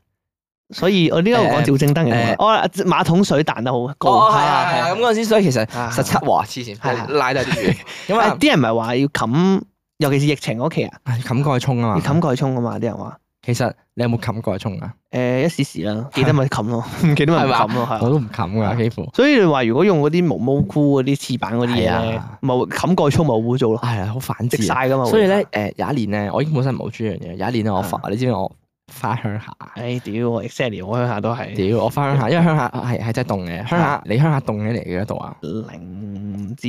[SPEAKER 1] 所以我呢個講
[SPEAKER 2] 誒
[SPEAKER 1] 照正燈嘅
[SPEAKER 2] 誒，
[SPEAKER 1] 我馬桶水彈得好高。
[SPEAKER 2] 哦係啊係啊，咁嗰陣時所以其實
[SPEAKER 1] 啊
[SPEAKER 2] 十七喎，黐
[SPEAKER 1] 係啊
[SPEAKER 2] 線，拉低
[SPEAKER 1] [LAUGHS]
[SPEAKER 2] 啲啊魚，
[SPEAKER 1] 誒
[SPEAKER 2] 因為
[SPEAKER 1] 啲人唔係話要冚，尤其是疫情嗰期啊，
[SPEAKER 2] 冚蓋沖啊
[SPEAKER 1] 要
[SPEAKER 2] 嘛。
[SPEAKER 1] 冚蓋沖啊嘛，啲人話。
[SPEAKER 2] 其實你有冇冚蓋沖啊？
[SPEAKER 1] 誒呃一時時啦，記得咪冚咯，唔 [LAUGHS] 記得咪唔冚咯，係
[SPEAKER 2] 我
[SPEAKER 1] 啊。
[SPEAKER 2] 都唔冚噶，幾乎。
[SPEAKER 1] 所以你話如果用嗰啲毛毛菇嗰啲翅膀嗰啲嘢
[SPEAKER 2] 係
[SPEAKER 1] 咧
[SPEAKER 2] 啊，
[SPEAKER 1] 咪冚蓋粗咪污糟咯，
[SPEAKER 2] 係啊，好反
[SPEAKER 1] 食
[SPEAKER 2] 智啊。
[SPEAKER 1] 晒噶嘛。
[SPEAKER 2] 所以咧
[SPEAKER 1] 會，啊
[SPEAKER 2] 誒有一年咧，我已經本身唔係好中意呢樣嘢。有一年咧，我發，你知唔知我翻鄉下？
[SPEAKER 1] 唉屌我 exactly，我鄉下都係
[SPEAKER 2] 屌，我翻鄉下，因為鄉下係係真係凍嘅。鄉
[SPEAKER 1] 啊
[SPEAKER 2] 下你鄉下凍起嚟嘅嗰度啊？
[SPEAKER 1] 零至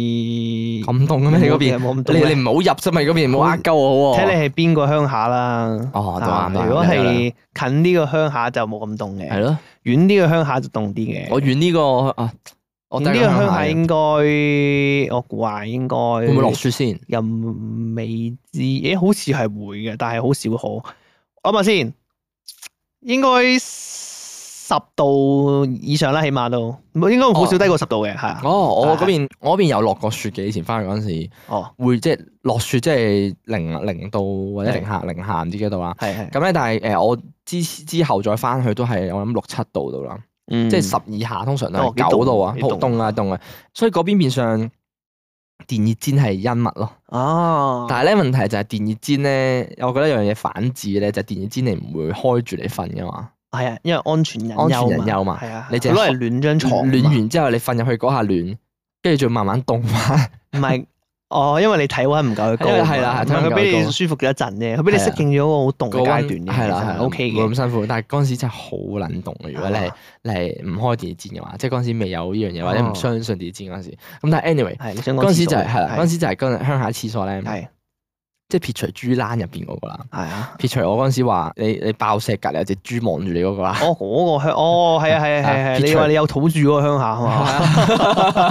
[SPEAKER 1] 咁
[SPEAKER 2] 咁凍嘅咩？你嗰邊？
[SPEAKER 1] 冇咁哦凍
[SPEAKER 2] 你
[SPEAKER 1] 咩
[SPEAKER 2] 你唔好入啫嘛！你嗰邊唔好呃鳩我
[SPEAKER 1] 睇
[SPEAKER 2] 喎。
[SPEAKER 1] 你係邊個鄉下啦。
[SPEAKER 2] 哦，都
[SPEAKER 1] 啊
[SPEAKER 2] 啱啦。
[SPEAKER 1] 如果
[SPEAKER 2] 有啦
[SPEAKER 1] 係近呢個鄉下就冇咁凍嘅，
[SPEAKER 2] 係咯，
[SPEAKER 1] 遠呢個鄉下就凍啲嘅。
[SPEAKER 2] 我遠呢個啊，我
[SPEAKER 1] 遠呢
[SPEAKER 2] 低
[SPEAKER 1] 個鄉
[SPEAKER 2] 嘅
[SPEAKER 1] 下應該，我估下應該
[SPEAKER 2] 會唔會落雪先？
[SPEAKER 1] 又未知，誒好似係會嘅，但係好少可。我諗下先，應該十度以上啦，起碼都唔應該好少低過十度嘅，係啊。
[SPEAKER 2] 哦，我
[SPEAKER 1] 係
[SPEAKER 2] 嗰邊我嗰邊有落過雪嘅，以前翻去嗰陣時
[SPEAKER 1] 哦，
[SPEAKER 2] 會即係落雪，即係零啊零度或者零下零下唔知幾多度啦。
[SPEAKER 1] 係係，
[SPEAKER 2] 咁咧，但係誒我之之後再翻去都係我諗六七度度啦。
[SPEAKER 1] 嗯
[SPEAKER 2] 即係十二下通常都
[SPEAKER 1] 哦幾
[SPEAKER 2] 係
[SPEAKER 1] 凍
[SPEAKER 2] 九度啊，
[SPEAKER 1] 幾
[SPEAKER 2] 好
[SPEAKER 1] 凍
[SPEAKER 2] 凍啊凍啊，所以嗰邊變相電熱氈係恩物咯。
[SPEAKER 1] 哦，
[SPEAKER 2] 但係咧問題就係電熱氈咧，我覺得有樣嘢反智咧，就係電熱氈你唔會開住嚟瞓噶嘛，
[SPEAKER 1] 係啊，因為安全隱
[SPEAKER 2] 安全
[SPEAKER 1] 憂
[SPEAKER 2] 隱
[SPEAKER 1] 嘛，
[SPEAKER 2] 憂嘛，
[SPEAKER 1] 係啊，
[SPEAKER 2] 你淨係
[SPEAKER 1] 攞嚟暖張床啊嘛，
[SPEAKER 2] 暖完之後你瞓入去嗰下暖，跟住再慢慢凍翻。
[SPEAKER 1] 唔係。哦，因為你體温唔夠佢高
[SPEAKER 2] 因為
[SPEAKER 1] 啊嘛，
[SPEAKER 2] [LAUGHS] 係啦
[SPEAKER 1] 唔係
[SPEAKER 2] 係體温唔夠
[SPEAKER 1] 佢俾你
[SPEAKER 2] 高
[SPEAKER 1] 舒服咗一陣啫，佢俾你
[SPEAKER 2] 係啊
[SPEAKER 1] 適應咗個好凍嘅階段
[SPEAKER 2] 溫
[SPEAKER 1] 嘅，其實
[SPEAKER 2] 係啦，係
[SPEAKER 1] 係
[SPEAKER 2] 啦
[SPEAKER 1] OK
[SPEAKER 2] 冇
[SPEAKER 1] 嘅。
[SPEAKER 2] 咁辛苦。但係嗰陣時真係好冷凍啊嘅，如果你係你係唔開電熱氈嘅話，即係嗰陣時未有呢樣嘢，或者
[SPEAKER 1] 哦
[SPEAKER 2] 唔相信電熱氈嗰陣時。咁但係 anyway，
[SPEAKER 1] 係你想講
[SPEAKER 2] 嗰陣時就
[SPEAKER 1] 廁
[SPEAKER 2] 係
[SPEAKER 1] 所
[SPEAKER 2] 係啦，嗰陣時就係嗰陣鄉下廁所
[SPEAKER 1] 係
[SPEAKER 2] 咧，
[SPEAKER 1] 係
[SPEAKER 2] 即係撇除豬欄入邊嗰個啦。
[SPEAKER 1] 係啊。
[SPEAKER 2] 撇除我嗰陣時話你你爆石隔離有隻豬望住你嗰個啦，
[SPEAKER 1] 哦，嗰個鄉，哦，係啊，係啊，係啊，
[SPEAKER 2] 啊
[SPEAKER 1] 係啊你
[SPEAKER 2] 撇除
[SPEAKER 1] 話你有土著嗰個鄉下係
[SPEAKER 2] 哦 啊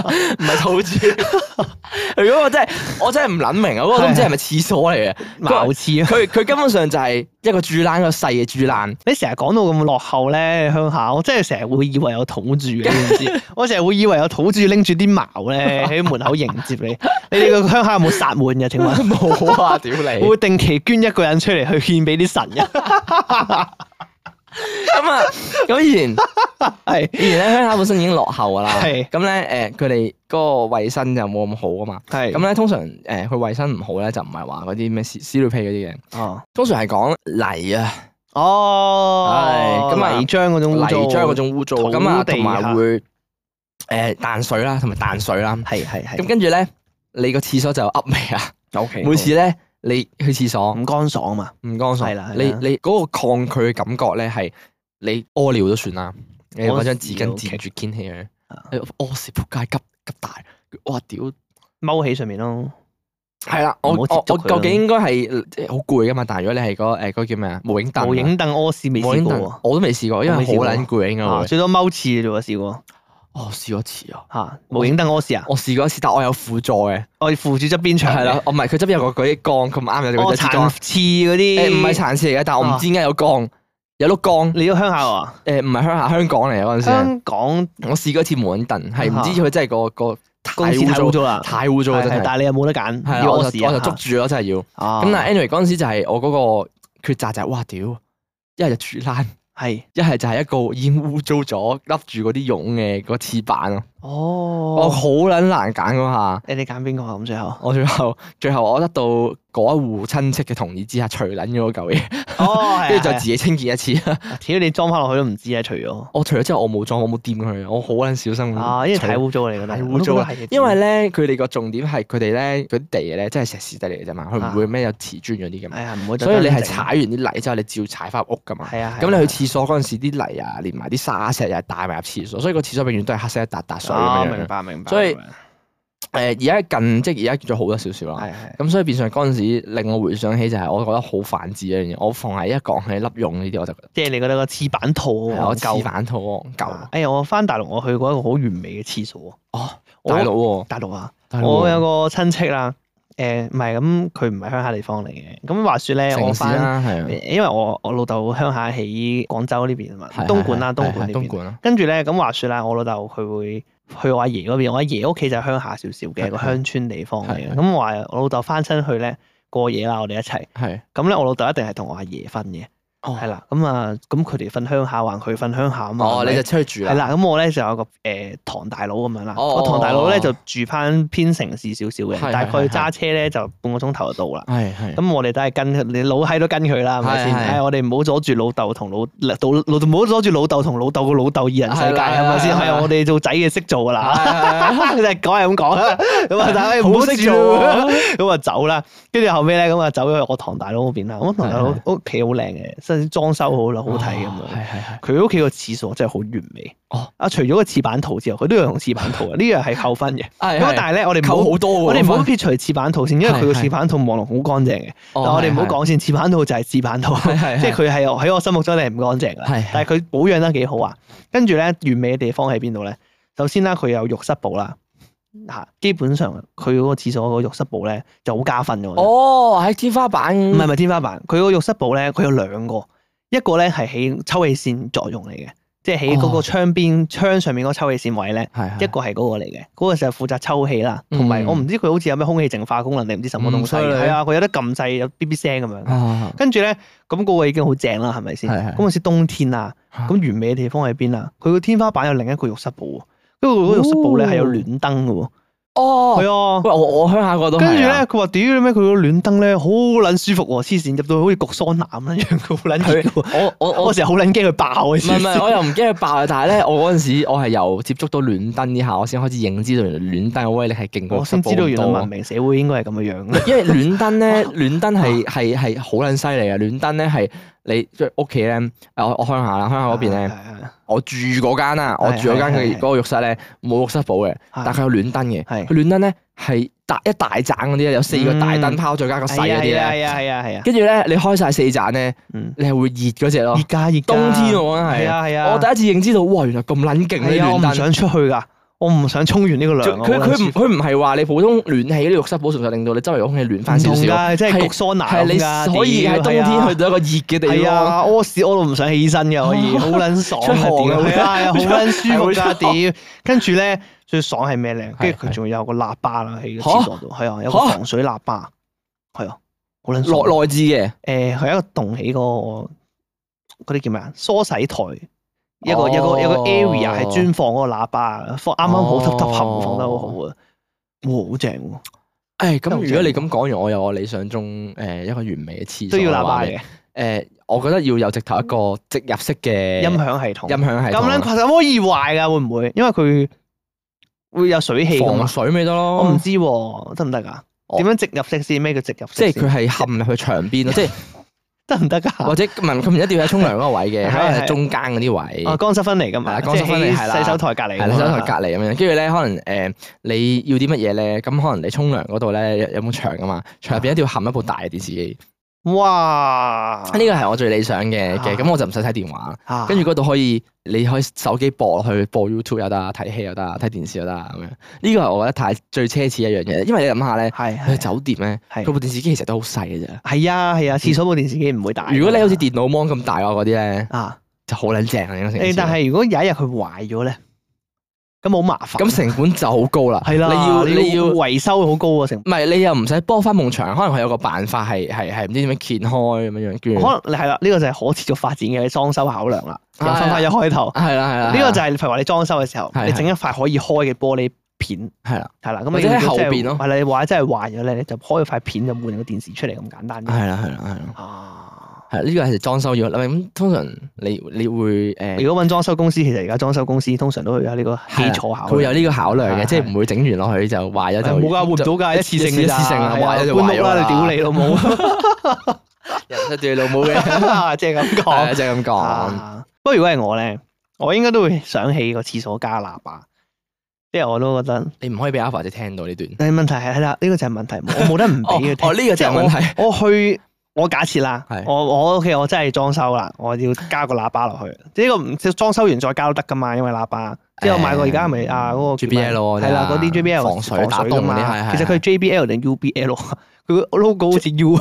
[SPEAKER 1] [LAUGHS] 嘛？
[SPEAKER 2] 唔係土豬。如果我真係我真係唔撚明啊，我都唔知係咪廁所嚟嘅。
[SPEAKER 1] 茅廁啊！
[SPEAKER 2] 佢佢根本上就係一個豬欄，一個細嘅豬欄。
[SPEAKER 1] 你成日講到咁落後咧，鄉下，我真係成日會以為有土著嘅，你知唔
[SPEAKER 2] [LAUGHS]
[SPEAKER 1] 知？我成日會以為有土著拎住啲矛咧喺門口迎接你。你哋個鄉下有冇撒滿嘅？請問？
[SPEAKER 2] 冇啊！屌
[SPEAKER 1] [LAUGHS]
[SPEAKER 2] 你，
[SPEAKER 1] 會唔會定期捐一個人出嚟去獻俾啲神嘅，
[SPEAKER 2] [LAUGHS] 咁啊咁以前
[SPEAKER 1] 係
[SPEAKER 2] 以前咧鄉下本身已經落後噶啦，
[SPEAKER 1] 係
[SPEAKER 2] 咁咧誒佢哋嗰個衞生就冇咁好噶嘛。
[SPEAKER 1] 係
[SPEAKER 2] 咁咧通常誒佢衞生唔好咧就唔係話嗰啲咩屎屎尿屁嗰啲嘅，
[SPEAKER 1] 哦
[SPEAKER 2] 通常係講泥啊。
[SPEAKER 1] 哦，
[SPEAKER 2] 係咁啊
[SPEAKER 1] 泥漿嗰種污
[SPEAKER 2] 泥
[SPEAKER 1] 糟
[SPEAKER 2] 漿嗰種污糟，
[SPEAKER 1] 土地
[SPEAKER 2] 咁啊同
[SPEAKER 1] 下
[SPEAKER 2] 埋會誒淡水啦，同埋淡水啦。
[SPEAKER 1] 係係係
[SPEAKER 2] 咁跟住咧，你個廁所就有噏味 [LAUGHS] 啊！
[SPEAKER 1] O K，
[SPEAKER 2] 每次咧，你去廁所
[SPEAKER 1] 唔乾爽嘛，
[SPEAKER 2] 唔嗯乾
[SPEAKER 1] 係
[SPEAKER 2] 爽
[SPEAKER 1] 啦，係
[SPEAKER 2] 你
[SPEAKER 1] 啦
[SPEAKER 2] 你嗰個抗拒嘅感覺咧係你屙尿都算啦，你
[SPEAKER 1] 屙
[SPEAKER 2] 攞張
[SPEAKER 1] 屎
[SPEAKER 2] 紙
[SPEAKER 1] 都
[SPEAKER 2] 巾墊住掀起佢
[SPEAKER 1] 啊，
[SPEAKER 2] 你屙屎仆街急急大，哇屌！
[SPEAKER 1] 踎喺上面咯，
[SPEAKER 2] 係啦，我
[SPEAKER 1] 唔好
[SPEAKER 2] 我
[SPEAKER 1] 接觸
[SPEAKER 2] 我
[SPEAKER 1] 佢
[SPEAKER 2] 究竟
[SPEAKER 1] 啦
[SPEAKER 2] 應該係即係好攰噶嘛？但係如果你係嗰誒嗰個叫咩啊無影凳啊，
[SPEAKER 1] 無影凳屙屎未
[SPEAKER 2] 無
[SPEAKER 1] 試
[SPEAKER 2] 影
[SPEAKER 1] 過
[SPEAKER 2] 凳
[SPEAKER 1] 喎
[SPEAKER 2] 我都未試過，因
[SPEAKER 1] 我
[SPEAKER 2] 為好
[SPEAKER 1] 未試過
[SPEAKER 2] 撚攰應該
[SPEAKER 1] 啊，
[SPEAKER 2] 會。
[SPEAKER 1] 最多踎廁啫喎，試過。
[SPEAKER 2] 我試過一次啊，
[SPEAKER 1] 吓，無影燈屙屎啊！
[SPEAKER 2] 我試過一次，但我有輔助嘅。
[SPEAKER 1] 我哋扶住側邊牆，
[SPEAKER 2] 係啦，，我唔係佢側邊有個嗰啲缸，咁啱有
[SPEAKER 1] 我
[SPEAKER 2] 個支缸
[SPEAKER 1] 殘，廁嗰
[SPEAKER 2] 誒唔
[SPEAKER 1] 啲，
[SPEAKER 2] 係殘廁嚟嘅，但
[SPEAKER 1] 哦
[SPEAKER 2] 我唔知點解有缸，有碌缸，
[SPEAKER 1] 你都鄉下喎，
[SPEAKER 2] 誒唔係鄉下香港嚟嘅嗰陣時，啊
[SPEAKER 1] 香港
[SPEAKER 2] 我試過一次無影凳，係唔知佢真係個個
[SPEAKER 1] 公司太污糟啦，
[SPEAKER 2] 太污糟啦
[SPEAKER 1] 係
[SPEAKER 2] 真
[SPEAKER 1] 係
[SPEAKER 2] 係，
[SPEAKER 1] 但係你又冇得
[SPEAKER 2] 係
[SPEAKER 1] 揀，
[SPEAKER 2] 啦，
[SPEAKER 1] 要
[SPEAKER 2] 我
[SPEAKER 1] 屙屎
[SPEAKER 2] 就
[SPEAKER 1] 啊
[SPEAKER 2] 我就捉住咯，真係要。咁
[SPEAKER 1] 啊
[SPEAKER 2] 但係 anyway 嗰陣時就係我嗰個抉擇就係哇屌，一係就住欄，
[SPEAKER 1] 係
[SPEAKER 2] 一係就係一個已經污糟咗笠住嗰啲絨嘅個廁板咯，我
[SPEAKER 1] 哦，
[SPEAKER 2] 好撚難揀嗰下。
[SPEAKER 1] 你哋揀邊個啊咁最後？
[SPEAKER 2] [LAUGHS] 我最後最後我得到嗰一户親戚嘅同意之下，除撚咗嗰嚿嘢，
[SPEAKER 1] 哦， [LAUGHS] 係啊
[SPEAKER 2] 跟住再自己清潔一次。
[SPEAKER 1] 係啊屌你裝翻落去都唔知啊，除咗
[SPEAKER 2] [LAUGHS] 我除咗之後，我冇裝，我冇掂佢，我好撚小心咁。
[SPEAKER 1] 啊，因為太污糟啦，你覺得
[SPEAKER 2] 太
[SPEAKER 1] 我
[SPEAKER 2] 污糟啦啊
[SPEAKER 1] 都覺得係嘅
[SPEAKER 2] 因為咧，佢哋個重點係佢哋咧嗰啲地咧，真係石屎地嚟嘅啫嘛，佢唔
[SPEAKER 1] 啊
[SPEAKER 2] 會咩有瓷磚嗰啲嘅嘛。
[SPEAKER 1] 哎呀，唔會特
[SPEAKER 2] 所以
[SPEAKER 1] 登整。
[SPEAKER 2] 你係踩完啲泥之後，你照踩翻屋噶嘛。
[SPEAKER 1] 係啊，係啊
[SPEAKER 2] 咁你去廁所嗰陣時，啲泥啊，連埋啲沙石又係帶埋入廁所，所以個廁所永遠都係黑色一笪笪水
[SPEAKER 1] 啊
[SPEAKER 2] 咁樣
[SPEAKER 1] 明
[SPEAKER 2] 樣。
[SPEAKER 1] 白明白。
[SPEAKER 2] 所以
[SPEAKER 1] 明白
[SPEAKER 2] 誒而家近即係而家叫咗好咗少少啦。
[SPEAKER 1] 係係
[SPEAKER 2] 咁所以變相嗰陣時令我回想起就係我覺得好反智一樣嘢。我逢係一講起粒用呢啲我就覺得
[SPEAKER 1] 即係你覺得個廁板套啊
[SPEAKER 2] 係啊我
[SPEAKER 1] 我
[SPEAKER 2] 黐反套我唔夠。
[SPEAKER 1] 哎呀，我翻大陸我去過一個好完美嘅廁所。
[SPEAKER 2] 哦，
[SPEAKER 1] 我
[SPEAKER 2] 大陸喎，
[SPEAKER 1] 大陸啊，
[SPEAKER 2] 大陸喎
[SPEAKER 1] 我有個親戚啦，誒唔係咁，佢唔係鄉下地方嚟嘅。咁話說咧，我
[SPEAKER 2] 城市
[SPEAKER 1] 翻，
[SPEAKER 2] 啦，係啊
[SPEAKER 1] 因為我我老豆鄉下喺廣州呢邊啊嘛，
[SPEAKER 2] 係，
[SPEAKER 1] 東莞啦，
[SPEAKER 2] 係係
[SPEAKER 1] 東莞
[SPEAKER 2] 係
[SPEAKER 1] 呢
[SPEAKER 2] 東
[SPEAKER 1] 邊。
[SPEAKER 2] 莞啊啦，
[SPEAKER 1] 跟住咧，咁話說啦，我老豆佢會去我阿爺嗰邊，我阿爺屋企就係鄉下少少嘅
[SPEAKER 2] 係
[SPEAKER 1] 一個
[SPEAKER 2] 係
[SPEAKER 1] 鄉村地方嚟
[SPEAKER 2] 係
[SPEAKER 1] 嘅。
[SPEAKER 2] 係
[SPEAKER 1] 咁我話我老豆翻親去咧過夜啦，我哋一齊。
[SPEAKER 2] 係
[SPEAKER 1] 咁咧，我老豆一定係同我阿爺瞓嘅，
[SPEAKER 2] 哦
[SPEAKER 1] 係啦。咁啊，咁佢哋瞓鄉下，還佢瞓鄉下啊嘛。
[SPEAKER 2] 哦，
[SPEAKER 1] 係咪
[SPEAKER 2] 你就出去住
[SPEAKER 1] 係
[SPEAKER 2] 啦，
[SPEAKER 1] 啦，咁我咧就有個誒堂大佬咁樣啦。
[SPEAKER 2] 哦
[SPEAKER 1] 我堂大佬咧
[SPEAKER 2] 哦
[SPEAKER 1] 就住翻偏城市少少
[SPEAKER 2] 係係
[SPEAKER 1] 嘅，大概
[SPEAKER 2] 係係
[SPEAKER 1] 揸車咧就半個鐘頭就到啦。
[SPEAKER 2] 係係
[SPEAKER 1] 咁我哋都係跟佢你老閪都跟佢啦，係咪先？
[SPEAKER 2] 係係
[SPEAKER 1] 唉，我哋唔好阻住老豆同老老老唔好阻住老豆同老豆個老豆二人世界，
[SPEAKER 2] 係啦
[SPEAKER 1] 係咪先？
[SPEAKER 2] 係啦係啦
[SPEAKER 1] 係我哋做仔嘅識做噶啦，
[SPEAKER 2] 係
[SPEAKER 1] [LAUGHS] 就係講係咁講
[SPEAKER 2] [LAUGHS]
[SPEAKER 1] 啦。咁啊，大家唔
[SPEAKER 2] 好
[SPEAKER 1] 好
[SPEAKER 2] 識
[SPEAKER 1] 識
[SPEAKER 2] 做
[SPEAKER 1] 做
[SPEAKER 2] 啊，
[SPEAKER 1] 咁啊 [LAUGHS] 走啦。跟住後尾咧，咁啊走咗去我堂大佬嗰邊啦。我堂大佬
[SPEAKER 2] 係
[SPEAKER 1] 屋企好靚嘅，甚至裝修好啦，好睇咁樣。
[SPEAKER 2] 哦係係係
[SPEAKER 1] 佢屋企個廁所真係好完美。
[SPEAKER 2] 哦，
[SPEAKER 1] 啊，除咗個廁板套之後，佢都有用廁板啊
[SPEAKER 2] [LAUGHS]
[SPEAKER 1] 套嘅，呢樣係扣分嘅。咁啊
[SPEAKER 2] 哎係，
[SPEAKER 1] 但係咧，我哋唔好
[SPEAKER 2] 扣好多喎，
[SPEAKER 1] 我哋唔好
[SPEAKER 2] 分
[SPEAKER 1] 撇除廁板套先，因為佢個
[SPEAKER 2] 係係
[SPEAKER 1] 廁板套望落好乾淨嘅。但
[SPEAKER 2] 哦
[SPEAKER 1] 我哋唔好
[SPEAKER 2] 係係
[SPEAKER 1] 講先，廁板套就係廁板套，
[SPEAKER 2] 係
[SPEAKER 1] [LAUGHS]
[SPEAKER 2] 係
[SPEAKER 1] 即係佢係喺我心目中係唔乾淨
[SPEAKER 2] 係
[SPEAKER 1] 嘅
[SPEAKER 2] 係。
[SPEAKER 1] 但係佢保養得幾好啊。跟住咧，完美嘅地方喺邊度咧？首先啦，佢有浴室部啦。嚇，基本上佢嗰個廁所個浴室部咧就好加分嘅。我覺得
[SPEAKER 2] 哦，喺天花板
[SPEAKER 1] 唔係唔係天花板，佢個浴室部咧，佢有兩個，一個咧係起抽氣扇作用嚟嘅，即係喺嗰個
[SPEAKER 2] 哦
[SPEAKER 1] 窗邊、窗上面嗰個抽氣扇位咧，
[SPEAKER 2] 係
[SPEAKER 1] 一個係嗰個嚟嘅，嗰、個就係負責抽氣啦，同埋
[SPEAKER 2] 嗯
[SPEAKER 1] 我唔知佢好似有咩空氣淨化功能定唔知什麼東西，
[SPEAKER 2] 唔犀利
[SPEAKER 1] 係啊，佢有得撳掣有嗶嗶聲咁樣。
[SPEAKER 2] 啊
[SPEAKER 1] 跟住咧，咁嗰個已經好正啦，係咪先？
[SPEAKER 2] 係係
[SPEAKER 1] 咁嗰時冬天啊，咁完美嘅地方喺邊啊？佢個天花板有另一個浴室部喎，跟住嗰個浴室部咧係有暖燈嘅喎，
[SPEAKER 2] 哦，
[SPEAKER 1] 係啊。
[SPEAKER 2] 喂，我我鄉下個都係
[SPEAKER 1] 跟
[SPEAKER 2] 啊
[SPEAKER 1] 住咧，，佢話：屌你咩？佢個暖燈咧，好撚舒服喎！黐線，入到好似焗桑拿咁樣，佢好撚熱喎。
[SPEAKER 2] 佢我我
[SPEAKER 1] [LAUGHS] 我
[SPEAKER 2] 我。
[SPEAKER 1] 成日好撚驚佢爆啊！
[SPEAKER 2] 唔係唔係，我又唔驚佢爆啊！但係咧，我嗰陣時我係由接觸到暖燈呢下，我先開始認知到原來暖燈嘅威力係勁過
[SPEAKER 1] 我先知道原來文
[SPEAKER 2] 來
[SPEAKER 1] 明社會應該係咁啊嘅
[SPEAKER 2] [LAUGHS]
[SPEAKER 1] 樣。
[SPEAKER 2] 因為暖
[SPEAKER 1] [LAUGHS]
[SPEAKER 2] 燈咧，暖燈係係係好撚犀利啊嘅。暖燈咧係你即係屋企咧，我我鄉下啦，鄉下嗰邊咧，我住嗰間啦，我住嗰間
[SPEAKER 1] 啊係係係
[SPEAKER 2] 佢嗰個浴室咧冇浴室寶嘅，但
[SPEAKER 1] 係
[SPEAKER 2] 佢有暖燈嘅。
[SPEAKER 1] 係
[SPEAKER 2] 佢暖燈咧係大一大盞嗰啲咧，有四個大燈
[SPEAKER 1] 嗯
[SPEAKER 2] 泡，再加個細嗰啲
[SPEAKER 1] 係啊
[SPEAKER 2] 咧。
[SPEAKER 1] 係啊係啊係啊，
[SPEAKER 2] 跟住咧，你開晒四盞咧，
[SPEAKER 1] 嗯，
[SPEAKER 2] 你係會熱嗰只咯
[SPEAKER 1] 熱。㗎熱㗎。
[SPEAKER 2] 冬天我講
[SPEAKER 1] 係
[SPEAKER 2] 係，
[SPEAKER 1] 啊係啊，
[SPEAKER 2] 我第一次認知到，哇！原來咁撚勁呢
[SPEAKER 1] 係啊，我
[SPEAKER 2] 暖
[SPEAKER 1] 唔
[SPEAKER 2] 燈。
[SPEAKER 1] 想出去㗎，我唔想沖完呢個涼
[SPEAKER 2] 佢
[SPEAKER 1] 啊。
[SPEAKER 2] 佢
[SPEAKER 1] 好撚
[SPEAKER 2] 佢
[SPEAKER 1] 舒
[SPEAKER 2] 唔
[SPEAKER 1] 服
[SPEAKER 2] 佢唔係話你普通暖氣呢浴室保純粹令到你周圍嘅空氣暖翻少
[SPEAKER 1] 唔同
[SPEAKER 2] 少，
[SPEAKER 1] 㗎，即係
[SPEAKER 2] 係
[SPEAKER 1] 焗桑拿
[SPEAKER 2] 係
[SPEAKER 1] 咁
[SPEAKER 2] 你啊
[SPEAKER 1] 㗎。啊
[SPEAKER 2] 可以喺冬天去到一個熱嘅地
[SPEAKER 1] 係
[SPEAKER 2] 方。
[SPEAKER 1] 啊，屙屎屙到唔想起身嘅可以，好撚爽
[SPEAKER 2] 出
[SPEAKER 1] 啊！
[SPEAKER 2] 汗
[SPEAKER 1] 屌，
[SPEAKER 2] 㗎會
[SPEAKER 1] 係啊，係啊好撚舒服
[SPEAKER 2] 係會
[SPEAKER 1] 㗎
[SPEAKER 2] 出汗
[SPEAKER 1] 屌。跟住咧最爽係咩咧？跟住
[SPEAKER 2] 係
[SPEAKER 1] 佢
[SPEAKER 2] 係
[SPEAKER 1] 仲有個喇叭啦喺個廁所度，係啊，有個
[SPEAKER 2] 嚇
[SPEAKER 1] 防水喇叭，係啊，好撚爽。
[SPEAKER 2] 內內置嘅，
[SPEAKER 1] 誒，佢係一個動起個嗰啲叫咩啊？梳洗台。一個一個一個
[SPEAKER 2] 哦
[SPEAKER 1] area 係專放嗰個喇叭，放啱啱好
[SPEAKER 2] 哦
[SPEAKER 1] 揼揼冚，放得好好啊！哇，好正喎！
[SPEAKER 2] 誒咁
[SPEAKER 1] 都唔
[SPEAKER 2] 如果
[SPEAKER 1] 正
[SPEAKER 2] 你咁講完，我有我理想中誒一個完美嘅廁所
[SPEAKER 1] 都要喇
[SPEAKER 2] 嘅話
[SPEAKER 1] 叭
[SPEAKER 2] 咧
[SPEAKER 1] 嘅
[SPEAKER 2] 誒，我覺得要有直頭一個植入式嘅
[SPEAKER 1] 音響系統。啊
[SPEAKER 2] 音響系
[SPEAKER 1] 咁
[SPEAKER 2] 啊統
[SPEAKER 1] 樣
[SPEAKER 2] 啦
[SPEAKER 1] 其實好易壞㗎，會唔會？因為佢會有水氣㗎嘛
[SPEAKER 2] 防。水咪得咯。
[SPEAKER 1] 我唔知喎，得唔得㗎？
[SPEAKER 2] 我
[SPEAKER 1] 點樣植入式先？咩叫植入式
[SPEAKER 2] 哦即
[SPEAKER 1] 先？
[SPEAKER 2] 係佢係陷入去牆 [LAUGHS] 邊咯，即係
[SPEAKER 1] 得唔得㗎？
[SPEAKER 2] 或者唔係佢唔一定要喺沖涼嗰個位嘅，
[SPEAKER 1] 係
[SPEAKER 2] 可能
[SPEAKER 1] 係
[SPEAKER 2] 係中間嗰啲位。
[SPEAKER 1] 哦，乾濕分離㗎嘛，
[SPEAKER 2] 係啦乾濕分離
[SPEAKER 1] 即係喺
[SPEAKER 2] 係啦
[SPEAKER 1] 洗手台隔離㗎啊
[SPEAKER 2] 係
[SPEAKER 1] 嘛。
[SPEAKER 2] 啦，走台隔離咁樣，跟住咧可能誒、呃你要啲乜嘢咧？咁可能你沖涼嗰度咧有有冇牆噶啊嘛？牆入邊一定要含一部大嘅電視機，
[SPEAKER 1] 哇！
[SPEAKER 2] 呢個係我最理想嘅嘅。咁、
[SPEAKER 1] 啊
[SPEAKER 2] 我就唔使睇電話，
[SPEAKER 1] 啊
[SPEAKER 2] 跟住嗰度可以你可以手機播落去播 YouTube 又得，啊睇戲又得，睇電視又得啊咁樣。呢個係我覺得太最奢侈一樣嘢，因為你諗下咧，
[SPEAKER 1] 係
[SPEAKER 2] 去
[SPEAKER 1] 係
[SPEAKER 2] 酒店咧，
[SPEAKER 1] 係
[SPEAKER 2] 佢部電視機其實都好細嘅啫。
[SPEAKER 1] 係啊係啊，廁所部電視機唔會大㗎嘛。
[SPEAKER 2] 如果你好似電腦 mon 咁大啊嗰啲咧，
[SPEAKER 1] 啊，
[SPEAKER 2] 就好撚正啊！應該成件
[SPEAKER 1] 誒，
[SPEAKER 2] 事
[SPEAKER 1] 但係如果有一日佢壞咗咧，咁好麻煩。
[SPEAKER 2] 咁成本就好高啦，
[SPEAKER 1] 係啦，
[SPEAKER 2] 你要你要。
[SPEAKER 1] 維修好高啊，成
[SPEAKER 2] 唔係你又唔使幫翻夢牆，可能佢有個辦法係係係唔知點樣揭開咁樣樣，跟住
[SPEAKER 1] 可能係啦，呢個就係可持續發展嘅裝修考
[SPEAKER 2] 啊
[SPEAKER 1] 量啦。又翻翻一開頭，
[SPEAKER 2] 係啦係啦，
[SPEAKER 1] 呢個就
[SPEAKER 2] 係
[SPEAKER 1] 係譬如話你裝修嘅時候，
[SPEAKER 2] 啊係
[SPEAKER 1] 你整一塊可以開嘅玻璃片，
[SPEAKER 2] 係啦，
[SPEAKER 1] 係啦，咁
[SPEAKER 2] 或者喺後邊咯
[SPEAKER 1] 係啦，你話真係壞咗咧，你就開塊片就換個電視出嚟咁簡單啫。
[SPEAKER 2] 係啦，係啦，係啦，
[SPEAKER 1] 啊！
[SPEAKER 2] 係啦呢個係裝修要，唔係咁通常你你會誒。
[SPEAKER 1] 如果揾裝修公司，其實而家裝修公司通常都會有呢個基礎考
[SPEAKER 2] 佢會
[SPEAKER 1] 慮。
[SPEAKER 2] 有呢個考慮嘅，
[SPEAKER 1] 係
[SPEAKER 2] 即係唔會整完落去就壞咗就
[SPEAKER 1] 冇㗎，換唔
[SPEAKER 2] 就
[SPEAKER 1] 到㗎，
[SPEAKER 2] 一次性
[SPEAKER 1] 嘅
[SPEAKER 2] 一次性啊
[SPEAKER 1] 係啊
[SPEAKER 2] 壞咗就
[SPEAKER 1] 搬
[SPEAKER 2] 壞
[SPEAKER 1] 屋
[SPEAKER 2] 咗
[SPEAKER 1] 啦，
[SPEAKER 2] 啦
[SPEAKER 1] 你屌你老母，
[SPEAKER 2] [LAUGHS]
[SPEAKER 1] [LAUGHS]
[SPEAKER 2] 人出對老母嘅，
[SPEAKER 1] 即係咁
[SPEAKER 2] 係啊
[SPEAKER 1] 講。
[SPEAKER 2] 就係咁講。
[SPEAKER 1] 啊不過如果係我咧，我應該都會想起個廁所加喇叭，即係我都覺得。
[SPEAKER 2] 你唔可以俾 Alpha 姐聽到呢段。
[SPEAKER 1] 但係問題係係啦，呢個就係問題，我冇得唔
[SPEAKER 2] 哦 [LAUGHS]
[SPEAKER 1] 俾佢聽。
[SPEAKER 2] 哦，呢個
[SPEAKER 1] 即係
[SPEAKER 2] 就係
[SPEAKER 1] 我
[SPEAKER 2] 問題。
[SPEAKER 1] 我去，我假設啦
[SPEAKER 2] 係，
[SPEAKER 1] 我我屋企我真係裝修啦，我要加個喇叭落去。呢個唔即係裝修完再加都得噶嘛，因為喇叭。即係我買過而家係咪啊嗰個
[SPEAKER 2] JBL 嗰啲啊
[SPEAKER 1] 係啦，嗰啲 JBL
[SPEAKER 2] 防水打
[SPEAKER 1] 噶
[SPEAKER 2] 洞嗰啲係
[SPEAKER 1] 嘛。
[SPEAKER 2] 係
[SPEAKER 1] 其實佢係 JBL 定 UBL，啊 [LAUGHS] 佢個
[SPEAKER 2] [LAUGHS]
[SPEAKER 1] logo 好似 U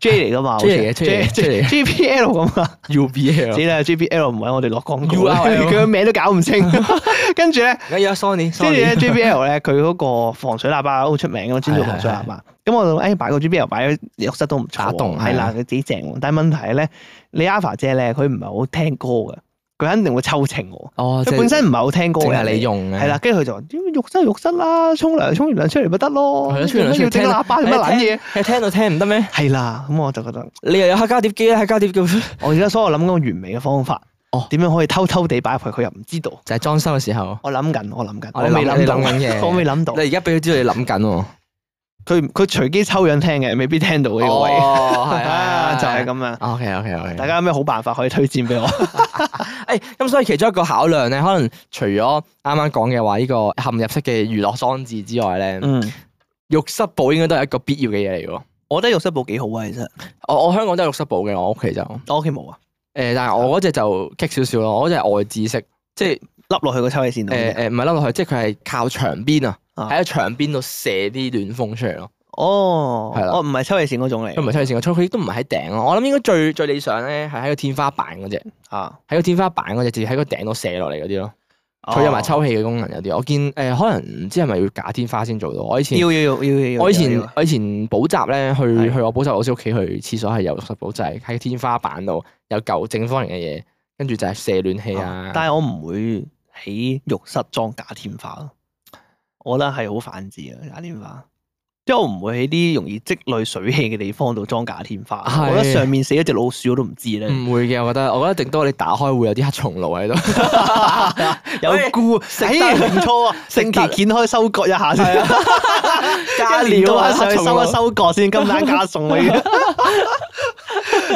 [SPEAKER 1] J 嚟噶嘛好似
[SPEAKER 2] J 嚟嘅 J 嚟
[SPEAKER 1] J-
[SPEAKER 2] 嘅
[SPEAKER 1] J- JBL 咁啊。
[SPEAKER 2] U B L
[SPEAKER 1] 死啦！JBL 唔揾我哋落廣告啦，
[SPEAKER 2] URL
[SPEAKER 1] [LAUGHS] 佢個名都搞唔
[SPEAKER 2] [LAUGHS]
[SPEAKER 1] 清。跟住咧，
[SPEAKER 2] 而家有 Sony，
[SPEAKER 1] 跟住咧 JBL 咧，佢嗰個防水喇叭好出名嘅嘛，專做防水喇叭。咁我就誒擺個 JBL 擺喺浴室都唔錯
[SPEAKER 2] 打
[SPEAKER 1] 喎，
[SPEAKER 2] 洞
[SPEAKER 1] 係
[SPEAKER 2] 係
[SPEAKER 1] 啦，
[SPEAKER 2] 啊
[SPEAKER 1] 佢幾正喎。但係問題係咧，你 Alpha 姐咧，佢唔係好聽歌嘅，佢肯定會抽情我。
[SPEAKER 2] 哦，
[SPEAKER 1] 佢本身唔係好聽歌
[SPEAKER 2] 淨
[SPEAKER 1] 嘅，
[SPEAKER 2] 係你用嘅，
[SPEAKER 1] 係啦。跟住佢就話：點浴室浴室啦，沖涼沖完涼出嚟咪得咯。
[SPEAKER 2] 係啊咯沖完
[SPEAKER 1] 做
[SPEAKER 2] 涼
[SPEAKER 1] 乜要整
[SPEAKER 2] 出嚟
[SPEAKER 1] 喇叭做乜撚嘢？
[SPEAKER 2] 你聽到聽唔得咩？
[SPEAKER 1] 係啦，咁我就覺得
[SPEAKER 2] 你又有黑膠碟機啦，啊黑膠碟機 [LAUGHS] 就
[SPEAKER 1] 我而家所有諗緊個完美嘅方法
[SPEAKER 2] 哦，
[SPEAKER 1] 點樣可以偷偷地擺入去，佢又唔知道。
[SPEAKER 2] 係裝修嘅時候。
[SPEAKER 1] 我諗緊，我諗緊，我
[SPEAKER 2] 哦你
[SPEAKER 1] 未
[SPEAKER 2] 諗
[SPEAKER 1] 諗到
[SPEAKER 2] 你諗緊
[SPEAKER 1] [LAUGHS]
[SPEAKER 2] 嘢
[SPEAKER 1] 我未諗到
[SPEAKER 2] 你。而家俾佢知道你諗緊喎。
[SPEAKER 1] 佢佢隨機抽樣聽嘅，未必聽到呢個位，
[SPEAKER 2] 哦，
[SPEAKER 1] [LAUGHS]
[SPEAKER 2] 係
[SPEAKER 1] 啊
[SPEAKER 2] [LAUGHS] 啊，
[SPEAKER 1] 就係。咁啊！
[SPEAKER 2] OK OK OK，
[SPEAKER 1] 大家有咩好辦法可以推薦俾我？
[SPEAKER 2] 誒哎咁，所以其中一個考量咧，可能除咗啱啱講嘅話，呢個嵌入式嘅娛樂裝置之外咧，
[SPEAKER 1] 嗯， [LAUGHS]
[SPEAKER 2] 浴室寶應該都係一個必要嘅嘢嚟喎。
[SPEAKER 1] 我覺得浴室部幾好啊，其實
[SPEAKER 2] 我我香港都有浴室寶嘅，我屋企就誒，
[SPEAKER 1] 我屋企冇啊，
[SPEAKER 2] 但係我嗰只就棘少少咯，我嗰只係外置式，即係
[SPEAKER 1] 笠落去個抽氣扇度。
[SPEAKER 2] 誒誒唔係笠落去，即係佢係靠牆邊啊，
[SPEAKER 1] 嗯啊
[SPEAKER 2] 喺個牆邊度射啲暖風出嚟咯。
[SPEAKER 1] 哦，
[SPEAKER 2] 係啦
[SPEAKER 1] 我唔係抽氣扇嗰種
[SPEAKER 2] 佢唔
[SPEAKER 1] 嚟
[SPEAKER 2] 係抽氣扇，佢佢亦都唔係喺頂咯。我諗應該最最理想咧係喺個天花板嗰只，
[SPEAKER 1] 啊，
[SPEAKER 2] 喺個天花板嗰只，直接喺個頂度射落嚟嗰啲咯。
[SPEAKER 1] 哦
[SPEAKER 2] 佢有埋抽氣嘅功能有啲，我見誒、可能唔知係咪要假天花先做到。我以前
[SPEAKER 1] 要要要要要。
[SPEAKER 2] 我以
[SPEAKER 1] 要
[SPEAKER 2] 前
[SPEAKER 1] 要
[SPEAKER 2] 我以前補習咧，去
[SPEAKER 1] 係
[SPEAKER 2] 去我補習老師屋企去廁所係有浴室寶，就係喺天花板度有嚿正方形嘅嘢，跟住就係射暖氣
[SPEAKER 1] 啊
[SPEAKER 2] 啊。
[SPEAKER 1] 但係我唔會喺浴室裝假天花咯，我覺得係好反智啊！假天花，即係我唔會喺啲容易積累水氣嘅地方度裝假天花。
[SPEAKER 2] 係
[SPEAKER 1] 我覺得上面死咗隻老鼠我都唔知咧，
[SPEAKER 2] 唔會嘅，我覺得我覺得頂多你打開會有啲黑松露喺度。
[SPEAKER 1] 哦有菇，
[SPEAKER 2] 食
[SPEAKER 1] 哎
[SPEAKER 2] 得
[SPEAKER 1] 唔錯啊！
[SPEAKER 2] 食啊
[SPEAKER 1] 星
[SPEAKER 2] 得
[SPEAKER 1] 期剪開收割一下先， [LAUGHS]
[SPEAKER 2] 加
[SPEAKER 1] 一年
[SPEAKER 2] 料
[SPEAKER 1] 都
[SPEAKER 2] 啊
[SPEAKER 1] 話上去
[SPEAKER 2] 黑松
[SPEAKER 1] 收
[SPEAKER 2] 露
[SPEAKER 1] 一收割先，今單加餸 [LAUGHS] 啊！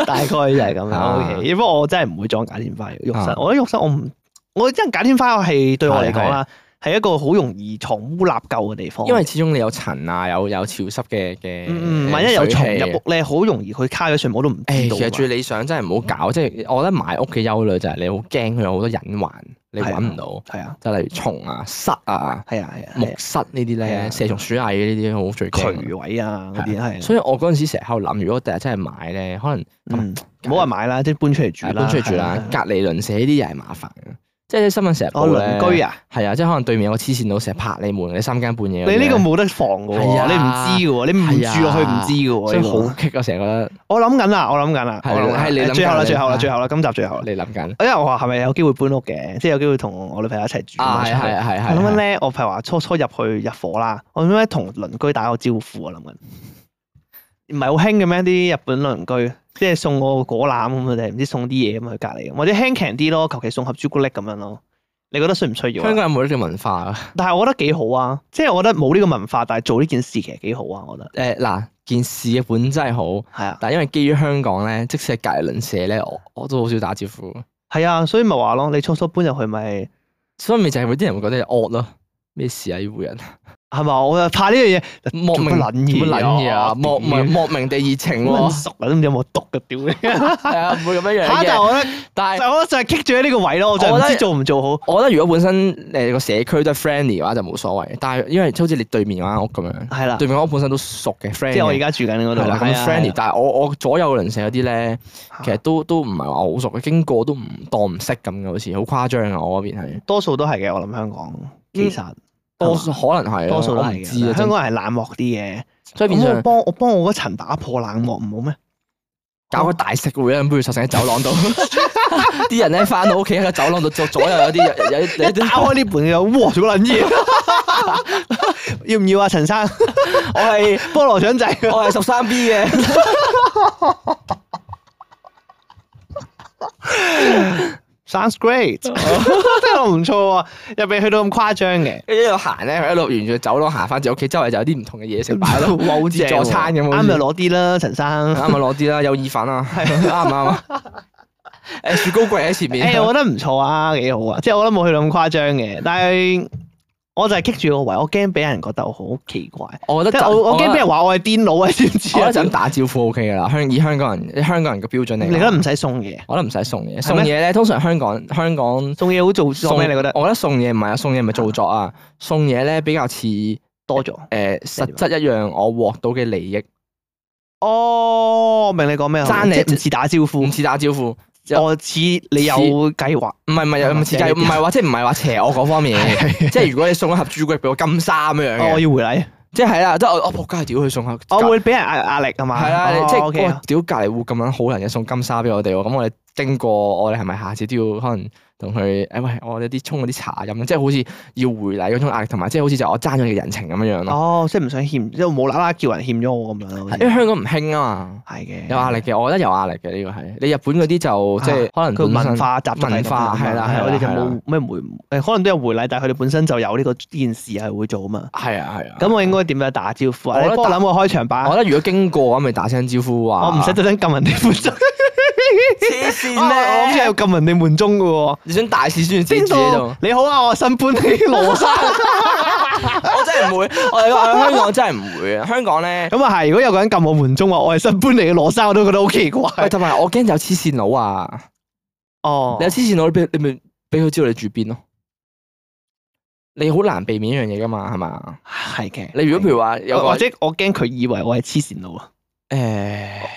[SPEAKER 1] 大概就係咁
[SPEAKER 2] 啊
[SPEAKER 1] 樣。O K，不過我真係唔會裝假天花嘅浴室
[SPEAKER 2] 啊，
[SPEAKER 1] 我覺得浴室我唔，我真係假天花係對我嚟講啦，係一個好容易藏污納垢嘅地方。
[SPEAKER 2] 因為始終你有塵啊，有有潮濕嘅嘅。
[SPEAKER 1] 嗯嗯，
[SPEAKER 2] 誒
[SPEAKER 1] 萬一有蟲入。
[SPEAKER 2] 水氣
[SPEAKER 1] 屋咧，好容易佢卡咗上我都唔知
[SPEAKER 2] 誒，其實
[SPEAKER 1] 道啊
[SPEAKER 2] 最
[SPEAKER 1] 嘛。
[SPEAKER 2] 理想真係唔好搞，即係我覺得買屋嘅憂慮就係你好驚佢有好多隱患，你
[SPEAKER 1] 係啊
[SPEAKER 2] 揾唔到，
[SPEAKER 1] 係啊，
[SPEAKER 2] 就例如蟲啊、虱啊、
[SPEAKER 1] 係啊，係啊，
[SPEAKER 2] 木
[SPEAKER 1] 係啊
[SPEAKER 2] 虱呢啲
[SPEAKER 1] 係啊
[SPEAKER 2] 咧，蛇蟲鼠蟻呢啲好最
[SPEAKER 1] 渠
[SPEAKER 2] 驚。
[SPEAKER 1] 位啊嗰啲係啊。
[SPEAKER 2] 所以我嗰陣時成日喺度諗，如果第日真係買咧，可能
[SPEAKER 1] 嗯，唔好話買啦，即係搬出嚟住啦，
[SPEAKER 2] 搬出去住
[SPEAKER 1] 係
[SPEAKER 2] 啦
[SPEAKER 1] 啊，
[SPEAKER 2] 隔離鄰舍呢啲又係麻煩嘅，即係新聞成日
[SPEAKER 1] 我
[SPEAKER 2] 報咧
[SPEAKER 1] 鄰居啊。
[SPEAKER 2] 係啊，即係可能對面有個黐線佬成日拍你門，你三更半夜嗰啲
[SPEAKER 1] 你
[SPEAKER 2] 咧。
[SPEAKER 1] 呢個啊冇得防嘅
[SPEAKER 2] 係
[SPEAKER 1] 喎，
[SPEAKER 2] 啊
[SPEAKER 1] 你唔知嘅喎，你唔住落去唔知嘅喎。
[SPEAKER 2] 所以
[SPEAKER 1] 呢個
[SPEAKER 2] 好棘啊！成日覺得
[SPEAKER 1] 我諗緊啊啦，我諗緊啦，我
[SPEAKER 2] 係
[SPEAKER 1] 諗緊啦
[SPEAKER 2] 係你諗緊
[SPEAKER 1] 最後啦，
[SPEAKER 2] 你
[SPEAKER 1] 最後啦，
[SPEAKER 2] 啊
[SPEAKER 1] 最後啦，今集最後啦。
[SPEAKER 2] 你諗緊
[SPEAKER 1] 因為我話係咪有機會搬屋嘅，即係有機會同我女朋友一齊住。
[SPEAKER 2] 啊，係
[SPEAKER 1] 咁樣
[SPEAKER 2] 係係
[SPEAKER 1] 我諗緊
[SPEAKER 2] 係。
[SPEAKER 1] 咧，我譬如話初初入去入伙啦，我點解同鄰居打個招呼啊？諗緊，唔係好興嘅咩？啲日本鄰居即係送我個果籃咁，佢哋唔知送啲嘢咁去隔離咁，或者輕強啲咯，求其送盒朱古力咁樣咯。你覺得需唔需要啊
[SPEAKER 2] 香港有冇呢個文化啊？
[SPEAKER 1] 但係我覺得幾好啊，即係我覺得冇呢個文化，但係做呢件事其實幾好啊，我覺得
[SPEAKER 2] 誒嗱，件事嘅本質係好，
[SPEAKER 1] 係啊，
[SPEAKER 2] 但因為基於香港咧，即使係隔離鄰舍咧，我我都好少打招呼，
[SPEAKER 1] 係啊，所以咪話咯，你初初搬入去咪
[SPEAKER 2] 所以咪就係會啲人會覺得你惡咯。咩事啊？呢戶人
[SPEAKER 1] 係咪？啊我又怕呢樣嘢
[SPEAKER 2] 莫名
[SPEAKER 1] [LAUGHS] 做乜撚嘢啊
[SPEAKER 2] 做乜撚嘢
[SPEAKER 1] 屌
[SPEAKER 2] 啊？莫名莫名地熱情
[SPEAKER 1] 咁 [LAUGHS]
[SPEAKER 2] 喎，
[SPEAKER 1] 熟啊，都唔知有冇毒嘅
[SPEAKER 2] [LAUGHS]
[SPEAKER 1] 屌你
[SPEAKER 2] 係啊，唔會咁樣樣
[SPEAKER 1] 嚇！但係
[SPEAKER 2] 嘅。
[SPEAKER 1] 我覺得，但
[SPEAKER 2] 但係
[SPEAKER 1] 係我覺得就係棘住喺呢個位咯，我就唔
[SPEAKER 2] 我覺
[SPEAKER 1] 知
[SPEAKER 2] 得
[SPEAKER 1] 做唔做好。
[SPEAKER 2] 我覺得如果本身誒個社區都係 friendly 嘅話，就冇所謂。但係因為好似你對面嗰間屋咁樣，
[SPEAKER 1] 係啦，
[SPEAKER 2] 對面嗰間屋本身都熟嘅 friend，
[SPEAKER 1] 啊即係我啊而家住緊嗰度
[SPEAKER 2] 係啦，咁 friendly，但係我我左右鄰舍嗰啲咧，其實都都唔係話好熟嘅，經過都唔當唔識咁嘅，好似好誇張啊！我嗰邊係
[SPEAKER 1] 多數都係嘅，我諗香港其實
[SPEAKER 2] 嗯多數可能係啊
[SPEAKER 1] 多數都
[SPEAKER 2] 我
[SPEAKER 1] 係
[SPEAKER 2] 唔知啊，
[SPEAKER 1] 嘅，香港人係冷漠啲嘅。
[SPEAKER 2] 真所以變
[SPEAKER 1] 咁我
[SPEAKER 2] 相
[SPEAKER 1] 幫我幫我嗰層打破冷漠唔好
[SPEAKER 2] [LAUGHS]
[SPEAKER 1] 咩？
[SPEAKER 2] 搞個大食會啊，不如就成喺走廊度， [LAUGHS] 啲人咧翻到屋企喺個走廊度，左左右有啲有有有
[SPEAKER 1] 一打
[SPEAKER 2] 啲 [LAUGHS]
[SPEAKER 1] 開呢盤嘢，哇！做乜撚嘢？ [LAUGHS] 要唔要啊，陳生？
[SPEAKER 2] 我係
[SPEAKER 1] 菠蘿腸仔，
[SPEAKER 2] 我係十三 B 嘅，
[SPEAKER 1] Sounds great，真
[SPEAKER 2] 哦
[SPEAKER 1] 哦係唔錯喎，又未去到咁誇張嘅。
[SPEAKER 2] 跟住一路行咧，佢一路沿住走廊行翻自己屋企，周圍就有啲唔同嘅嘢食
[SPEAKER 1] [LAUGHS]
[SPEAKER 2] 擺咯，哇，好似
[SPEAKER 1] 正喎
[SPEAKER 2] 助餐咁。
[SPEAKER 1] 啱
[SPEAKER 2] 好似啊
[SPEAKER 1] 就攞啲啦，陳生。
[SPEAKER 2] 啱咪攞啲啦，有意粉啊，啱唔啱啊？誒，雪糕櫃喺前面，
[SPEAKER 1] 誒，我覺得唔錯啊，幾好啊，即係我覺得冇去到咁誇張嘅，但係我就係棘住個位，我驚俾人覺得我好奇怪，
[SPEAKER 2] 我覺
[SPEAKER 1] 即
[SPEAKER 2] 得
[SPEAKER 1] 係
[SPEAKER 2] 就
[SPEAKER 1] 我我驚俾人
[SPEAKER 2] 我
[SPEAKER 1] 話我係癲佬啊，知唔知
[SPEAKER 2] 覺
[SPEAKER 1] 啊
[SPEAKER 2] 得？就咁打招呼 OK 噶啦，香以香港人香港人嘅標準嚟。
[SPEAKER 1] 你覺得唔？使送嘢，
[SPEAKER 2] 我覺得唔使送嘢，
[SPEAKER 1] 係
[SPEAKER 2] 送
[SPEAKER 1] 咩
[SPEAKER 2] 嘢咧通常香港香港
[SPEAKER 1] 送嘢好做作
[SPEAKER 2] 送
[SPEAKER 1] 咩？你覺得
[SPEAKER 2] 我覺得送嘢唔係啊，送嘢唔係做作啊，送嘢咧比較似誒
[SPEAKER 1] 多咗？
[SPEAKER 2] 呃實質一樣，我獲到嘅利益，
[SPEAKER 1] 嗯哦，我明你講咩啊？
[SPEAKER 2] 爭你
[SPEAKER 1] 即係唔似打招呼
[SPEAKER 2] 唔，啊似打招呼，唔有
[SPEAKER 1] 我似你有計劃。哦
[SPEAKER 2] 係唔係唔似計，唔係話即係唔係話邪惡嗰
[SPEAKER 1] [LAUGHS]
[SPEAKER 2] 方面嘅，即係如果你送一盒朱古力俾我金沙咁樣
[SPEAKER 1] 哦我
[SPEAKER 2] 嘅，
[SPEAKER 1] 要回禮，
[SPEAKER 2] 即係係啦，即係我我仆街屌佢送盒，
[SPEAKER 1] 我會俾人壓壓力係嘛？
[SPEAKER 2] 係啦，你即
[SPEAKER 1] 哦
[SPEAKER 2] 係
[SPEAKER 1] ，OK 啊
[SPEAKER 2] 哇屌隔離户咁樣好人嘅送金沙俾我哋喎，咁我哋經過我哋係咪下次都要可能同佢誒喂，我哋啲沖嗰啲茶飲，即係好似要回禮嗰種壓力，同埋即係好似就我哦爭咗你嘅人情咁樣樣咯。
[SPEAKER 1] 哦，即係唔想欠，即係冇啦啦叫人欠咗我咁樣咯。
[SPEAKER 2] 因為香港唔興啊嘛，
[SPEAKER 1] 係嘅，啊
[SPEAKER 2] 有壓力嘅，我覺得有壓力嘅呢個係。你日本嗰啲就即係可能
[SPEAKER 1] 佢
[SPEAKER 2] 本身
[SPEAKER 1] 文化習俗
[SPEAKER 2] 文化係啦係
[SPEAKER 1] 啊係
[SPEAKER 2] 啦
[SPEAKER 1] 我哋就
[SPEAKER 2] 係啦
[SPEAKER 1] 冇咩回誒，可能都有回禮，但係佢哋本身就有呢個呢件事係會做啊嘛。
[SPEAKER 2] 係啊係啊。
[SPEAKER 1] 咁我應該點樣打招呼啊？
[SPEAKER 2] 我
[SPEAKER 1] 你
[SPEAKER 2] 覺得
[SPEAKER 1] 幫我
[SPEAKER 2] 打
[SPEAKER 1] 諗個開場白
[SPEAKER 2] 我，覺得如果經過咁，咪打聲招呼啊話。
[SPEAKER 1] 我啊哦唔
[SPEAKER 2] [LAUGHS]
[SPEAKER 1] 使特登撳人哋門鐘，
[SPEAKER 2] 黐線
[SPEAKER 1] 我我好似
[SPEAKER 2] [LAUGHS] 咩？
[SPEAKER 1] 有撳人哋門鐘嘅喎。
[SPEAKER 2] 你想大事宣自己
[SPEAKER 1] 邊
[SPEAKER 2] 喺度
[SPEAKER 1] 度？？你好啊，我新搬起羅
[SPEAKER 2] [LAUGHS]
[SPEAKER 1] 生。
[SPEAKER 2] 我真係唔會，我哋我哋香港真係唔會啊！香港咧。
[SPEAKER 1] 咁啊係，如果有個人撳我門鐘話我係新搬嚟嘅羅生，我都覺得好奇怪。
[SPEAKER 2] 喂，同埋我驚有黐線佬啊！
[SPEAKER 1] 哦
[SPEAKER 2] 你有黐線佬，你俾你咪俾佢知道你住邊咯。你好難避免一樣嘢噶嘛，係嘛？
[SPEAKER 1] 係嘅。
[SPEAKER 2] 你如果譬如話有
[SPEAKER 1] 或
[SPEAKER 2] 個
[SPEAKER 1] 或者我驚佢以為我係黐線佬啊，
[SPEAKER 2] 誒，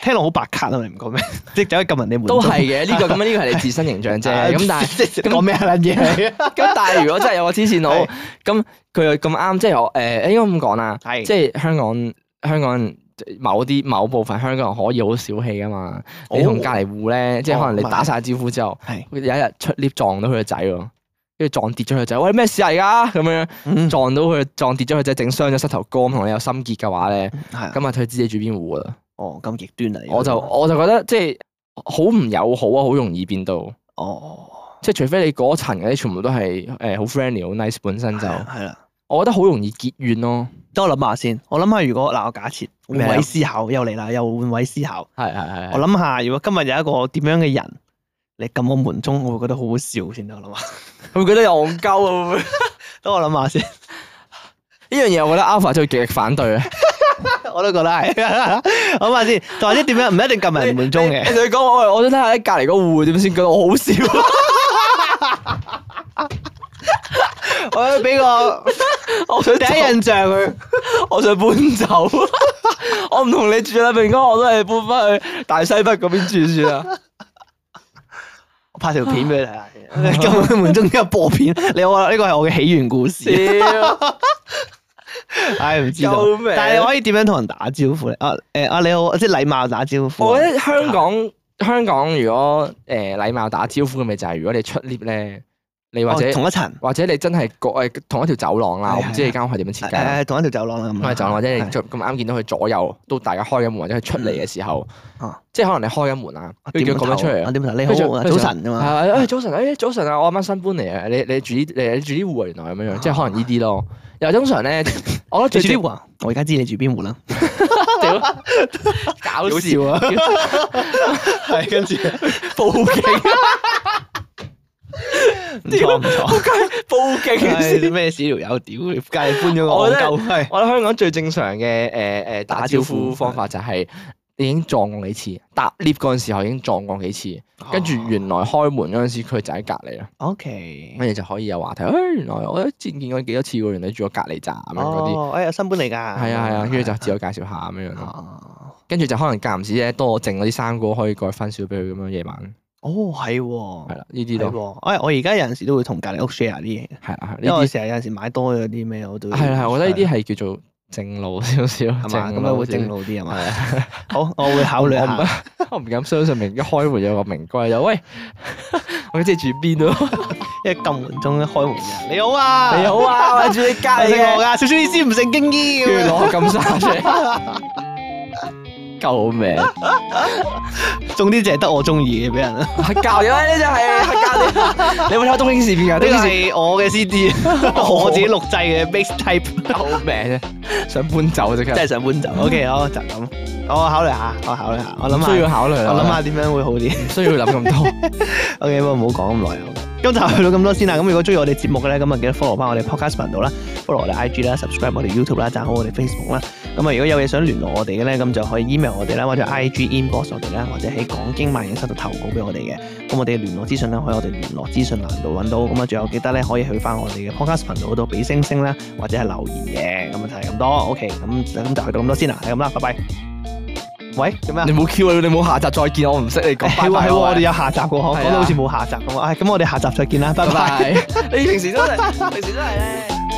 [SPEAKER 1] 聽落好白卡啊！你唔講咩？ [LAUGHS] 即係走去撳人哋門鐘啊
[SPEAKER 2] 都係嘅，呢個咁呢個係你
[SPEAKER 1] [LAUGHS]
[SPEAKER 2] 自身形象啫。咁但係
[SPEAKER 1] 係講咩撚嘢嚟啊？
[SPEAKER 2] 咁但係如果真係有個黐線佬
[SPEAKER 1] 係，
[SPEAKER 2] 咁佢又咁啱，即係我誒應該咁講啦，
[SPEAKER 1] 係
[SPEAKER 2] 即 [LAUGHS] 係香港香港人某啲某部分香港人可以好小氣噶嘛。
[SPEAKER 1] 哦
[SPEAKER 2] 你同隔離户咧，即係可能你
[SPEAKER 1] 哦咁啊
[SPEAKER 2] 打晒招呼之後，
[SPEAKER 1] 係
[SPEAKER 2] 有一日出 lift 撞到佢個仔喎，跟住撞跌咗佢個仔，喂咩事嚟㗎？咁樣
[SPEAKER 1] 嗯
[SPEAKER 2] 撞到佢撞跌咗佢仔，整傷咗膝頭哥，咁同你有心結嘅話咧，
[SPEAKER 1] 係咁
[SPEAKER 2] 咁啊佢知你住邊户啦。
[SPEAKER 1] 哦咁極端啊！
[SPEAKER 2] 我就我就覺得即係好唔友好啊，好容易變到。
[SPEAKER 1] 哦
[SPEAKER 2] 即係除非你嗰層嗰啲全部都係誒好 friendly 好 nice 本身就，
[SPEAKER 1] 係啦。
[SPEAKER 2] 我覺得好容易結怨咯。
[SPEAKER 1] 等我諗下先，我諗下如果嗱，我假設
[SPEAKER 2] 咩啊
[SPEAKER 1] 換位思考又嚟啦，又換位思考。
[SPEAKER 2] 係係係
[SPEAKER 1] 我諗下，如果今日有一個點樣嘅人，你撳我門鐘，我會覺得好好笑先得。我諗下， [LAUGHS]
[SPEAKER 2] 佢覺得有戇鳩啊！會唔會
[SPEAKER 1] 等我諗下
[SPEAKER 2] [LAUGHS]
[SPEAKER 1] 先，
[SPEAKER 2] 呢樣嘢我覺得 Alpha 真係極力反對啊！
[SPEAKER 1] 我都覺得係。 [LAUGHS] 諗下先，或者點樣唔一定撳人門鐘嘅。
[SPEAKER 2] [LAUGHS] 你同佢講我我想睇下咧隔離嗰户點先覺得我好笑。 [LAUGHS]
[SPEAKER 1] 我要 [LAUGHS] 俾個
[SPEAKER 2] [LAUGHS] 我想
[SPEAKER 1] 第
[SPEAKER 2] 第
[SPEAKER 1] 一
[SPEAKER 2] 一人，
[SPEAKER 1] 印象佢。
[SPEAKER 2] [LAUGHS] 我想搬走。 [LAUGHS] 我唔同你住啦，明哥，我都係搬翻去大西北嗰邊住算啦。
[SPEAKER 1] 我拍條片俾你睇下先，
[SPEAKER 2] [LAUGHS]
[SPEAKER 1] 撳佢門鐘之後播片。你好啊，呢個係我嘅起源故
[SPEAKER 2] [LAUGHS]
[SPEAKER 1] 事。
[SPEAKER 2] [LAUGHS] 屌，
[SPEAKER 1] 唉，唔知道
[SPEAKER 2] 救命。
[SPEAKER 1] 但係你可以點樣同人打招呼咧？啊誒啊，你好，即係禮貌打招呼。啊
[SPEAKER 2] 我覺得香港香港如果誒禮貌打招呼嘅咪就係如果你出 lift 咧，你或者
[SPEAKER 1] 哦。同一層
[SPEAKER 2] 或者你真係個誒同一條走廊啦，
[SPEAKER 1] 係
[SPEAKER 2] 我唔知你間屋係點樣設計啦。
[SPEAKER 1] 誒同一條走廊啊啦咁樣。
[SPEAKER 2] 開走廊或者你
[SPEAKER 1] 嗯係
[SPEAKER 2] 咁啱見到佢左右都大家開緊門，或者佢出嚟嘅時候
[SPEAKER 1] 嗯啊，
[SPEAKER 2] 即係可能你開緊門啊，跟住
[SPEAKER 1] 點
[SPEAKER 2] 佢咁樣出嚟
[SPEAKER 1] 我
[SPEAKER 2] 啊。
[SPEAKER 1] 點頭？你
[SPEAKER 2] 跟住
[SPEAKER 1] 好啊，
[SPEAKER 2] 跟
[SPEAKER 1] 早
[SPEAKER 2] 住
[SPEAKER 1] 晨啊
[SPEAKER 2] 係
[SPEAKER 1] 嘛。
[SPEAKER 2] 啊，誒早晨，誒早晨啊！我啱啱新搬嚟啊，你你住啲你住啲户啊，原來咁樣樣，即係可能呢啲咯。又
[SPEAKER 1] [LAUGHS]
[SPEAKER 2] 通常咧，我覺
[SPEAKER 1] 你
[SPEAKER 2] 得
[SPEAKER 1] 住
[SPEAKER 2] 最
[SPEAKER 1] 邊户啊？我而家知你住邊
[SPEAKER 2] [LAUGHS]
[SPEAKER 1] 户啦。 [LAUGHS]
[SPEAKER 2] 屌搞笑
[SPEAKER 1] 啊！ [LAUGHS] 係 [LAUGHS] 跟住
[SPEAKER 2] 報 [LAUGHS] 警，
[SPEAKER 1] 唔錯唔錯。
[SPEAKER 2] 報警先。
[SPEAKER 1] 係咩屎條友？屌你街搬咗個
[SPEAKER 2] 我
[SPEAKER 1] 戇
[SPEAKER 2] 覺得
[SPEAKER 1] 鳩，係
[SPEAKER 2] 我覺得香港最正常嘅誒誒打招
[SPEAKER 1] 打招
[SPEAKER 2] 呼
[SPEAKER 1] 呼
[SPEAKER 2] 方法就係已經撞過幾次，搭 lift 嗰陣時候已經撞過幾次，跟
[SPEAKER 1] 啊
[SPEAKER 2] 住原來開門嗰陣時佢就喺隔離啦。
[SPEAKER 1] O K。
[SPEAKER 2] 跟住就可以有話題。誒、哎原來我一見見過幾多次喎，原來你住我隔離站咁樣嗰啲。
[SPEAKER 1] 哦，哎呀，新搬嚟㗎。係
[SPEAKER 2] 係啊係啊，跟住就自我介紹下咁樣樣咯。
[SPEAKER 1] 哦，
[SPEAKER 2] 跟住就可能間唔時咧多我剩嗰啲生果可以過去分少俾佢咁樣夜晚。
[SPEAKER 1] 哦係喎。
[SPEAKER 2] 係啦，呢啲咯，
[SPEAKER 1] 咯。哎，我而家有陣時都會同隔離屋 share 啲嘢，
[SPEAKER 2] 係啊，係
[SPEAKER 1] 因為我
[SPEAKER 2] 呢啲
[SPEAKER 1] 成日有陣時買多咗啲咩，我都
[SPEAKER 2] 係啦，係我覺得呢啲係叫做正路少少，
[SPEAKER 1] 係嘛，咁
[SPEAKER 2] 路
[SPEAKER 1] 樣會
[SPEAKER 2] 少少
[SPEAKER 1] 正。路啲係嘛。
[SPEAKER 2] 係啊，
[SPEAKER 1] [LAUGHS] 好，我會考慮
[SPEAKER 2] [LAUGHS] 我唔
[SPEAKER 1] 下。
[SPEAKER 2] [LAUGHS]
[SPEAKER 1] 啊
[SPEAKER 2] 我唔敢相信明一開門有個明哥就喂，我知你住邊咯。
[SPEAKER 1] 一撳門鐘一開門嘅，你好啊，
[SPEAKER 2] [LAUGHS] 你好啊，我係住你隔
[SPEAKER 1] 我
[SPEAKER 2] 離
[SPEAKER 1] 姓
[SPEAKER 2] 嘅
[SPEAKER 1] 我，噶，小孫你知唔聖經醫
[SPEAKER 2] 跟
[SPEAKER 1] 咁
[SPEAKER 2] 住攞個金沙出
[SPEAKER 1] [LAUGHS]
[SPEAKER 2] 嚟，救命！
[SPEAKER 1] 樣，總之就係得我中意嘅俾人。啊呢
[SPEAKER 2] [LAUGHS] 黑教嘅咩？呢就係黑教 [LAUGHS] 啲，你有冇睇過東京事變啊？
[SPEAKER 1] 個
[SPEAKER 2] 東京事
[SPEAKER 1] 係我嘅
[SPEAKER 2] [LAUGHS]
[SPEAKER 1] CD，我自己錄製嘅 mixtape，
[SPEAKER 2] 救命啫，想搬走即刻，
[SPEAKER 1] 真係想搬走。OK，好就咁，我考慮下，我考慮下，我諗
[SPEAKER 2] 唔需要
[SPEAKER 1] 下，
[SPEAKER 2] 考慮啦。啊
[SPEAKER 1] 我諗下點樣會好啲。
[SPEAKER 2] 唔需要諗咁多。
[SPEAKER 1] OK，不過唔好講咁耐。好今集去到咁多先啦。咁如果中意我哋節目嘅咧，咁啊記得 follow 翻我哋 podcast 頻道啦，follow 我哋 IG 啦，subscribe 我哋 YouTube 啦，讚好我哋 Facebook 啦。咁啊，如果有嘢想聯絡我哋嘅咧，咁就可以 email 我哋啦，或者 IG inbox 我哋啦，或者喺講經萬應室度投稿俾我哋嘅。咁我哋嘅聯絡資訊咧，可以我哋聯絡資訊欄度揾到。咁啊，仲有記得咧，可以去翻我哋嘅 podcast 頻道嗰度俾星星啦，或者係留言嘅。咁啊，就係咁多。OK，咁咁就去到咁多先啦，係咁啦，拜拜。喂，做咩啊
[SPEAKER 2] [LAUGHS] 你？冇 Q 啊！你冇下集再見，我唔識你講。
[SPEAKER 1] 係喎係喎，我哋
[SPEAKER 2] 有。
[SPEAKER 1] 有下集嘅嗬，
[SPEAKER 2] 係啊
[SPEAKER 1] 講到好似冇下集咁啊！唉咁我哋下集再見啦，拜
[SPEAKER 2] 拜 [LAUGHS]
[SPEAKER 1] 拜。
[SPEAKER 2] 拜。你平時真係，平時真係咧。